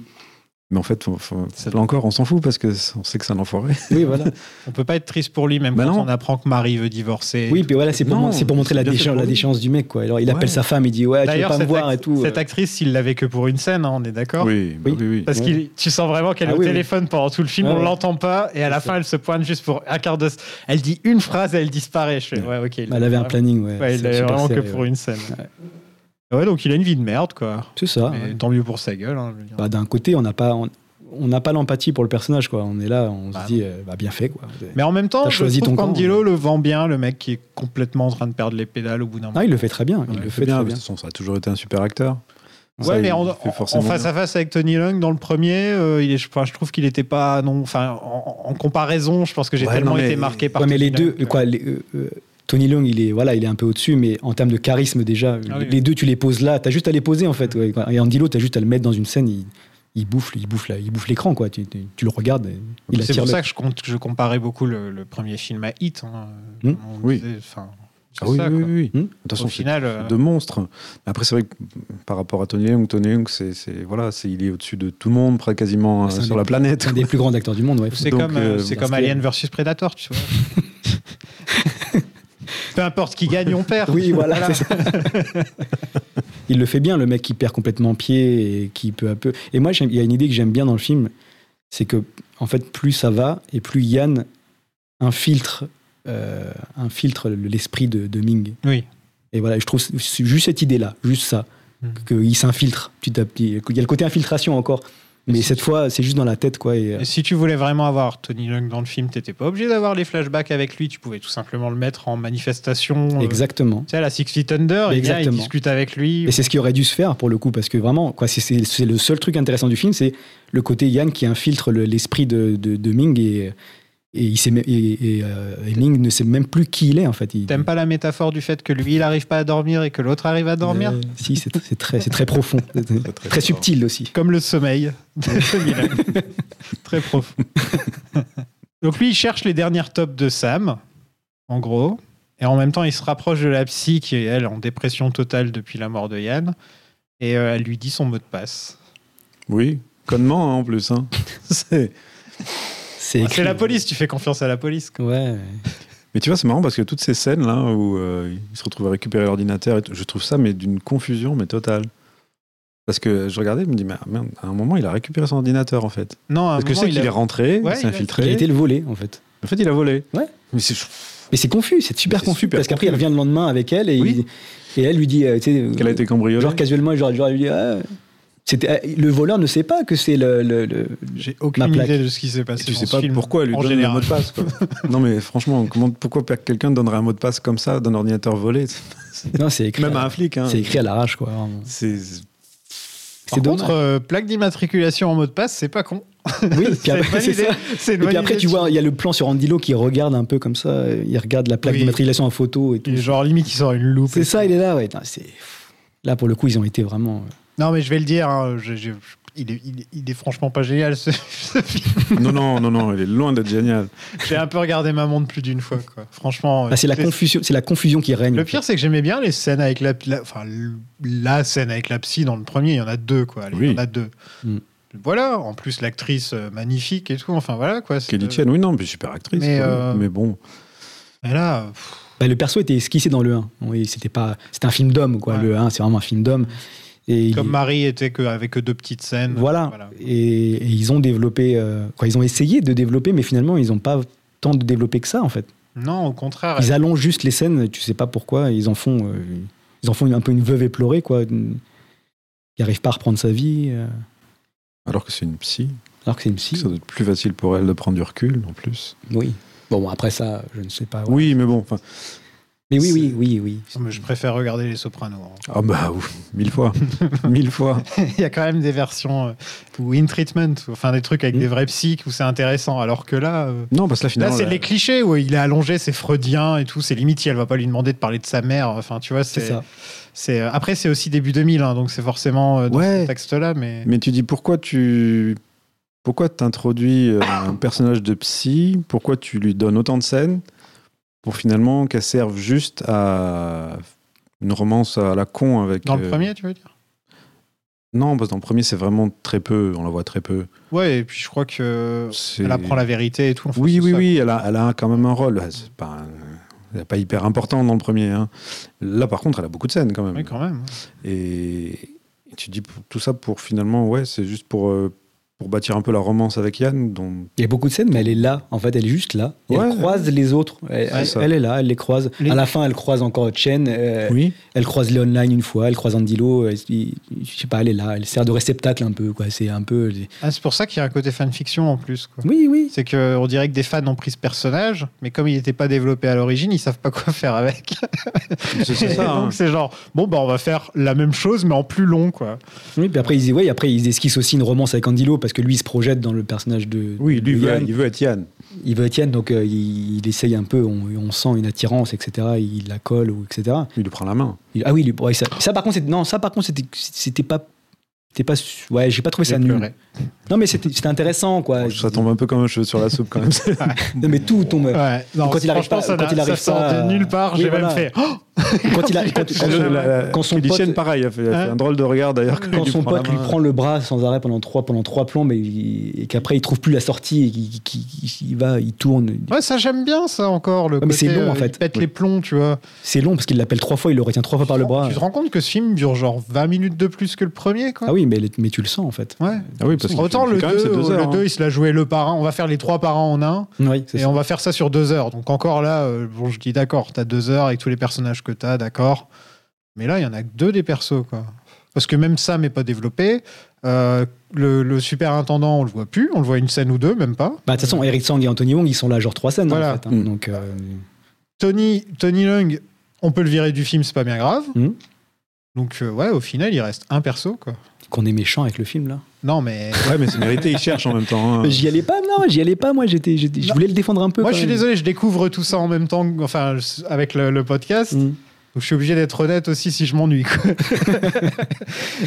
[SPEAKER 8] Mais en fait, on- on- là encore, on s'en fout parce que c- on sait que c'est un enfoiré.
[SPEAKER 9] Oui, voilà.
[SPEAKER 7] On peut pas être triste pour lui, même
[SPEAKER 8] Bah
[SPEAKER 7] quand
[SPEAKER 8] non.
[SPEAKER 7] on apprend que Marie veut divorcer.
[SPEAKER 9] Oui, puis voilà, c'est pour,
[SPEAKER 8] Non,
[SPEAKER 9] mon- c'est pour montrer la,
[SPEAKER 8] c'est bien fait
[SPEAKER 9] déchéance-
[SPEAKER 8] pour
[SPEAKER 9] la
[SPEAKER 8] lui.
[SPEAKER 9] déchéance du mec, quoi. Alors, il
[SPEAKER 8] Ouais.
[SPEAKER 9] appelle sa femme, il dit Ouais, Ah, tu veux
[SPEAKER 7] D'ailleurs,
[SPEAKER 9] pas me
[SPEAKER 7] cette,
[SPEAKER 9] voir
[SPEAKER 7] ac-
[SPEAKER 9] et tout. euh.
[SPEAKER 7] cette actrice, il l'avait que pour une scène, hein, on est d'accord
[SPEAKER 8] Oui, bah
[SPEAKER 9] Oui.
[SPEAKER 8] oui, oui.
[SPEAKER 7] Parce
[SPEAKER 9] Ouais.
[SPEAKER 7] que tu sens vraiment qu'elle est
[SPEAKER 9] Ah
[SPEAKER 7] au
[SPEAKER 9] oui, oui.
[SPEAKER 7] téléphone pendant tout le film,
[SPEAKER 9] Ouais,
[SPEAKER 7] on
[SPEAKER 9] ouais.
[SPEAKER 7] l'entend pas, et à la
[SPEAKER 9] C'est
[SPEAKER 7] fin, elle se pointe juste pour un quart de. Elle dit une phrase et elle disparaît. Je fais, ouais, ok. il
[SPEAKER 9] Bah, Elle avait un
[SPEAKER 7] vraiment-
[SPEAKER 9] planning, ouais.
[SPEAKER 7] Ouais, il
[SPEAKER 9] C'est
[SPEAKER 7] l'avait
[SPEAKER 9] super
[SPEAKER 7] vraiment que
[SPEAKER 9] serré,
[SPEAKER 7] pour
[SPEAKER 9] ouais.
[SPEAKER 7] une scène. Ouais. donc il a une vie de merde, quoi.
[SPEAKER 9] C'est ça.
[SPEAKER 7] Mais
[SPEAKER 9] Ah, ouais.
[SPEAKER 7] tant mieux pour sa gueule. hein, je veux dire.
[SPEAKER 9] Bah, D'un côté, on n'a pas. on- On n'a pas l'empathie pour le personnage, quoi. On est là, on
[SPEAKER 7] Bah,
[SPEAKER 9] se dit, euh, bah, bien fait, quoi.
[SPEAKER 7] mais en même temps,
[SPEAKER 9] t'as
[SPEAKER 7] je
[SPEAKER 9] choisi
[SPEAKER 7] trouve
[SPEAKER 9] ton camp,
[SPEAKER 7] qu'Andilo
[SPEAKER 9] ouais.
[SPEAKER 7] le vend bien, le mec qui est complètement en train de perdre les pédales au bout d'un moment.
[SPEAKER 9] Ah, il le fait très bien. Il le fait
[SPEAKER 8] bien,
[SPEAKER 9] très
[SPEAKER 8] de
[SPEAKER 9] bien.
[SPEAKER 8] toute façon, ça a toujours été un super acteur.
[SPEAKER 7] Ouais,
[SPEAKER 8] Ça,
[SPEAKER 7] mais
[SPEAKER 8] il
[SPEAKER 7] en,
[SPEAKER 8] fait
[SPEAKER 7] en-
[SPEAKER 8] forcément
[SPEAKER 7] en face
[SPEAKER 8] bien.
[SPEAKER 7] à face avec Tony Lung dans le premier, euh, il est, je, enfin, je trouve qu'il n'était pas non, enfin en, en comparaison, je pense que j'ai
[SPEAKER 8] Ouais,
[SPEAKER 7] tellement
[SPEAKER 8] non, mais-
[SPEAKER 7] été marqué par.
[SPEAKER 9] Ouais, mais
[SPEAKER 7] Tony
[SPEAKER 9] les deux,
[SPEAKER 7] Leung que-
[SPEAKER 9] quoi, les- euh, euh, Tony Long, il est, voilà, il est un peu au-dessus, mais en termes de charisme déjà,
[SPEAKER 7] Ah oui,
[SPEAKER 9] les
[SPEAKER 7] oui.
[SPEAKER 9] deux, tu les poses là, t'as juste à les poser en fait. ouais. Et Andilo, t'as juste à le mettre dans une scène, il, il bouffe, il bouffe, la- il bouffe l'écran, quoi. Tu, tu- tu le regardes, et il
[SPEAKER 7] C'est
[SPEAKER 9] attire
[SPEAKER 7] pour
[SPEAKER 9] le-
[SPEAKER 7] ça que je, compte, je comparais beaucoup le, le premier film à Hit. hein, euh,
[SPEAKER 9] Hmm.
[SPEAKER 7] comme on
[SPEAKER 8] Oui.
[SPEAKER 7] disait, enfin, c'est
[SPEAKER 8] Ah oui,
[SPEAKER 7] ça,
[SPEAKER 8] oui,
[SPEAKER 7] quoi.
[SPEAKER 8] oui, oui.
[SPEAKER 9] Hmm
[SPEAKER 8] De toute façon,
[SPEAKER 7] Au
[SPEAKER 8] c'est-
[SPEAKER 7] final, euh,
[SPEAKER 8] de monstre. Mais après, c'est vrai que par rapport à Tony Leung, Tony Leung, c'est c'est- voilà, c'est il est au-dessus de tout le monde, presque quasiment euh,
[SPEAKER 9] C'est un
[SPEAKER 8] sur
[SPEAKER 9] des-
[SPEAKER 8] la planète.
[SPEAKER 9] C'est un des
[SPEAKER 8] quoi.
[SPEAKER 9] plus grands acteurs du monde, ouais.
[SPEAKER 7] c'est
[SPEAKER 8] donc,
[SPEAKER 7] comme, euh,
[SPEAKER 8] euh,
[SPEAKER 7] c'est
[SPEAKER 9] parce
[SPEAKER 7] comme
[SPEAKER 9] que-
[SPEAKER 7] Alien versus Predator, tu vois. Peu importe qui gagne, on perd.
[SPEAKER 9] Oui, voilà. c'est ça. il le fait bien, le mec qui perd complètement pied et qui peu à peu. Et moi, j'aime- il y a une idée que j'aime bien dans le film, c'est que en fait, plus ça va et plus Yann infiltre, euh, infiltre l'esprit de, de Ming.
[SPEAKER 7] Oui.
[SPEAKER 9] Et voilà, je trouve c- c'est juste cette idée-là, juste ça,
[SPEAKER 7] Mm.
[SPEAKER 9] qu'il s'infiltre petit à petit. Il y a le côté infiltration encore, mais cette fois, c'est juste dans la tête, quoi. Et, euh,
[SPEAKER 7] Et si tu voulais vraiment avoir Tony Lung dans le film, t'étais pas obligé d'avoir les flashbacks avec lui. Tu pouvais tout simplement le mettre en manifestation. euh,
[SPEAKER 9] exactement.
[SPEAKER 7] Tu sais, à la Six Feet Under, il vient, il
[SPEAKER 9] Exactement.
[SPEAKER 7] discute avec lui.
[SPEAKER 9] Et c'est ce qui aurait dû se faire pour le coup, parce que vraiment, quoi, c'est- c'est c'est le seul truc intéressant du film, c'est le côté Yann qui infiltre le- l'esprit de, de- de Ming et, et, il sait, me- et, et, euh, et Ming ne sait même plus qui il est en fait. Il-
[SPEAKER 7] T'aimes pas la métaphore du fait que lui, il arrive pas à dormir et que l'autre arrive à dormir
[SPEAKER 9] Euh, Si, c'est c'est très, c'est très profond, C'est très,
[SPEAKER 8] très
[SPEAKER 9] très subtil aussi.
[SPEAKER 7] Comme le sommeil. Très profond. Donc lui, il cherche les dernières tops de Sam, en gros. Et en même temps, il se rapproche de la psy qui est, elle, en dépression totale depuis la mort de Yann. Et euh, elle lui dit son mot de passe.
[SPEAKER 8] Oui, connement hein, en plus. hein. C'est-
[SPEAKER 7] C'est
[SPEAKER 9] écrit.
[SPEAKER 7] la police, tu fais confiance à la police. quoi.
[SPEAKER 9] Ouais.
[SPEAKER 8] Mais tu vois, c'est marrant parce que toutes ces scènes là où euh, ils se retrouvent à récupérer l'ordinateur, et tout, je trouve ça mais d'une confusion mais totale. Parce que je regardais, je me dis, mais ah, merde, à un moment, il a récupéré son ordinateur en fait.
[SPEAKER 7] Non, à un
[SPEAKER 8] Parce que je
[SPEAKER 7] moment,
[SPEAKER 8] sais qu'il
[SPEAKER 7] il
[SPEAKER 8] est
[SPEAKER 7] a-
[SPEAKER 8] rentré,
[SPEAKER 7] Ouais, il
[SPEAKER 8] il s'est
[SPEAKER 7] a-
[SPEAKER 9] Il
[SPEAKER 8] infiltré.
[SPEAKER 9] a été le volé en fait.
[SPEAKER 8] En fait, il a volé.
[SPEAKER 9] Ouais.
[SPEAKER 8] Mais c'est
[SPEAKER 9] Mais c'est confus, c'est super
[SPEAKER 8] C'est
[SPEAKER 9] confus
[SPEAKER 8] super
[SPEAKER 9] parce qu'après il
[SPEAKER 8] confus.
[SPEAKER 9] revient le lendemain avec elle et,
[SPEAKER 8] Oui.
[SPEAKER 9] il- et elle lui dit, euh, tu sais,
[SPEAKER 8] qu'elle a été
[SPEAKER 9] genre
[SPEAKER 8] cambriolée.
[SPEAKER 9] casuellement, genre, genre, elle lui dit, Ah, c'était euh, le voleur ne sait pas que c'est le, le- le-
[SPEAKER 7] J'ai
[SPEAKER 9] ma
[SPEAKER 7] aucune
[SPEAKER 9] plaque.
[SPEAKER 7] idée de ce qui s'est passé.
[SPEAKER 8] Et tu
[SPEAKER 7] dans
[SPEAKER 8] sais
[SPEAKER 7] ce
[SPEAKER 8] pas
[SPEAKER 7] film,
[SPEAKER 8] pourquoi elle lui
[SPEAKER 7] en
[SPEAKER 8] donne le
[SPEAKER 7] général.
[SPEAKER 8] mot de passe. quoi. non, mais franchement, comment, pourquoi quelqu'un donnerait un mot de passe comme ça d'un ordinateur volé
[SPEAKER 9] Non, c'est écrit.
[SPEAKER 8] Même
[SPEAKER 9] à-
[SPEAKER 8] à un flic. Hein.
[SPEAKER 9] C'est écrit à l'arrache, quoi. vraiment.
[SPEAKER 8] C'est-
[SPEAKER 7] Par
[SPEAKER 9] C'est dommage.
[SPEAKER 7] contre, euh, plaque d'immatriculation en mot de passe, c'est pas con.
[SPEAKER 9] Oui, puis
[SPEAKER 7] C'est une
[SPEAKER 9] après,
[SPEAKER 7] bonne
[SPEAKER 9] c'est
[SPEAKER 7] idée.
[SPEAKER 9] ça.
[SPEAKER 7] C'est
[SPEAKER 9] Et
[SPEAKER 7] une
[SPEAKER 9] puis
[SPEAKER 7] bonne
[SPEAKER 9] après,
[SPEAKER 7] idée,
[SPEAKER 9] tu vois, il y a le plan sur Andilo qui regarde un peu comme ça. euh, Il regarde la plaque
[SPEAKER 7] Oui.
[SPEAKER 9] d'immatriculation en photo et tout.
[SPEAKER 7] Et genre, limite, il sort une loupe.
[SPEAKER 9] C'est ça, il est là, ouais. Putain, c'est- Là, pour le coup, ils ont été vraiment. euh,
[SPEAKER 7] Non, mais je vais le dire, hein, je- je- il, est, il est- il est franchement pas génial ce, ce film.
[SPEAKER 8] Non, non, non, non, elle est loin d'être géniale.
[SPEAKER 7] J'ai un peu regardé ma montre plus d'une fois, quoi. Franchement.
[SPEAKER 9] Ah, c'est la
[SPEAKER 7] les-
[SPEAKER 9] confusion, c'est la confusion qui règne.
[SPEAKER 7] Le
[SPEAKER 9] en fait.
[SPEAKER 7] pire, c'est que j'aimais bien les scènes avec la, la- enfin, l- la scène avec la psy dans le premier. Il y en a deux, quoi. Allez,
[SPEAKER 8] Oui.
[SPEAKER 7] Il y en a deux.
[SPEAKER 9] Mm.
[SPEAKER 7] Voilà. En plus, l'actrice euh, magnifique et tout. Enfin, voilà, quoi. c'est-
[SPEAKER 8] Kelly Chen, oui, non, mais super actrice.
[SPEAKER 7] Euh, Mais,
[SPEAKER 8] quoi.
[SPEAKER 7] euh,
[SPEAKER 8] mais bon,
[SPEAKER 7] Mais là, euh, pff,
[SPEAKER 9] Bah, le perso était esquissé dans le 1. Oui, c'était pas. C'était un film d'homme, quoi.
[SPEAKER 7] Ouais.
[SPEAKER 9] Le 1, c'est vraiment un film d'homme. Et il-
[SPEAKER 7] comme Marie était que, avec que deux petites scènes.
[SPEAKER 9] Voilà. Et, et ils ont développé, euh, quoi, ils ont essayé de développer, mais finalement, ils n'ont pas tant de développé que ça, en fait.
[SPEAKER 7] Non, au contraire.
[SPEAKER 9] Ils allongent juste les scènes, tu sais pas pourquoi, et ils en font, euh, ils en font une- un peu une veuve éplorée, quoi. une- Qui arrive pas à reprendre sa vie, euh,
[SPEAKER 8] Alors que c'est une psy,
[SPEAKER 9] alors que c'est une psy.
[SPEAKER 8] ça doit être plus facile pour elle de prendre du recul en plus.
[SPEAKER 9] Oui. Bon, bon, après ça, je ne sais pas. Ah ouais.
[SPEAKER 8] Oui, mais bon, enfin.
[SPEAKER 9] Mais oui,
[SPEAKER 8] c'est-
[SPEAKER 9] oui, oui, oui.
[SPEAKER 7] Non, mais je préfère regarder Les Sopranos. hein.
[SPEAKER 8] Ah bah, ouf, mille fois. mille fois.
[SPEAKER 7] Il y a quand même des versions euh, ou in treatment, ou- enfin des trucs avec
[SPEAKER 9] Mm.
[SPEAKER 7] des vrais psys où c'est intéressant. Alors que là, euh,
[SPEAKER 8] Non, parce que là,
[SPEAKER 7] là
[SPEAKER 8] finalement.
[SPEAKER 7] c'est
[SPEAKER 8] la-
[SPEAKER 7] les clichés où il est allongé, c'est freudien et tout. C'est limite, elle va pas lui demander de parler de sa mère. Enfin, tu vois,
[SPEAKER 9] C'est
[SPEAKER 7] c'est.
[SPEAKER 9] ça.
[SPEAKER 7] c'est- euh, Après, c'est aussi début 2000, hein, donc c'est forcément euh, dans
[SPEAKER 8] Ouais.
[SPEAKER 7] ce contexte-là, mais.
[SPEAKER 8] Mais tu dis pourquoi tu pourquoi t'introduis euh, un personnage de psy Pourquoi tu lui donnes autant de scènes pour finalement qu'elle serve juste à une romance à la con avec
[SPEAKER 7] Dans le
[SPEAKER 8] euh,
[SPEAKER 7] premier, tu veux dire
[SPEAKER 8] Non, parce que dans le premier c'est vraiment très peu, on la voit très peu.
[SPEAKER 7] Ouais, et puis je crois que.
[SPEAKER 8] C'est-
[SPEAKER 7] Elle apprend la vérité et tout. enfin,
[SPEAKER 8] Oui,
[SPEAKER 7] c'est
[SPEAKER 8] oui,
[SPEAKER 7] ça.
[SPEAKER 8] oui, elle a, elle a quand même un rôle. C'est pas, un- elle est pas hyper important dans le premier. hein. Là, par contre, elle a beaucoup de scènes quand même.
[SPEAKER 7] Oui, quand même.
[SPEAKER 8] Et, et tu dis pour- tout ça pour finalement, ouais, c'est juste pour, euh, pour bâtir un peu la romance avec Yann, dont
[SPEAKER 9] Il y a beaucoup de scènes, mais elle est là. En fait, elle est juste là. Et
[SPEAKER 8] Ouais.
[SPEAKER 9] Elle croise les autres. Elle,
[SPEAKER 8] C'est
[SPEAKER 9] elle-
[SPEAKER 8] ça.
[SPEAKER 9] elle est là, elle les croise.
[SPEAKER 7] Les-
[SPEAKER 9] À la fin, elle croise encore Chen. euh,
[SPEAKER 8] oui.
[SPEAKER 9] Elle croise Leonline une fois. Elle croise Andilo. elle- il- je sais pas, elle est là. Elle sert de réceptacle un peu. quoi. C'est un peu.
[SPEAKER 7] Ah, c'est pour ça qu'il y a un côté fanfiction en plus. Quoi.
[SPEAKER 9] Oui, oui.
[SPEAKER 7] C'est que on dirait que des fans ont pris ce personnage, mais comme il n'était pas développé à l'origine, ils savent pas quoi faire avec.
[SPEAKER 8] C'est c'est
[SPEAKER 7] Et
[SPEAKER 8] ça. hein.
[SPEAKER 7] donc c'est genre bon bah on va faire la même chose mais en plus long quoi.
[SPEAKER 9] Oui, puis après, ils, ouais, après, ils esquissent aussi une romance avec Andilo parce que lui, il se projette dans le personnage de.
[SPEAKER 8] Oui, lui,
[SPEAKER 9] de
[SPEAKER 8] il veut,
[SPEAKER 9] Yann.
[SPEAKER 8] il veut être Yann.
[SPEAKER 9] Il veut Étienne, donc euh, il, il essaye un peu. On, on sent une attirance, etc. Il la colle, ou etc.
[SPEAKER 8] Il lui prend la main.
[SPEAKER 9] Il- ah oui, lui- ouais, ça, ça, par contre, c'est- non, ça par contre, c'était- c'était pas. C'était pas. su- Ouais, j'ai pas trouvé ça
[SPEAKER 7] J'ai
[SPEAKER 9] nul.
[SPEAKER 7] pleuré.
[SPEAKER 9] Non, mais c'était c'était intéressant, quoi.
[SPEAKER 8] Oh, Ça tombe un peu comme un cheveu sur la soupe quand même.
[SPEAKER 9] Non, mais tout tombe.
[SPEAKER 7] Ouais, non,
[SPEAKER 9] Quand il arrive
[SPEAKER 7] franchement,
[SPEAKER 9] pas-
[SPEAKER 7] ça,
[SPEAKER 9] quand
[SPEAKER 7] n'a-
[SPEAKER 9] il arrive
[SPEAKER 7] ça sort
[SPEAKER 9] pas- euh,
[SPEAKER 7] de nulle part.
[SPEAKER 9] Oui,
[SPEAKER 7] J'ai
[SPEAKER 9] voilà.
[SPEAKER 7] même fait. Oh
[SPEAKER 9] Quand, il a- quand- quand son, quand son pote,
[SPEAKER 8] Kardashian, pareil, elle fait, elle fait
[SPEAKER 7] Hein
[SPEAKER 8] un drôle de regard d'ailleurs. quand il
[SPEAKER 9] quand
[SPEAKER 8] lui
[SPEAKER 9] son
[SPEAKER 8] prend la
[SPEAKER 9] pote lui
[SPEAKER 8] main.
[SPEAKER 9] prend le bras sans arrêt pendant trois, pendant trois plombs et, et qu'après il trouve plus la sortie et qu'il qu'il- il va, il tourne.
[SPEAKER 7] ouais ça j'aime bien ça encore le
[SPEAKER 9] Ouais, mais c'est
[SPEAKER 7] côté,
[SPEAKER 9] long, en
[SPEAKER 7] il
[SPEAKER 9] fait.
[SPEAKER 7] Pète
[SPEAKER 9] Oui.
[SPEAKER 7] les plombs tu vois.
[SPEAKER 9] C'est long parce qu'il l'appelle trois fois, il le retient trois fois par le bras.
[SPEAKER 7] Tu te rends compte que ce film dure genre 20 minutes de plus que le premier quoi.
[SPEAKER 9] Ah oui, mais, mais tu le sens en fait.
[SPEAKER 7] Ouais.
[SPEAKER 8] Ah oui, parce que
[SPEAKER 7] Autant
[SPEAKER 8] il fait
[SPEAKER 7] le
[SPEAKER 8] quand même
[SPEAKER 7] 2,
[SPEAKER 8] ses deux heures, hein.
[SPEAKER 7] il se l'a joué le par un. On va faire les trois par un en un.
[SPEAKER 9] Oui, c'est
[SPEAKER 7] Et
[SPEAKER 9] ça.
[SPEAKER 7] on va faire ça sur deux heures. Donc encore là, euh, bon, je dis d'accord, t'as deux heures avec tous les personnages que t'as, d'accord. Mais là, il y en a que deux des persos, quoi. Parce que même ça n'est pas développé. Euh, le, le superintendant, on le voit plus. On le voit une scène ou deux, même pas.
[SPEAKER 9] Bah, de toute façon, Eric Sang et Anthony Wong, ils sont là genre trois scènes
[SPEAKER 7] Voilà.
[SPEAKER 9] en fait. hein.
[SPEAKER 8] Mm.
[SPEAKER 9] Donc, euh,
[SPEAKER 7] Tony, Tony Leung, on peut le virer du film, c'est pas bien grave.
[SPEAKER 8] Mm.
[SPEAKER 9] Mhm.
[SPEAKER 7] Donc euh, ouais, au final, il reste un perso, quoi.
[SPEAKER 9] qu'on est méchant avec le film là.
[SPEAKER 7] Non, mais
[SPEAKER 8] Ouais, mais c'est mérité, il cherche en même temps. hein.
[SPEAKER 9] Mais J'y allais pas, non, j'y allais pas. Moi, j'étais, j'étais- je
[SPEAKER 7] Non.
[SPEAKER 9] voulais le défendre un peu.
[SPEAKER 7] moi,
[SPEAKER 9] quand
[SPEAKER 7] je suis
[SPEAKER 9] même.
[SPEAKER 7] désolé, je découvre tout ça en même temps, que- enfin, avec le, le podcast.
[SPEAKER 9] Mm.
[SPEAKER 7] Donc, je suis obligé d'être honnête aussi si je m'ennuie. quoi.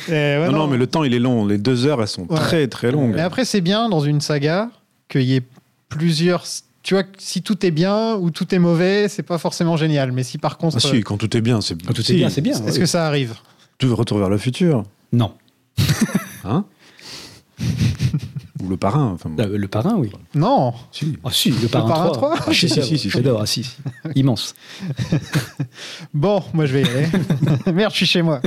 [SPEAKER 7] Et ouais,
[SPEAKER 8] non, non, mais le temps, il est long. Les deux heures, elles sont
[SPEAKER 7] Ouais.
[SPEAKER 8] très, très longues.
[SPEAKER 7] Mais après, c'est bien dans une saga qu'il y ait plusieurs. Tu vois, si tout est bien ou tout est mauvais, c'est pas forcément génial. Mais si par contre.
[SPEAKER 8] Ah si, quand tout est bien, c'est
[SPEAKER 9] Quand tout est
[SPEAKER 8] si,
[SPEAKER 9] bien, c'est bien.
[SPEAKER 7] euh, Est-ce que ça arrive
[SPEAKER 8] Tout retour vers le futur,
[SPEAKER 9] Non.
[SPEAKER 8] hein Ou le parrain. Enfin, bon.
[SPEAKER 9] Euh, Le parrain, oui.
[SPEAKER 7] Non
[SPEAKER 8] Si.
[SPEAKER 9] Ah si, le parrain,
[SPEAKER 7] parrain
[SPEAKER 9] 3.
[SPEAKER 7] trois.
[SPEAKER 9] Ah,
[SPEAKER 8] Si, si,
[SPEAKER 9] chef-d'œuvre,
[SPEAKER 8] si, si, si.
[SPEAKER 9] chef-d'œuvre, ah, si, si. Immense.
[SPEAKER 7] Bon, moi je vais y aller. Merde, je suis chez moi.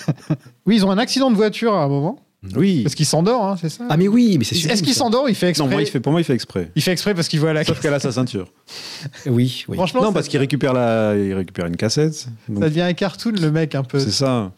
[SPEAKER 7] oui, ils ont un accident de voiture à un moment.
[SPEAKER 8] Oui.
[SPEAKER 7] Parce qu'il s'endort, hein, c'est ça
[SPEAKER 9] Ah mais oui, mais c'est sûr.
[SPEAKER 7] Est-ce qu'il s'endort ou Il fait exprès.
[SPEAKER 8] Non, moi, il fait, pour moi, il fait exprès.
[SPEAKER 7] Il fait exprès parce qu'il voit la.
[SPEAKER 8] Sauf qu'elle a sa ceinture.
[SPEAKER 9] Oui, oui.
[SPEAKER 7] Franchement,
[SPEAKER 8] Non,
[SPEAKER 7] ça-
[SPEAKER 8] parce qu'il récupère, la... il récupère une cassette. donc
[SPEAKER 7] ça devient un cartoon, le mec, un peu.
[SPEAKER 8] C'est ça.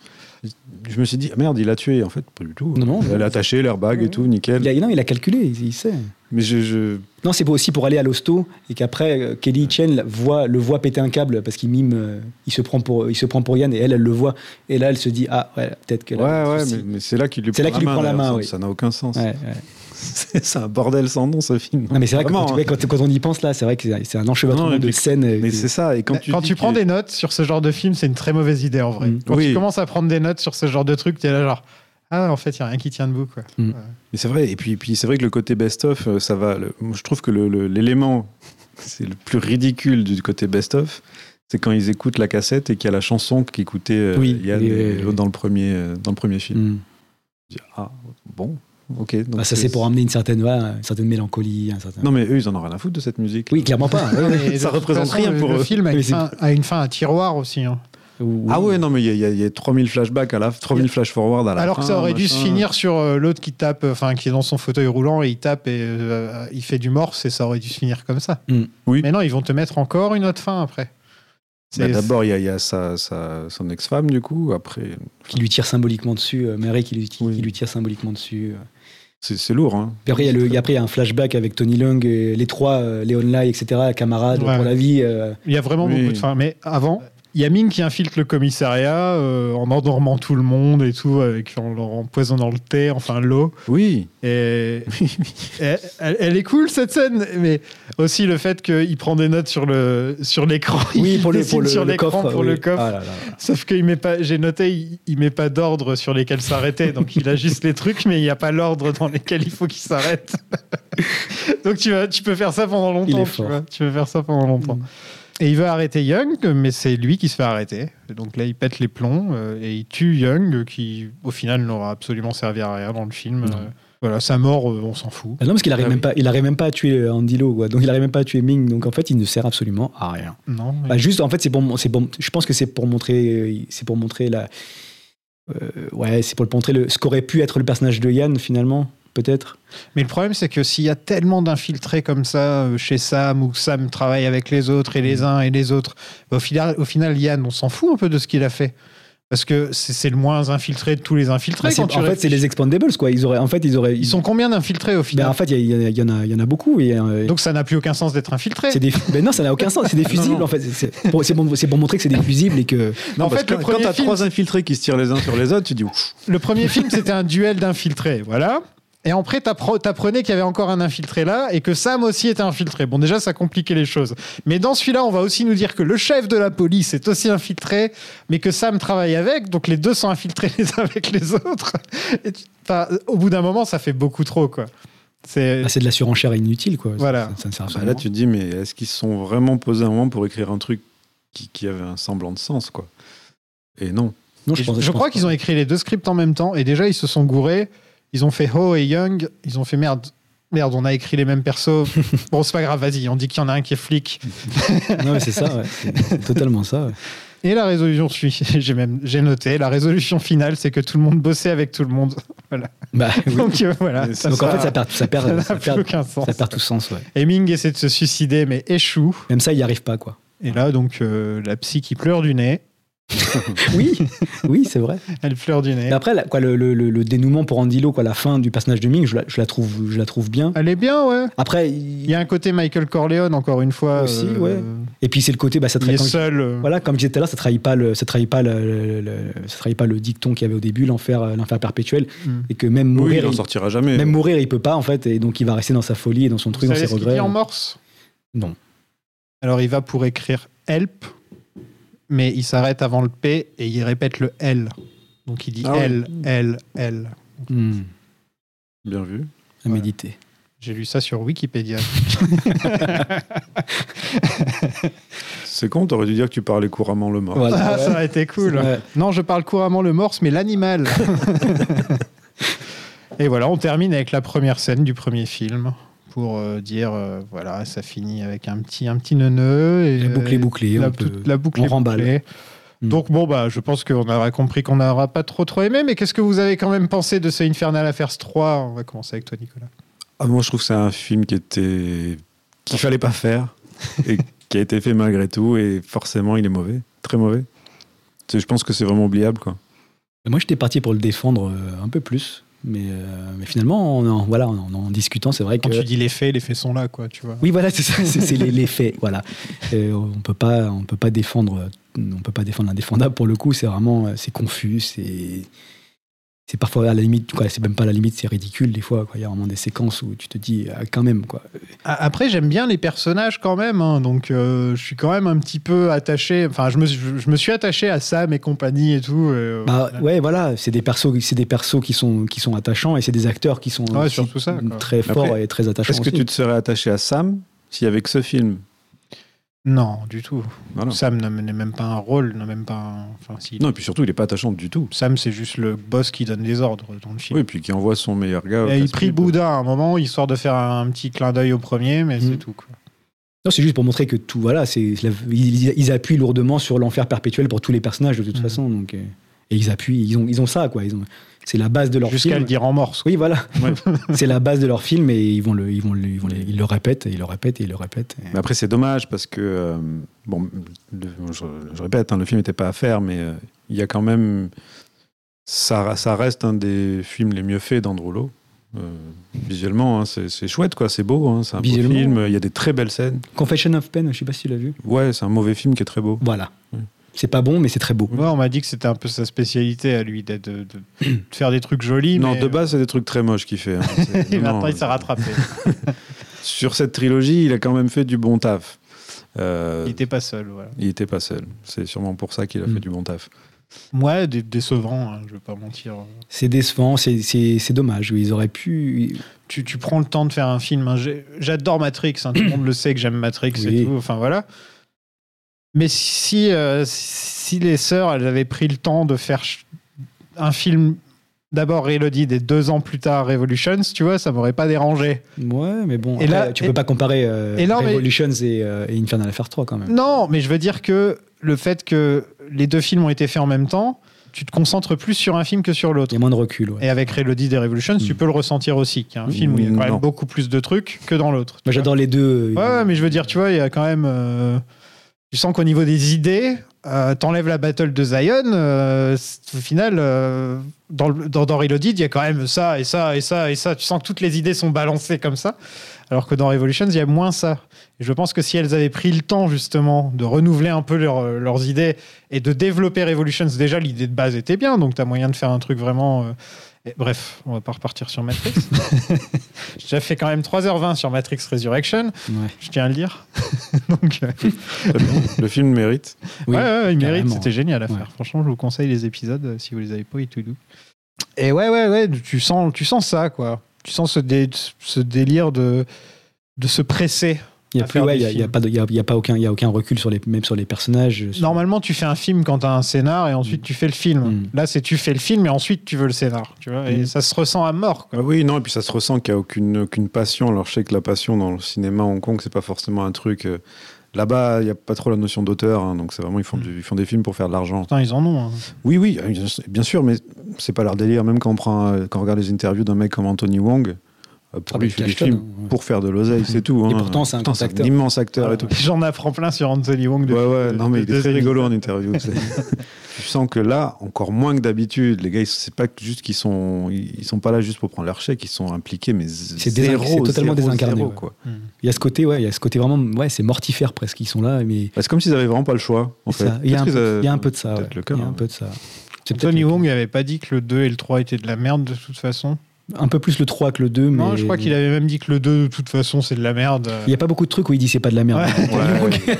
[SPEAKER 8] Je me suis dit, ah, merde, il l'a tué. En fait, pas du tout.
[SPEAKER 9] Non, non.
[SPEAKER 8] Elle a attaché l'airbag et tout, nickel.
[SPEAKER 9] Il a, non, il a calculé, il, il sait.
[SPEAKER 8] Mais je. je-
[SPEAKER 9] Non, c'est pour- aussi pour aller à l'hosto et qu'après euh, Kelly Chen la voit, le voit péter un câble parce qu'il mime, euh, il se prend pour, il se prend pour Yann et elle, elle le voit et là elle se dit ah ouais, peut-être qu'elle.
[SPEAKER 8] Ouais,
[SPEAKER 9] a un
[SPEAKER 8] ouais,
[SPEAKER 9] souci.
[SPEAKER 8] mais, mais c'est là qu'il lui
[SPEAKER 9] C'est
[SPEAKER 8] prend
[SPEAKER 9] là
[SPEAKER 8] la
[SPEAKER 9] qu'il lui
[SPEAKER 8] main.
[SPEAKER 9] prend la
[SPEAKER 8] d'ailleurs,
[SPEAKER 9] main,
[SPEAKER 8] ça-
[SPEAKER 9] oui.
[SPEAKER 8] Ça n'a aucun sens.
[SPEAKER 9] Ouais, ouais.
[SPEAKER 8] C'est c'est un bordel sans nom, ce film.
[SPEAKER 9] Non mais c'est vrai que
[SPEAKER 8] Vraiment,
[SPEAKER 9] quand,
[SPEAKER 8] hein.
[SPEAKER 9] ouais, quand, quand on y pense là, c'est vrai que c'est- c'est un
[SPEAKER 8] Non,
[SPEAKER 9] enchevêtrement
[SPEAKER 8] mais-
[SPEAKER 9] de scènes. euh,
[SPEAKER 8] Mais
[SPEAKER 9] qui-
[SPEAKER 8] c'est ça. Et quand tu,
[SPEAKER 7] Quand
[SPEAKER 8] dis
[SPEAKER 7] tu prends
[SPEAKER 8] qu'il-
[SPEAKER 7] des notes sur ce genre de film, c'est une très mauvaise idée en vrai.
[SPEAKER 9] Mm.
[SPEAKER 7] Quand
[SPEAKER 8] Oui.
[SPEAKER 7] tu commences à prendre des notes sur ce genre de truc, t'es là genre. Ah, en fait, il n'y a rien qui tient debout. Quoi.
[SPEAKER 8] Mais c'est vrai. Et puis, puis c'est vrai que le côté best-of, euh, ça va. le- moi, je trouve que le- le- l'élément, c'est le plus ridicule du côté best-of, c'est quand ils écoutent la cassette et qu'il y a la chanson qui écoutait euh,
[SPEAKER 9] Oui,
[SPEAKER 8] Yann
[SPEAKER 9] oui,
[SPEAKER 8] et
[SPEAKER 9] oui, oui.
[SPEAKER 8] l'autre dans le premier, euh, dans le premier film.
[SPEAKER 9] Hmm.
[SPEAKER 8] Je dis, ah bon, ok. donc
[SPEAKER 9] Bah, ça c'est pour amener une certaine, ouais, une certaine mélancolie, un certain.
[SPEAKER 8] Non mais eux, ils en ont rien à foutre de cette musique.
[SPEAKER 7] Ah
[SPEAKER 9] Oui, clairement pas. hein.
[SPEAKER 7] Ouais, mais
[SPEAKER 8] Ça
[SPEAKER 7] de toute
[SPEAKER 8] représente
[SPEAKER 7] façon,
[SPEAKER 8] rien pour
[SPEAKER 7] le
[SPEAKER 8] eux.
[SPEAKER 7] film a
[SPEAKER 9] Mais
[SPEAKER 7] une,
[SPEAKER 9] c'est-
[SPEAKER 7] fin, a une fin à tiroir aussi. hein.
[SPEAKER 9] Ou-
[SPEAKER 8] Ah ouais, non, mais il y a- il y, a- il y a 3000 flashbacks à la 3000 flash forward à la
[SPEAKER 7] Alors
[SPEAKER 8] fin,
[SPEAKER 7] que ça aurait dû se
[SPEAKER 8] Ah, machin.
[SPEAKER 7] finir sur euh, l'autre qui tape, enfin qui est dans son fauteuil roulant et il tape et euh, il fait du morse et ça aurait dû se finir comme ça.
[SPEAKER 9] Mm.
[SPEAKER 8] Oui.
[SPEAKER 7] Mais non, ils vont te mettre encore une autre fin après.
[SPEAKER 8] Bah,
[SPEAKER 7] C'est-
[SPEAKER 8] D'abord, il y a, il y a sa- sa- son ex-femme, du coup. Après,
[SPEAKER 9] qui lui tire symboliquement dessus, euh, Mary qui lui, qui-
[SPEAKER 8] Oui.
[SPEAKER 9] qui lui tire symboliquement dessus. euh.
[SPEAKER 8] c'est c'est lourd. Hein.
[SPEAKER 9] Puis après, il y a le- après, il y a un flashback avec Tony Lung, et les trois, euh, Léon Lai, etc., camarades
[SPEAKER 7] Ouais.
[SPEAKER 9] pour la vie. euh,
[SPEAKER 7] Il y a vraiment
[SPEAKER 8] Oui.
[SPEAKER 7] beaucoup de fins. Mais avant, il y a Ming qui infiltre le commissariat euh, en endormant tout le monde et tout, avec, en leur empoisonnant le thé, enfin l'eau.
[SPEAKER 8] Oui.
[SPEAKER 7] Et elle, elle- elle est cool cette scène, mais aussi le fait qu'il prend des notes sur le sur l'écran.
[SPEAKER 9] oui,
[SPEAKER 7] Il
[SPEAKER 9] pour le,
[SPEAKER 7] dessine
[SPEAKER 9] pour le,
[SPEAKER 7] sur
[SPEAKER 9] le
[SPEAKER 7] l'écran,
[SPEAKER 9] coffre.
[SPEAKER 7] pour
[SPEAKER 9] oui.
[SPEAKER 7] le coffre.
[SPEAKER 9] Ah là là.
[SPEAKER 7] Sauf qu'il met pas, j'ai noté, il, il met pas d'ordre sur lesquels s'arrêter. Donc il a juste les trucs, mais il n'y a pas l'ordre dans lesquels il faut qu'il s'arrête. donc tu vas, tu peux faire ça pendant
[SPEAKER 9] Il
[SPEAKER 7] longtemps.
[SPEAKER 9] est
[SPEAKER 7] Tu,
[SPEAKER 9] fort. Mm.
[SPEAKER 7] vois, tu peux faire ça pendant longtemps. Et il veut arrêter Young, mais c'est lui qui se fait arrêter. Et Donc là, il pète les plombs euh, et il tue Young, euh, qui au final n'aura absolument servi à rien dans le film.
[SPEAKER 9] Non.
[SPEAKER 7] Euh, voilà, sa mort, euh, on s'en fout.
[SPEAKER 9] Ah non, parce qu'il arrive
[SPEAKER 1] Ah
[SPEAKER 9] même,
[SPEAKER 1] oui.
[SPEAKER 9] pas- il arrive même pas à tuer euh, Andy Lo, quoi. donc il arrive même pas à tuer Ming, donc en fait, il ne sert absolument à rien.
[SPEAKER 7] Non.
[SPEAKER 9] Bah, juste, en fait, c'est pour, c'est pour- je pense que c'est pour montrer, c'est pour montrer la, euh, ouais, c'est pour montrer le, ce qu'aurait pu être le personnage de Yann finalement, peut-être.
[SPEAKER 7] Mais le problème, c'est que s'il y a tellement d'infiltrés comme ça euh, chez Sam, ou Sam travaille avec les autres et
[SPEAKER 9] Mm.
[SPEAKER 7] les uns et les autres, bah, au, final, au final, Yann, on s'en fout un peu de ce qu'il a fait. Parce que c'est c'est le moins infiltré de tous les infiltrés.
[SPEAKER 9] Bah, c'est-
[SPEAKER 7] quand tu
[SPEAKER 9] en fait,
[SPEAKER 7] réfléchis.
[SPEAKER 9] c'est les Expandables, quoi. Ils auraient, en fait, ils auraient,
[SPEAKER 7] Ils sont combien d'infiltrés au
[SPEAKER 9] Ben,
[SPEAKER 7] final
[SPEAKER 9] en fait, il y, a- il y a- il y en a, il y en a beaucoup. Et, euh,
[SPEAKER 7] Donc ça n'a plus aucun sens d'être infiltré.
[SPEAKER 9] c'est des, ben non, ça n'a aucun sens. C'est des fusibles, en fait. C'est pour, c'est pour- c'est pour montrer que c'est des fusibles et que.
[SPEAKER 7] En
[SPEAKER 8] Non, parce
[SPEAKER 7] fait,
[SPEAKER 8] que
[SPEAKER 7] le
[SPEAKER 8] quand
[SPEAKER 7] premier
[SPEAKER 8] t'as
[SPEAKER 7] film,
[SPEAKER 8] trois infiltrés qui se tirent les uns sur les autres, tu dis ouf.
[SPEAKER 7] Le premier film, c'était un duel d'infiltrés, voilà. Et après, t'appre- t'apprenais qu'il y avait encore un infiltré là et que Sam aussi était infiltré. Bon, déjà, ça compliquait les choses. Mais dans celui-là, on va aussi nous dire que le chef de la police est aussi infiltré, mais que Sam travaille avec, donc les deux sont infiltrés les uns avec les autres. Et tu- enfin, au bout d'un moment, ça fait beaucoup trop, quoi. C'est
[SPEAKER 9] Ah, c'est de la surenchère inutile, quoi.
[SPEAKER 7] Voilà.
[SPEAKER 9] Ça, ça ne sert
[SPEAKER 8] Bah,
[SPEAKER 9] absolument-
[SPEAKER 8] là, tu te dis, mais est-ce qu'ils se sont vraiment posés un moment pour écrire un truc qui, qui avait un semblant de sens, quoi Et non.
[SPEAKER 9] Non,
[SPEAKER 7] Et je,
[SPEAKER 9] pense-
[SPEAKER 7] je
[SPEAKER 9] pense
[SPEAKER 7] crois
[SPEAKER 9] pas.
[SPEAKER 7] qu'ils ont écrit les deux scripts en même temps et déjà ils se sont gourés. Ils ont fait Ho et Young. Ils ont fait merde. Merde, on a écrit les mêmes persos. bon, c'est pas grave, vas-y, on dit qu'il y en a un qui est flic.
[SPEAKER 9] Non, mais c'est ça. ouais. C'est c'est totalement ça. ouais.
[SPEAKER 7] Et la résolution, je suis- j'ai même j'ai noté, la résolution finale, c'est que tout le monde bossait avec tout le monde.
[SPEAKER 9] Bah, oui.
[SPEAKER 7] Donc euh, voilà.
[SPEAKER 8] Mais
[SPEAKER 7] ça
[SPEAKER 9] Donc en
[SPEAKER 7] sera-
[SPEAKER 9] fait, ça perd, ça perd,
[SPEAKER 7] ça n'a
[SPEAKER 9] ça
[SPEAKER 7] plus
[SPEAKER 9] perd-
[SPEAKER 7] aucun sens.
[SPEAKER 9] ça perd tout sens. Ouais.
[SPEAKER 7] Et Ming essaie de se suicider, mais échoue.
[SPEAKER 9] Même ça, il n'y arrive pas, quoi.
[SPEAKER 7] Et là, donc, euh, la psy qui pleure du nez.
[SPEAKER 9] Oui, oui, c'est vrai.
[SPEAKER 7] Elle pleure du nez.
[SPEAKER 9] Mais après, la- quoi, le, le- le- le dénouement pour Andy Lo, quoi, la fin du personnage de Ming, je la, je la trouve, je la trouve bien.
[SPEAKER 7] Elle est bien, ouais.
[SPEAKER 9] Après,
[SPEAKER 7] Il y a un côté Michael Corleone, encore une fois. euh,
[SPEAKER 9] Aussi, ouais. et puis c'est le côté, bah, ça
[SPEAKER 7] Il est
[SPEAKER 9] traite-
[SPEAKER 7] seul. euh,
[SPEAKER 9] Voilà, comme je disais tout à l'heure, ça trahit pas le, ça trahit pas le, le- le- ça trahit pas le dicton qu'il y avait au début, l'enfer, euh, l'enfer perpétuel,
[SPEAKER 7] Mm.
[SPEAKER 9] et que même
[SPEAKER 8] Oui,
[SPEAKER 9] mourir,
[SPEAKER 8] il en
[SPEAKER 9] il-
[SPEAKER 8] sortira jamais.
[SPEAKER 9] même mourir, il peut pas en fait, et donc il va rester dans sa folie et dans son
[SPEAKER 7] Vous
[SPEAKER 9] truc, dans
[SPEAKER 7] savez
[SPEAKER 9] ses
[SPEAKER 7] ce qu'il dit
[SPEAKER 9] regrets.
[SPEAKER 7] en morse
[SPEAKER 9] Non.
[SPEAKER 7] Alors il va pour écrire help, mais il s'arrête avant le P et il répète le L. Donc il dit
[SPEAKER 8] Ah ouais.
[SPEAKER 7] L, L, L.
[SPEAKER 9] Hmm,
[SPEAKER 8] Bien vu.
[SPEAKER 9] à méditer.
[SPEAKER 7] J'ai lu ça sur Wikipédia.
[SPEAKER 8] C'est con, t'aurais dû dire que tu parlais couramment le mort.
[SPEAKER 9] Voilà.
[SPEAKER 7] Ah, ça a été cool.
[SPEAKER 9] Ouais.
[SPEAKER 7] Non, je parle couramment le morse, mais l'animal. et voilà, on termine avec la première scène du premier film pour euh, dire euh, voilà, ça finit avec un petit un petit neuneu et
[SPEAKER 9] La
[SPEAKER 7] euh,
[SPEAKER 9] boucle est bouclée,
[SPEAKER 7] La,
[SPEAKER 9] on peut-
[SPEAKER 7] toute la boucle
[SPEAKER 9] on
[SPEAKER 7] est
[SPEAKER 9] remballe.
[SPEAKER 7] bouclée.
[SPEAKER 9] Mm.
[SPEAKER 7] Donc bon bah je pense qu'on aura compris qu'on n'aura pas trop trop aimé mais qu'est-ce que vous avez quand même pensé de ce Infernal Affairs 3 On va commencer avec toi Nicolas.
[SPEAKER 8] Ah, moi, je trouve que c'est un film qui était. qu'il fallait pas faire et qui a été fait malgré tout. Et forcément, il est mauvais. Très mauvais. C'est- Je pense que c'est vraiment oubliable, quoi.
[SPEAKER 9] Moi, j'étais parti pour le défendre euh, un peu plus, mais, euh, mais finalement, en, en- voilà, en, en discutant, c'est vrai que.
[SPEAKER 7] Quand tu dis les faits, les faits sont là quoi, tu vois.
[SPEAKER 9] Oui, voilà, c'est ça, c'est c'est les, les faits. Voilà, Euh, on peut pas, on peut pas défendre, on peut pas défendre l'indéfendable pour le coup. C'est vraiment, euh, c'est confus, c'est, c'est parfois à la limite, quoi. C'est même pas à la limite, c'est ridicule des fois. quoi. Il y a vraiment des séquences où tu te dis, ah, quand même, quoi.
[SPEAKER 7] A- Après, j'aime bien les personnages quand même, hein, donc euh, je suis quand même un petit peu attaché. Enfin, je me, suis- je, me suis attaché à Sam et compagnie et tout. et, euh,
[SPEAKER 9] Bah
[SPEAKER 7] voilà.
[SPEAKER 9] ouais, voilà, c'est des persos, c'est des persos qui sont, qui sont attachants et c'est des acteurs qui sont
[SPEAKER 7] Ouais,
[SPEAKER 9] aussi
[SPEAKER 7] surtout ça, quoi.
[SPEAKER 9] très
[SPEAKER 8] Après,
[SPEAKER 9] forts et très attachants.
[SPEAKER 8] Est-ce que
[SPEAKER 9] aussi.
[SPEAKER 8] tu te serais attaché à Sam s'il y avait que ce film
[SPEAKER 7] Non, du tout.
[SPEAKER 8] Voilà.
[SPEAKER 7] Sam n'a- n'est même pas un rôle, n'a même pas. un- Enfin, si.
[SPEAKER 8] Non, et puis surtout, il est pas attachant du tout.
[SPEAKER 7] Sam, c'est juste le boss qui donne les ordres dans le film.
[SPEAKER 8] Oui, bah, et puis qui envoie son meilleur gars. au
[SPEAKER 7] Et il
[SPEAKER 8] casse-pipe.
[SPEAKER 7] prie Bouddha à un moment, histoire de faire un petit clin d'œil au premier, mais
[SPEAKER 9] Mm.
[SPEAKER 7] c'est tout. Quoi.
[SPEAKER 9] Non, c'est juste pour montrer que tout, voilà, c'est la- ils, ils appuient lourdement sur l'enfer perpétuel pour tous les personnages de toute
[SPEAKER 7] Mhm.
[SPEAKER 9] façon. Donc, euh, et ils appuient, ils ont, ils ont ça, quoi. Ils ont, c'est la base de leur
[SPEAKER 7] Jusqu'à
[SPEAKER 9] film.
[SPEAKER 7] le dire en morse.
[SPEAKER 9] Oui, voilà.
[SPEAKER 7] Ouais.
[SPEAKER 9] c'est la base de leur film et ils vont le, ils vont le, ils vont le, ils le répètent et ils le répètent et ils le répètent. Et-
[SPEAKER 8] Mais après, c'est dommage parce que, euh, bon, le- je, je répète, hein, le film n'était pas à faire, mais euh, il y a quand même. Ça, ça reste un des films les mieux faits d'Andrew Lowe. Euh, visuellement, hein, c'est c'est chouette, quoi. C'est beau, hein, c'est un beau
[SPEAKER 9] Visuellement.
[SPEAKER 8] film. Il y a des très belles scènes.
[SPEAKER 9] Confession of Pen, je sais pas si tu l'as vu.
[SPEAKER 8] Ouais, c'est un mauvais film qui est très beau.
[SPEAKER 9] Voilà.
[SPEAKER 7] Mm.
[SPEAKER 8] Ouais.
[SPEAKER 9] C'est pas bon, mais c'est très beau.
[SPEAKER 7] Moi, on m'a dit que c'était un peu sa spécialité à lui, d'être- de, de- de faire des trucs jolis.
[SPEAKER 8] non,
[SPEAKER 7] mais-
[SPEAKER 8] de base, c'est des trucs très moches qu'il fait. hein. C'est-
[SPEAKER 7] Et
[SPEAKER 8] non,
[SPEAKER 7] maintenant,
[SPEAKER 8] non,
[SPEAKER 7] il s'est rattrapé.
[SPEAKER 8] Sur cette trilogie, il a quand même fait du bon taf. Euh,
[SPEAKER 7] Il Hmm. n'était pas seul. Voilà.
[SPEAKER 8] il était pas seul. C'est sûrement pour ça qu'il a
[SPEAKER 9] Mm.
[SPEAKER 8] fait du bon taf.
[SPEAKER 7] Moi, dé- décevant, hein, je ne vais pas mentir.
[SPEAKER 9] C'est décevant, c'est- c'est c'est dommage. oui, Ils auraient pu.
[SPEAKER 7] Tu, tu prends le temps de faire un film. hein. J'ai- J'adore Matrix. hein, tout le monde le sait que j'aime Matrix
[SPEAKER 9] Oui.
[SPEAKER 7] et tout. Enfin, voilà. Mais si, euh, si les sœurs, elles avaient pris le temps de faire ch- un film. D'abord Reloaded et deux ans plus tard Revolutions, tu vois, ça m'aurait pas dérangé.
[SPEAKER 9] Ouais, mais bon.
[SPEAKER 7] Et
[SPEAKER 9] après,
[SPEAKER 7] là-
[SPEAKER 9] tu
[SPEAKER 7] et-
[SPEAKER 9] peux pas comparer euh,
[SPEAKER 7] et là, mais-
[SPEAKER 9] Revolutions et, euh, et Infernal Affair 3 quand même.
[SPEAKER 7] Non, mais je veux dire que le fait que les deux films ont été faits en même temps, tu te concentres plus sur un film que sur l'autre.
[SPEAKER 9] Il y a moins de recul. ouais.
[SPEAKER 7] Et avec Reloaded des Revolutions, tu
[SPEAKER 9] Mm.
[SPEAKER 7] peux le ressentir aussi, qu'il y a un film où il y a quand
[SPEAKER 8] Non.
[SPEAKER 7] même beaucoup plus de trucs que dans l'autre.
[SPEAKER 9] Moi, j'adore les deux. euh,
[SPEAKER 7] Ouais, ouais, mais je veux dire, tu vois, il y a quand même. euh, tu sens qu'au niveau des idées, euh, t'enlèves la battle de Zion, euh, c'est- au final, euh, dans, le- dans, dans Reloaded, il y a quand même ça et ça et ça et ça. Tu sens que toutes les idées sont balancées comme ça, alors que dans Revolutions, il y a moins ça. Et je pense que si elles avaient pris le temps, justement, de renouveler un peu leur- euh, leurs idées et de développer Revolutions, déjà, l'idée de base était bien, donc t'as moyen de faire un truc vraiment. euh, et bref, on va pas repartir sur Matrix. J'ai déjà fait quand même 3h20 sur Matrix Resurrection.
[SPEAKER 9] ouais.
[SPEAKER 7] Je tiens à le dire. Donc, euh,
[SPEAKER 8] Très bien. le film le mérite.
[SPEAKER 9] Oui,
[SPEAKER 7] ouais, ouais, il mérite.
[SPEAKER 9] carrément.
[SPEAKER 7] C'était génial à
[SPEAKER 9] Ouais.
[SPEAKER 7] faire. Franchement, je vous conseille les épisodes euh, si vous les avez pas, et tout doux. Et ouais, ouais, ouais, tu sens, tu sens ça, quoi. Tu sens ce, dé- ce délire de, de se presser.
[SPEAKER 9] Il y a
[SPEAKER 7] à
[SPEAKER 9] plus,
[SPEAKER 7] faire
[SPEAKER 9] ouais,
[SPEAKER 7] des
[SPEAKER 9] il y a- il y a
[SPEAKER 7] films.
[SPEAKER 9] pas, de- il y a, il y a pas aucun, il y a aucun recul sur les, même sur les personnages. sur-
[SPEAKER 7] Normalement, tu fais un film quand tu as un scénar et ensuite tu fais le film.
[SPEAKER 9] Mm.
[SPEAKER 7] Là, c'est tu fais le film et ensuite tu veux le scénar. Tu vois, et
[SPEAKER 9] Mm.
[SPEAKER 7] ça se ressent à mort.
[SPEAKER 8] Ah oui, non, et puis ça se ressent qu'il n'y a aucune, aucune passion. Alors je sais que la passion dans le cinéma à Hong Kong, c'est pas forcément un truc. euh, Là-bas, il n'y a pas trop la notion d'auteur, hein, donc c'est vraiment ils
[SPEAKER 9] Mm.
[SPEAKER 8] font, du- ils font des films pour faire de l'argent.
[SPEAKER 7] Pourtant, ils en ont. hein.
[SPEAKER 8] Oui, oui, euh, bien sûr, mais c'est pas leur délire. Même quand on, prend, euh, quand on regarde les interviews d'un mec comme Anthony Wong, euh, pour
[SPEAKER 9] Ah,
[SPEAKER 8] lui,
[SPEAKER 9] mais
[SPEAKER 8] il fait des
[SPEAKER 9] Cashton,
[SPEAKER 8] films
[SPEAKER 9] ouais.
[SPEAKER 8] pour faire de l'oseille, c'est tout.
[SPEAKER 9] Et
[SPEAKER 8] hein.
[SPEAKER 9] pourtant, c'est un
[SPEAKER 8] Putain,
[SPEAKER 9] grand acteur. Ah,
[SPEAKER 8] immense
[SPEAKER 7] Ah
[SPEAKER 8] acteur et tout.
[SPEAKER 7] J'en apprends plein sur Anthony Wong.
[SPEAKER 8] Ouais,
[SPEAKER 7] depuis-
[SPEAKER 8] ouais, non, mais il
[SPEAKER 7] depuis
[SPEAKER 8] est très
[SPEAKER 7] deux
[SPEAKER 8] rigolo en interview. c'est- tu sens que là, encore moins que d'habitude, les gars, ils- c'est pas que juste qu'ils sont, ils ils sont pas là juste pour prendre leur chèque, ils sont impliqués, mais z-
[SPEAKER 9] C'est désin-
[SPEAKER 8] zéro,
[SPEAKER 9] c'est totalement
[SPEAKER 8] zéro,
[SPEAKER 9] désincarné,
[SPEAKER 8] zéro,
[SPEAKER 9] ouais.
[SPEAKER 8] quoi.
[SPEAKER 9] Il y a ce côté, ouais, il y a ce côté vraiment, ouais, c'est mortifère presque. Ils sont là, mais
[SPEAKER 8] Bah, c'est comme s'ils avaient vraiment pas le choix. En
[SPEAKER 9] c'est
[SPEAKER 8] fait.
[SPEAKER 9] ça. il y, a un
[SPEAKER 8] Peut-être qu'ils
[SPEAKER 9] peu- il y a un peu de ça.
[SPEAKER 8] peut-être
[SPEAKER 9] ouais.
[SPEAKER 8] le cas,
[SPEAKER 9] il y a un
[SPEAKER 8] hein.
[SPEAKER 9] peu de ça. C'est peut-être
[SPEAKER 7] Anthony
[SPEAKER 9] le-
[SPEAKER 7] Wong il avait pas dit que le 2 et le 3 étaient de la merde de toute façon.
[SPEAKER 9] un peu plus le 3 que le 2, mais
[SPEAKER 7] Non, je crois qu'il avait même dit que le 2 de toute façon c'est de la merde.
[SPEAKER 9] Il n'y a pas beaucoup de trucs où il dit c'est pas de la merde.
[SPEAKER 8] Ouais, ouais, ouais.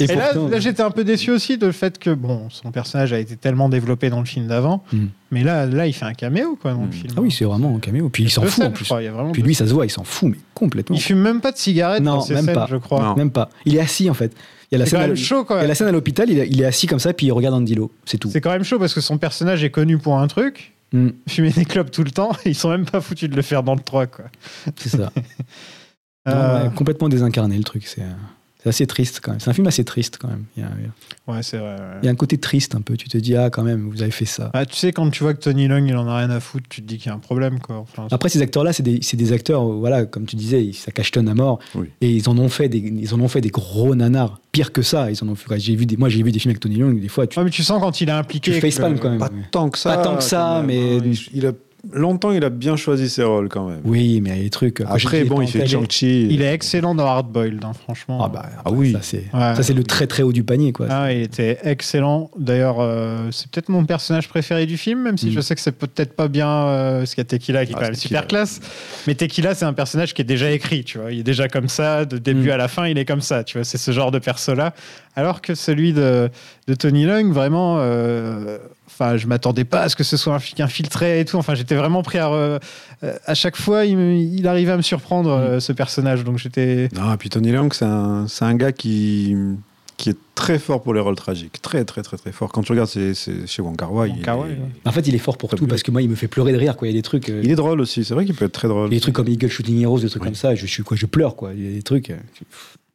[SPEAKER 9] Et,
[SPEAKER 7] Et là,
[SPEAKER 9] pourtant-
[SPEAKER 7] là, j'étais un peu déçu aussi de le fait que bon, son personnage a été tellement développé dans le film d'avant,
[SPEAKER 9] Mm.
[SPEAKER 7] mais là, là, il fait un caméo quoi dans le
[SPEAKER 8] Mm.
[SPEAKER 7] film.
[SPEAKER 9] ah oui, c'est vraiment un caméo. Puis il s'en
[SPEAKER 7] Deux
[SPEAKER 9] fout en
[SPEAKER 7] scènes, je
[SPEAKER 9] plus.
[SPEAKER 7] crois, il y a vraiment
[SPEAKER 9] Puis
[SPEAKER 7] deux-
[SPEAKER 9] lui, ça se voit, il s'en fout, mais complètement.
[SPEAKER 7] il fume même pas de cigarette
[SPEAKER 9] Non,
[SPEAKER 7] dans ces
[SPEAKER 9] même
[SPEAKER 7] scènes,
[SPEAKER 9] pas.
[SPEAKER 7] je crois.
[SPEAKER 8] Non.
[SPEAKER 9] Même pas. Il est assis en fait. Il y a la
[SPEAKER 7] C'est
[SPEAKER 9] scène
[SPEAKER 7] quand
[SPEAKER 9] à
[SPEAKER 7] même
[SPEAKER 9] l'hôp-
[SPEAKER 7] chaud quand
[SPEAKER 9] il y a
[SPEAKER 7] même.
[SPEAKER 9] la scène à l'hôpital, il, est- il est assis comme ça, puis il regarde Andilo. C'est tout.
[SPEAKER 7] C'est quand même chaud parce que son personnage est connu pour un truc.
[SPEAKER 9] Mm,
[SPEAKER 7] Fumer des clopes tout le temps, et ils sont même pas foutus de le faire dans le 3 quoi.
[SPEAKER 9] c'est ça. Non,
[SPEAKER 7] Euh,
[SPEAKER 9] ouais, complètement désincarné le truc. C'est euh, c'est assez triste quand même. C'est un film assez triste quand même. Il y, a,
[SPEAKER 7] ouais, c'est vrai. ouais.
[SPEAKER 9] il y a un côté triste un peu. Tu te dis, ah quand même, vous avez fait ça.
[SPEAKER 7] Ah, tu sais quand tu vois que Tony Long il en a rien à foutre, tu te dis qu'il y a un problème quoi. Enfin,
[SPEAKER 9] Après, ces acteurs-là, c'est des, c'est des acteurs, euh, voilà, comme tu disais, ils- ça cachetonne à mort.
[SPEAKER 8] Oui.
[SPEAKER 9] Et ils en, ont fait des, ils en ont fait des gros nanars. Pire que ça, ils en ont fait. ouais, J'ai vu des, moi, j'ai vu des films avec Tony Long, des fois, tu,
[SPEAKER 7] Ouais, mais tu sens quand il est impliqué.
[SPEAKER 9] tu
[SPEAKER 7] que-
[SPEAKER 9] facepalmes quand même.
[SPEAKER 8] Pas
[SPEAKER 9] ouais.
[SPEAKER 8] tant que ça.
[SPEAKER 9] Pas tant que ça,
[SPEAKER 8] quand
[SPEAKER 9] mais-
[SPEAKER 8] hein. Il, il a, longtemps, il a bien choisi ses rôles quand même.
[SPEAKER 9] Oui, mais il y a des trucs. euh, quand je dis
[SPEAKER 8] Après,
[SPEAKER 9] les
[SPEAKER 8] bon, il fait
[SPEAKER 9] pantalons-
[SPEAKER 8] Shang-Chi.
[SPEAKER 7] Il est excellent dans Hard Boiled, hein, franchement.
[SPEAKER 9] Ah, bah,
[SPEAKER 8] Ah oui.
[SPEAKER 9] Ça, c'est
[SPEAKER 7] Ouais.
[SPEAKER 9] ça, c'est le très très haut du panier, quoi.
[SPEAKER 7] Ah, il était excellent. D'ailleurs, euh, c'est peut-être mon personnage préféré du film, même si
[SPEAKER 9] Mm.
[SPEAKER 7] je sais que c'est peut-être pas bien euh, parce qu'il y a Tequila qui est
[SPEAKER 8] Ah,
[SPEAKER 7] quand même
[SPEAKER 8] c'est
[SPEAKER 7] super classe. Mais Tequila, c'est un personnage qui est déjà écrit, tu vois. Il est déjà comme ça, de début
[SPEAKER 9] Mm.
[SPEAKER 7] à la fin, il est comme ça, tu vois. C'est ce genre de perso-là. Alors que celui de, de Tony Long, vraiment, euh, enfin, je m'attendais pas à ce que ce soit un flic infiltré et tout. Enfin, j'étais vraiment pris à. re- euh, à chaque fois, il, me- il arrivait à me surprendre,
[SPEAKER 9] Mm.
[SPEAKER 7] euh, ce personnage. Donc j'étais.
[SPEAKER 8] Non, et puis Tony Leung, c'est un, c'est un gars qui, qui est très fort pour les rôles tragiques. Très, très, très, très fort. Quand tu regardes c'est chez Wong Kar Wai,
[SPEAKER 7] Wong
[SPEAKER 8] il,
[SPEAKER 7] Kar Wai,
[SPEAKER 8] est-
[SPEAKER 7] ouais.
[SPEAKER 9] En fait, il est fort pour
[SPEAKER 8] Très
[SPEAKER 9] tout
[SPEAKER 8] bien.
[SPEAKER 9] parce que moi, il me fait pleurer de rire, quoi. Il y a des trucs. euh,
[SPEAKER 8] il est drôle aussi. C'est vrai qu'il peut être très drôle.
[SPEAKER 9] Des trucs comme Eagle Shooting Heroes, des trucs
[SPEAKER 8] Oui.
[SPEAKER 9] comme ça, je suis quoi, je pleure quoi. Il y a des trucs. euh,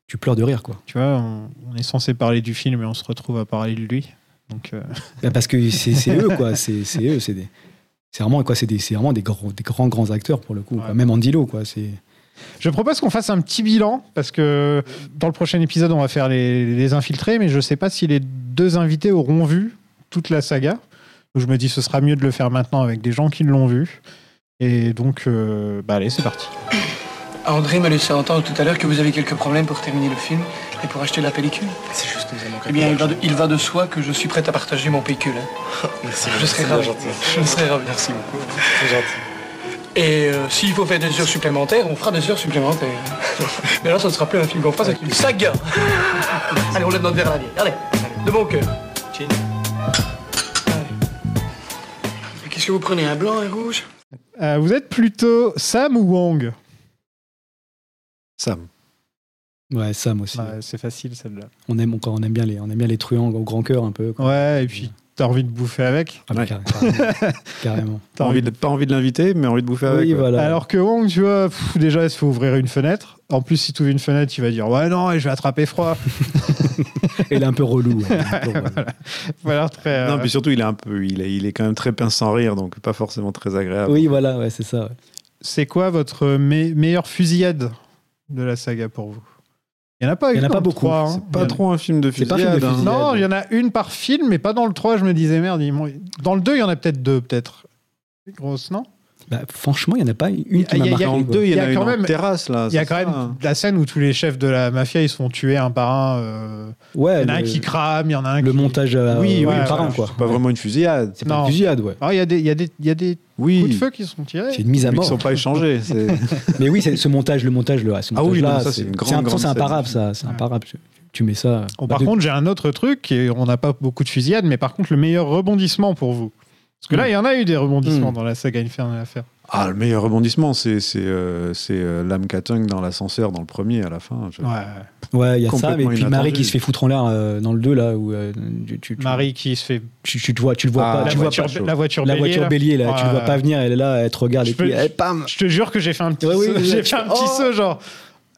[SPEAKER 9] tu pleures de rire, quoi.
[SPEAKER 7] Tu vois, on, on est censé parler du film et on se retrouve à parler de lui. Donc, euh,
[SPEAKER 9] Bah, Parce que c'est c'est eux, quoi. C'est c'est eux, c'est des- c'est vraiment, quoi, c'est des, c'est vraiment des, gros, des grands, grands acteurs pour le coup.
[SPEAKER 7] Ouais.
[SPEAKER 9] quoi. Même Andilo, quoi. C'est
[SPEAKER 7] je propose qu'on fasse un petit bilan parce que dans le prochain épisode, on va faire les, les infiltrés, mais je sais pas si les deux invités auront vu toute la saga. Donc, je me dis, ce sera mieux de le faire maintenant avec des gens qui l'ont vu. Et donc, euh, bah allez, c'est parti.
[SPEAKER 3] André m'a laissé entendre tout à l'heure que vous avez quelques problèmes pour terminer le film et pour acheter la pellicule.
[SPEAKER 10] C'est juste que nous avons
[SPEAKER 3] Eh bien, il va, de, il va de soi que je suis prêt à partager mon pécule. hein.
[SPEAKER 10] Merci,
[SPEAKER 3] Je serai ravi. Je serai ravi.
[SPEAKER 10] Merci beaucoup. Très gentil.
[SPEAKER 3] Et euh, s'il faut faire des heures supplémentaires, on fera des heures supplémentaires. Mais là, ça ne sera plus un film qu'on fera, c'est une saga. Allez, on lève notre verre à la vieille. Allez, de bon cœur. Allez. Et Qu'est-ce que vous prenez Un blanc, un rouge
[SPEAKER 7] Euh, vous êtes plutôt Sam ou Wang
[SPEAKER 8] Sam.
[SPEAKER 9] ouais, Sam aussi.
[SPEAKER 7] Bah, C'est facile celle-là.
[SPEAKER 9] On, aime, encore, on, aime bien les, on aime bien les truands au grand cœur un peu. Quoi.
[SPEAKER 7] Ouais, et puis t'as envie de bouffer avec.
[SPEAKER 9] Ah, mais
[SPEAKER 8] Ouais.
[SPEAKER 9] carré- carrément. Carrément.
[SPEAKER 7] T'as
[SPEAKER 8] Pas envie, de, pas envie de l'inviter, mais envie de bouffer avec.
[SPEAKER 9] Oui,
[SPEAKER 8] ouais.
[SPEAKER 9] voilà.
[SPEAKER 7] Alors que Wong, tu vois, pff, déjà, il se fait ouvrir une fenêtre. En plus, si tu ouvres une fenêtre, il va dire Ouais, non, et je vais attraper froid.
[SPEAKER 9] Il est un peu relou. ouais. Il est un peu relou.
[SPEAKER 7] voilà, très. euh,
[SPEAKER 8] Non, puis surtout, il est un peu, il est, il est quand même très pince sans rire, donc pas forcément très agréable.
[SPEAKER 9] Oui, voilà, ouais, c'est ça. ouais.
[SPEAKER 7] C'est quoi votre me- meilleure fusillade de la saga pour vous Il n'y en a pas
[SPEAKER 9] Il y en a
[SPEAKER 7] une
[SPEAKER 9] pas
[SPEAKER 7] dans le
[SPEAKER 9] beaucoup.
[SPEAKER 7] trois, hein. Il
[SPEAKER 8] Pas
[SPEAKER 7] y en a-
[SPEAKER 8] trop un film de
[SPEAKER 9] C'est
[SPEAKER 8] fusillade.
[SPEAKER 9] pas un film de
[SPEAKER 8] hein.
[SPEAKER 9] fusillade.
[SPEAKER 7] Non, il y en a une par film, mais pas dans le 3. Je me disais Merde, ils m'ont- dans le 2, il y en a peut-être deux, peut-être. Grosse, non
[SPEAKER 9] Bah, franchement, il n'y en a pas une qui
[SPEAKER 7] Il y
[SPEAKER 9] m'a
[SPEAKER 7] a- il y a-
[SPEAKER 9] marqué.
[SPEAKER 8] Dans le
[SPEAKER 9] quoi.
[SPEAKER 8] deux, il y en
[SPEAKER 7] Il y a
[SPEAKER 8] a une
[SPEAKER 7] quand même-
[SPEAKER 8] en terrasse, là.
[SPEAKER 7] Il y a
[SPEAKER 8] c'est
[SPEAKER 7] quand
[SPEAKER 8] ça,
[SPEAKER 7] même
[SPEAKER 8] hein.
[SPEAKER 7] la scène où tous les chefs de la mafia, ils se font tuer un par un. euh, Il
[SPEAKER 9] Ouais,
[SPEAKER 7] y en a un
[SPEAKER 9] le-
[SPEAKER 7] qui crame, il y en a un
[SPEAKER 9] le
[SPEAKER 7] qui...
[SPEAKER 9] montage euh,
[SPEAKER 7] Oui,
[SPEAKER 9] oui,
[SPEAKER 7] ouais,
[SPEAKER 9] par
[SPEAKER 7] ouais,
[SPEAKER 9] un,
[SPEAKER 7] je
[SPEAKER 9] quoi.
[SPEAKER 8] C'est pas vraiment une fusillade.
[SPEAKER 9] C'est pas
[SPEAKER 7] Non.
[SPEAKER 9] une fusillade, ouais.
[SPEAKER 7] Ah, il y a des, il y a des, il y a des
[SPEAKER 8] Oui.
[SPEAKER 7] coups de feu qui sont tirés.
[SPEAKER 9] C'est une mise à
[SPEAKER 8] Ils ne
[SPEAKER 9] mort.
[SPEAKER 8] sont pas échangés. c'est-
[SPEAKER 9] Mais oui, c'est- ce montage, le montage, le, ah, ce
[SPEAKER 8] Ah oui,
[SPEAKER 9] montage-là,
[SPEAKER 8] non, ça, c'est une grande,
[SPEAKER 9] un- ça,
[SPEAKER 8] grande
[SPEAKER 9] c'est
[SPEAKER 8] scène.
[SPEAKER 9] imparable, ça, c'est imparable. Tu- Tu mets ça.
[SPEAKER 7] Bon,
[SPEAKER 9] bah,
[SPEAKER 7] Oh, par
[SPEAKER 9] de-
[SPEAKER 7] contre, j'ai un autre truc, et on n'a pas beaucoup de fusillades, mais par contre, le meilleur rebondissement pour vous. Parce que
[SPEAKER 9] Hmm.
[SPEAKER 7] là, il y en a eu des rebondissements
[SPEAKER 9] Mm.
[SPEAKER 7] dans la saga Infernal Affair.
[SPEAKER 8] Ah, le meilleur rebondissement, c'est c'est euh, c'est, euh, Lam Katung dans l'ascenseur, dans le premier, à la fin. Je-
[SPEAKER 7] Ouais.
[SPEAKER 9] ouais, il y a ça,
[SPEAKER 8] complètement
[SPEAKER 9] et puis
[SPEAKER 8] inattendu.
[SPEAKER 9] Marie qui se fait foutre en l'air euh, dans le 2, là, où euh, tu, tu, tu-
[SPEAKER 7] Marie qui se fait.
[SPEAKER 9] tu, tu te vois, tu le vois
[SPEAKER 8] Ah,
[SPEAKER 9] pas,
[SPEAKER 7] la,
[SPEAKER 9] tu vois
[SPEAKER 7] voiture,
[SPEAKER 9] pas.
[SPEAKER 8] pas, je-
[SPEAKER 7] la voiture
[SPEAKER 9] La
[SPEAKER 7] bélier,
[SPEAKER 9] voiture
[SPEAKER 7] là.
[SPEAKER 9] bélier, là, tu le vois
[SPEAKER 7] Ouais.
[SPEAKER 9] pas venir, elle est là, elle te regarde,
[SPEAKER 7] Je
[SPEAKER 9] et puis
[SPEAKER 7] peux-
[SPEAKER 9] eh, pam
[SPEAKER 7] Je te jure que j'ai fait un petit
[SPEAKER 9] Ouais, oui,
[SPEAKER 7] saut.
[SPEAKER 9] oui,
[SPEAKER 7] j'ai
[SPEAKER 9] oui.
[SPEAKER 7] fait un petit
[SPEAKER 9] Oh.
[SPEAKER 7] saut, genre.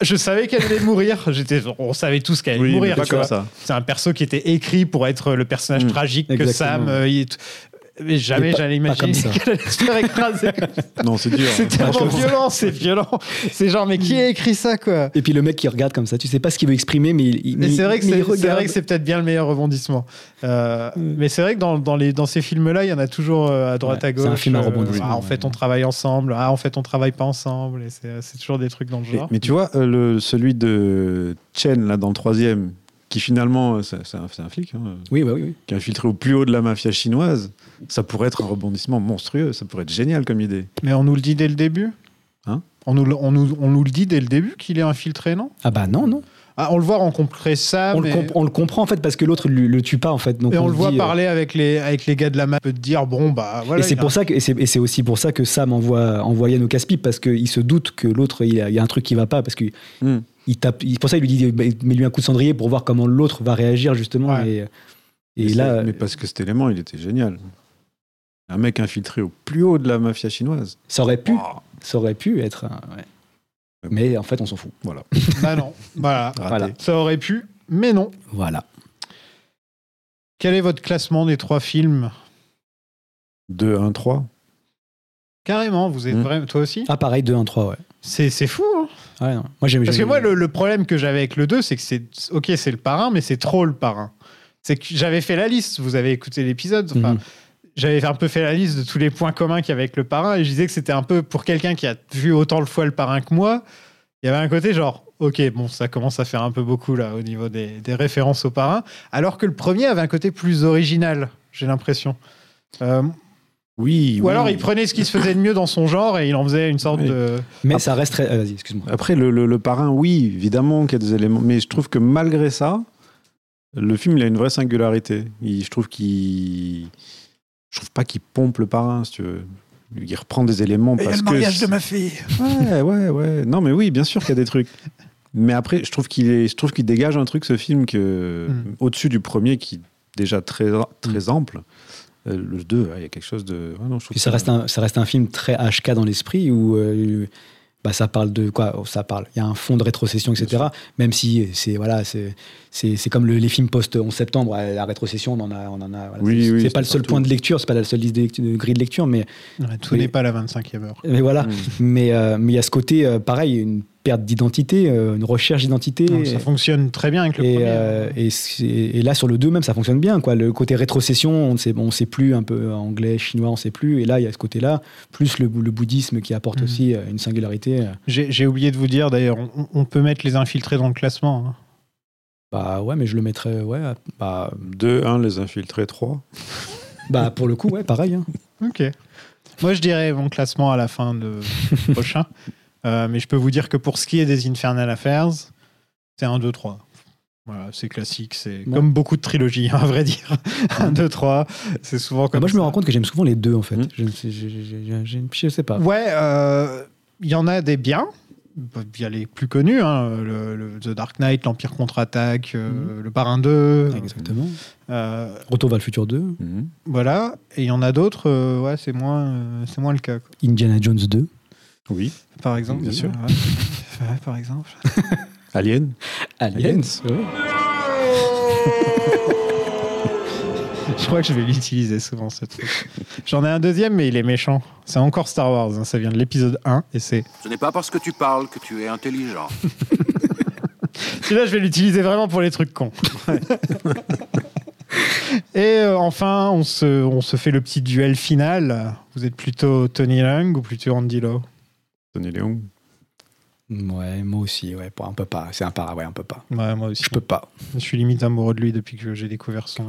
[SPEAKER 7] Je savais qu'elle allait mourir. J'étais, on savait tous qu'elle allait
[SPEAKER 8] Oui, mais
[SPEAKER 7] mourir.
[SPEAKER 8] pas
[SPEAKER 7] tu
[SPEAKER 8] comme
[SPEAKER 7] vois.
[SPEAKER 8] ça.
[SPEAKER 7] C'est un perso qui était écrit pour être le personnage
[SPEAKER 8] Mm.
[SPEAKER 7] tragique que
[SPEAKER 9] Hmm. Exactement.
[SPEAKER 7] Sam. euh, il est- Mais jamais
[SPEAKER 9] pas-
[SPEAKER 7] j'allais
[SPEAKER 9] pas comme
[SPEAKER 7] imaginer
[SPEAKER 9] ça.
[SPEAKER 7] qu'elle allait se faire écraser.
[SPEAKER 8] Non, c'est dur. hein.
[SPEAKER 7] C'est tellement
[SPEAKER 9] comme ça. Hmm.
[SPEAKER 7] violent, c'est violent. C'est genre, mais qui a écrit ça, quoi
[SPEAKER 9] Et puis le mec qui regarde comme ça, tu sais pas ce qu'il veut exprimer, mais il, il-
[SPEAKER 7] Mais
[SPEAKER 9] mais
[SPEAKER 7] c'est vrai que
[SPEAKER 9] mais
[SPEAKER 7] c'est
[SPEAKER 9] il
[SPEAKER 7] c'est vrai
[SPEAKER 9] regarde. Mm.
[SPEAKER 7] que c'est peut-être bien le meilleur rebondissement. Euh, Mais c'est vrai que dans, dans les, dans ces films-là, il y en a toujours euh, à droite
[SPEAKER 9] Ouais,
[SPEAKER 7] à
[SPEAKER 9] c'est
[SPEAKER 7] gauche.
[SPEAKER 9] un film à
[SPEAKER 7] euh,
[SPEAKER 9] rebondissement,
[SPEAKER 7] ah, en
[SPEAKER 9] ouais.
[SPEAKER 7] fait, on travaille ensemble. Ah, en fait, on travaille pas ensemble. Et c'est c'est toujours des trucs dans le
[SPEAKER 8] Et-
[SPEAKER 7] genre.
[SPEAKER 8] mais tu vois, euh, le, celui de Chen, là, dans le troisième, qui finalement, euh, c'est c'est un, c'est un flic, hein, euh,
[SPEAKER 9] Oui, bah oui, oui.
[SPEAKER 8] qui est infiltré au plus haut de la mafia chinoise, ça pourrait être un rebondissement monstrueux. Ça pourrait être génial comme idée.
[SPEAKER 7] Mais on nous le dit dès le début.
[SPEAKER 8] Hein
[SPEAKER 7] on nous, le- on, nous, on nous le dit dès le début qu'il est infiltré, non
[SPEAKER 9] Ah bah non, non.
[SPEAKER 7] ah, On le voit rencontrer ça,
[SPEAKER 9] on, le comp- on le comprend en fait parce que l'autre le, le tue pas en fait. Donc
[SPEAKER 7] Ah, et on, le
[SPEAKER 9] se
[SPEAKER 7] voit
[SPEAKER 9] dit, euh,
[SPEAKER 7] parler avec les, avec les gars de la map, peut te dire bon, bah voilà.
[SPEAKER 9] et c'est
[SPEAKER 7] il a-
[SPEAKER 9] pour ça que et c'est et c'est aussi pour ça que Sam envoie envoie Yann au casse-pipe parce qu'il se doute que l'autre il, y a- il y a un truc qui va pas parce que
[SPEAKER 8] Hmm.
[SPEAKER 9] il tape il- pour ça il lui dit bah, mets lui un coup de cendrier pour voir comment l'autre va réagir justement
[SPEAKER 7] Ouais.
[SPEAKER 9] et, et
[SPEAKER 8] Mais c'est-
[SPEAKER 9] là euh,
[SPEAKER 8] mais parce que cet élément, il était génial. Un mec infiltré au plus haut de la mafia chinoise.
[SPEAKER 9] ça aurait pu
[SPEAKER 8] Oh,
[SPEAKER 7] Ah,
[SPEAKER 9] ça aurait pu être un- ouais.
[SPEAKER 8] Mais bon.
[SPEAKER 9] mais en fait on s'en fout
[SPEAKER 8] voilà.
[SPEAKER 7] Bah non, voilà.
[SPEAKER 8] Raté.
[SPEAKER 9] Voilà.
[SPEAKER 7] Ça aurait pu, mais non.
[SPEAKER 9] voilà
[SPEAKER 7] Quel est votre classement des trois films
[SPEAKER 8] 2, 1, 3.
[SPEAKER 7] Carrément, vous êtes
[SPEAKER 8] Mm.
[SPEAKER 7] vraiment. Toi aussi
[SPEAKER 9] ah pareil 2 1 3 ouais,
[SPEAKER 7] C'est c'est fou, hein
[SPEAKER 9] Ouais, non. moi j'aime
[SPEAKER 7] Parce que
[SPEAKER 9] j'aime-
[SPEAKER 7] moi, le, le problème que j'avais avec le 2, c'est que c'est. Ok, c'est le parrain, mais c'est trop le parrain. C'est que j'avais fait la liste, vous avez écouté l'épisode. Enfin,
[SPEAKER 9] Mhm.
[SPEAKER 7] J'avais un peu fait la liste de tous les points communs qu'il y avait avec le parrain, et je disais que c'était un peu pour quelqu'un qui a vu autant de fois le parrain que moi. Il y avait un côté genre, ok, bon, ça commence à faire un peu beaucoup là au niveau des, des références au parrain, alors que le premier avait un côté plus original, j'ai l'impression. Euh,
[SPEAKER 8] Oui.
[SPEAKER 7] ou
[SPEAKER 8] oui.
[SPEAKER 7] alors il prenait ce qui se faisait de mieux dans son genre et il en faisait une sorte
[SPEAKER 8] Oui.
[SPEAKER 7] de.
[SPEAKER 9] mais ça reste très- ah, vas-y excuse-moi
[SPEAKER 8] Après, le, le- le parrain, oui, évidemment qu'il y a des éléments. Mais je trouve que malgré ça, le film, il a une vraie singularité. Il- je trouve qu'il. Je trouve pas qu'il pompe le parrain, si tu veux. Il reprend des éléments parce que.
[SPEAKER 7] fille.
[SPEAKER 8] Ouais, ouais, ouais. Non, mais oui, bien sûr qu'il y a des trucs. Mais après, je trouve qu'il est, je trouve qu'il dégage un truc ce film que
[SPEAKER 7] Mm.
[SPEAKER 8] au-dessus du premier qui est déjà très très ample. Euh, Le 2, il y a quelque chose de. ouais, non, je trouve
[SPEAKER 9] Puis ça
[SPEAKER 8] que-
[SPEAKER 9] reste un ça reste un film très HK dans l'esprit où euh, bah, ça parle de quoi Oh, Ça parle. Il y a un fond de rétrocession, etc. Même si c'est voilà, c'est c'est c'est comme le- les films post 11 septembre, euh, la rétrocession, on en a, on en a. voilà.
[SPEAKER 8] Oui,
[SPEAKER 9] c'est
[SPEAKER 8] oui,
[SPEAKER 9] c'est
[SPEAKER 8] c'est
[SPEAKER 9] pas le seul
[SPEAKER 8] partout.
[SPEAKER 9] point de lecture, c'est pas la seule liste de, lectu- de grille de lecture, mais
[SPEAKER 7] Tout
[SPEAKER 9] Oui.
[SPEAKER 7] n'est pas la 25e heure.
[SPEAKER 9] mais
[SPEAKER 8] Mm.
[SPEAKER 9] voilà.
[SPEAKER 8] Hmm.
[SPEAKER 9] Mais euh, mais il y a ce côté, euh, pareil, une perte d'identité, euh, une recherche d'identité.
[SPEAKER 7] Donc, ça fonctionne très bien avec le
[SPEAKER 9] Et,
[SPEAKER 7] premier. hein.
[SPEAKER 9] euh, et, c'est- et là, sur le 2 même, ça fonctionne bien. Quoi. Le côté rétrocession, on ne sait, on sait plus, un peu euh, anglais, chinois, on ne sait plus. Et là, il y a ce côté-là, plus le, le bouddhisme qui apporte
[SPEAKER 7] Mhm.
[SPEAKER 9] aussi euh, une singularité.
[SPEAKER 7] J'ai j'ai oublié de vous dire d'ailleurs, on, on peut mettre les infiltrés dans le classement. hein.
[SPEAKER 9] Bah ouais, mais je le mettrais, ouais, à- bah,
[SPEAKER 8] 2, 1, les infiltrés, 3.
[SPEAKER 9] bah pour le coup, ouais, pareil. hein.
[SPEAKER 7] Ok. Moi, je dirais mon classement à la fin de prochain. Euh, mais je peux vous dire que pour ce qui est des Infernal Affairs, c'est 1, 2, 3. Voilà, c'est classique. C'est
[SPEAKER 9] Ouais.
[SPEAKER 7] comme beaucoup de trilogies, hein, à vrai dire. 1, 2, 3, c'est souvent
[SPEAKER 9] Bah,
[SPEAKER 7] comme
[SPEAKER 9] Moi, je me
[SPEAKER 7] ça. Mm.
[SPEAKER 9] rends compte que j'aime souvent les deux, en fait.
[SPEAKER 8] Mhm.
[SPEAKER 9] Je, je, je- je- je- je sais pas.
[SPEAKER 7] Ouais, euh, il y en a des biens. Bah, Il y a les plus connus, hein, le, le The Dark Knight, l'Empire contre-attaque, euh,
[SPEAKER 8] Mhm.
[SPEAKER 7] le Parrain 2.
[SPEAKER 9] Exactement.
[SPEAKER 7] euh,
[SPEAKER 9] Retour vers le futur 2,
[SPEAKER 8] Hmm.
[SPEAKER 7] voilà. Et il y en a d'autres, euh, ouais, c'est moins, euh, c'est moins le cas. quoi.
[SPEAKER 9] Indiana Jones 2,
[SPEAKER 8] Oui.
[SPEAKER 7] Par exemple,
[SPEAKER 8] Bien sûr.
[SPEAKER 7] euh, ouais. Ouais, par exemple.
[SPEAKER 8] Alien.
[SPEAKER 9] Aliens. ouais.
[SPEAKER 7] Je crois que je vais l'utiliser souvent ce truc. J'en ai un deuxième, mais il est méchant. C'est encore Star Wars, hein, ça vient de l'épisode 1 et c'est.
[SPEAKER 1] Ce n'est pas parce que tu parles que tu es intelligent.
[SPEAKER 7] Celui-là, je vais l'utiliser vraiment pour les trucs cons. et euh, enfin, on se, on se fait le petit duel final. Vous êtes plutôt Tony Lung ou plutôt Andy Lau
[SPEAKER 8] Tony Leung.
[SPEAKER 9] Ouais, moi aussi, ouais, pour- on peut pas. C'est un para, ouais, on peut pas.
[SPEAKER 7] Ouais, moi aussi.
[SPEAKER 9] Je peux pas.
[SPEAKER 7] Je suis limite amoureux de lui depuis que j'ai découvert son.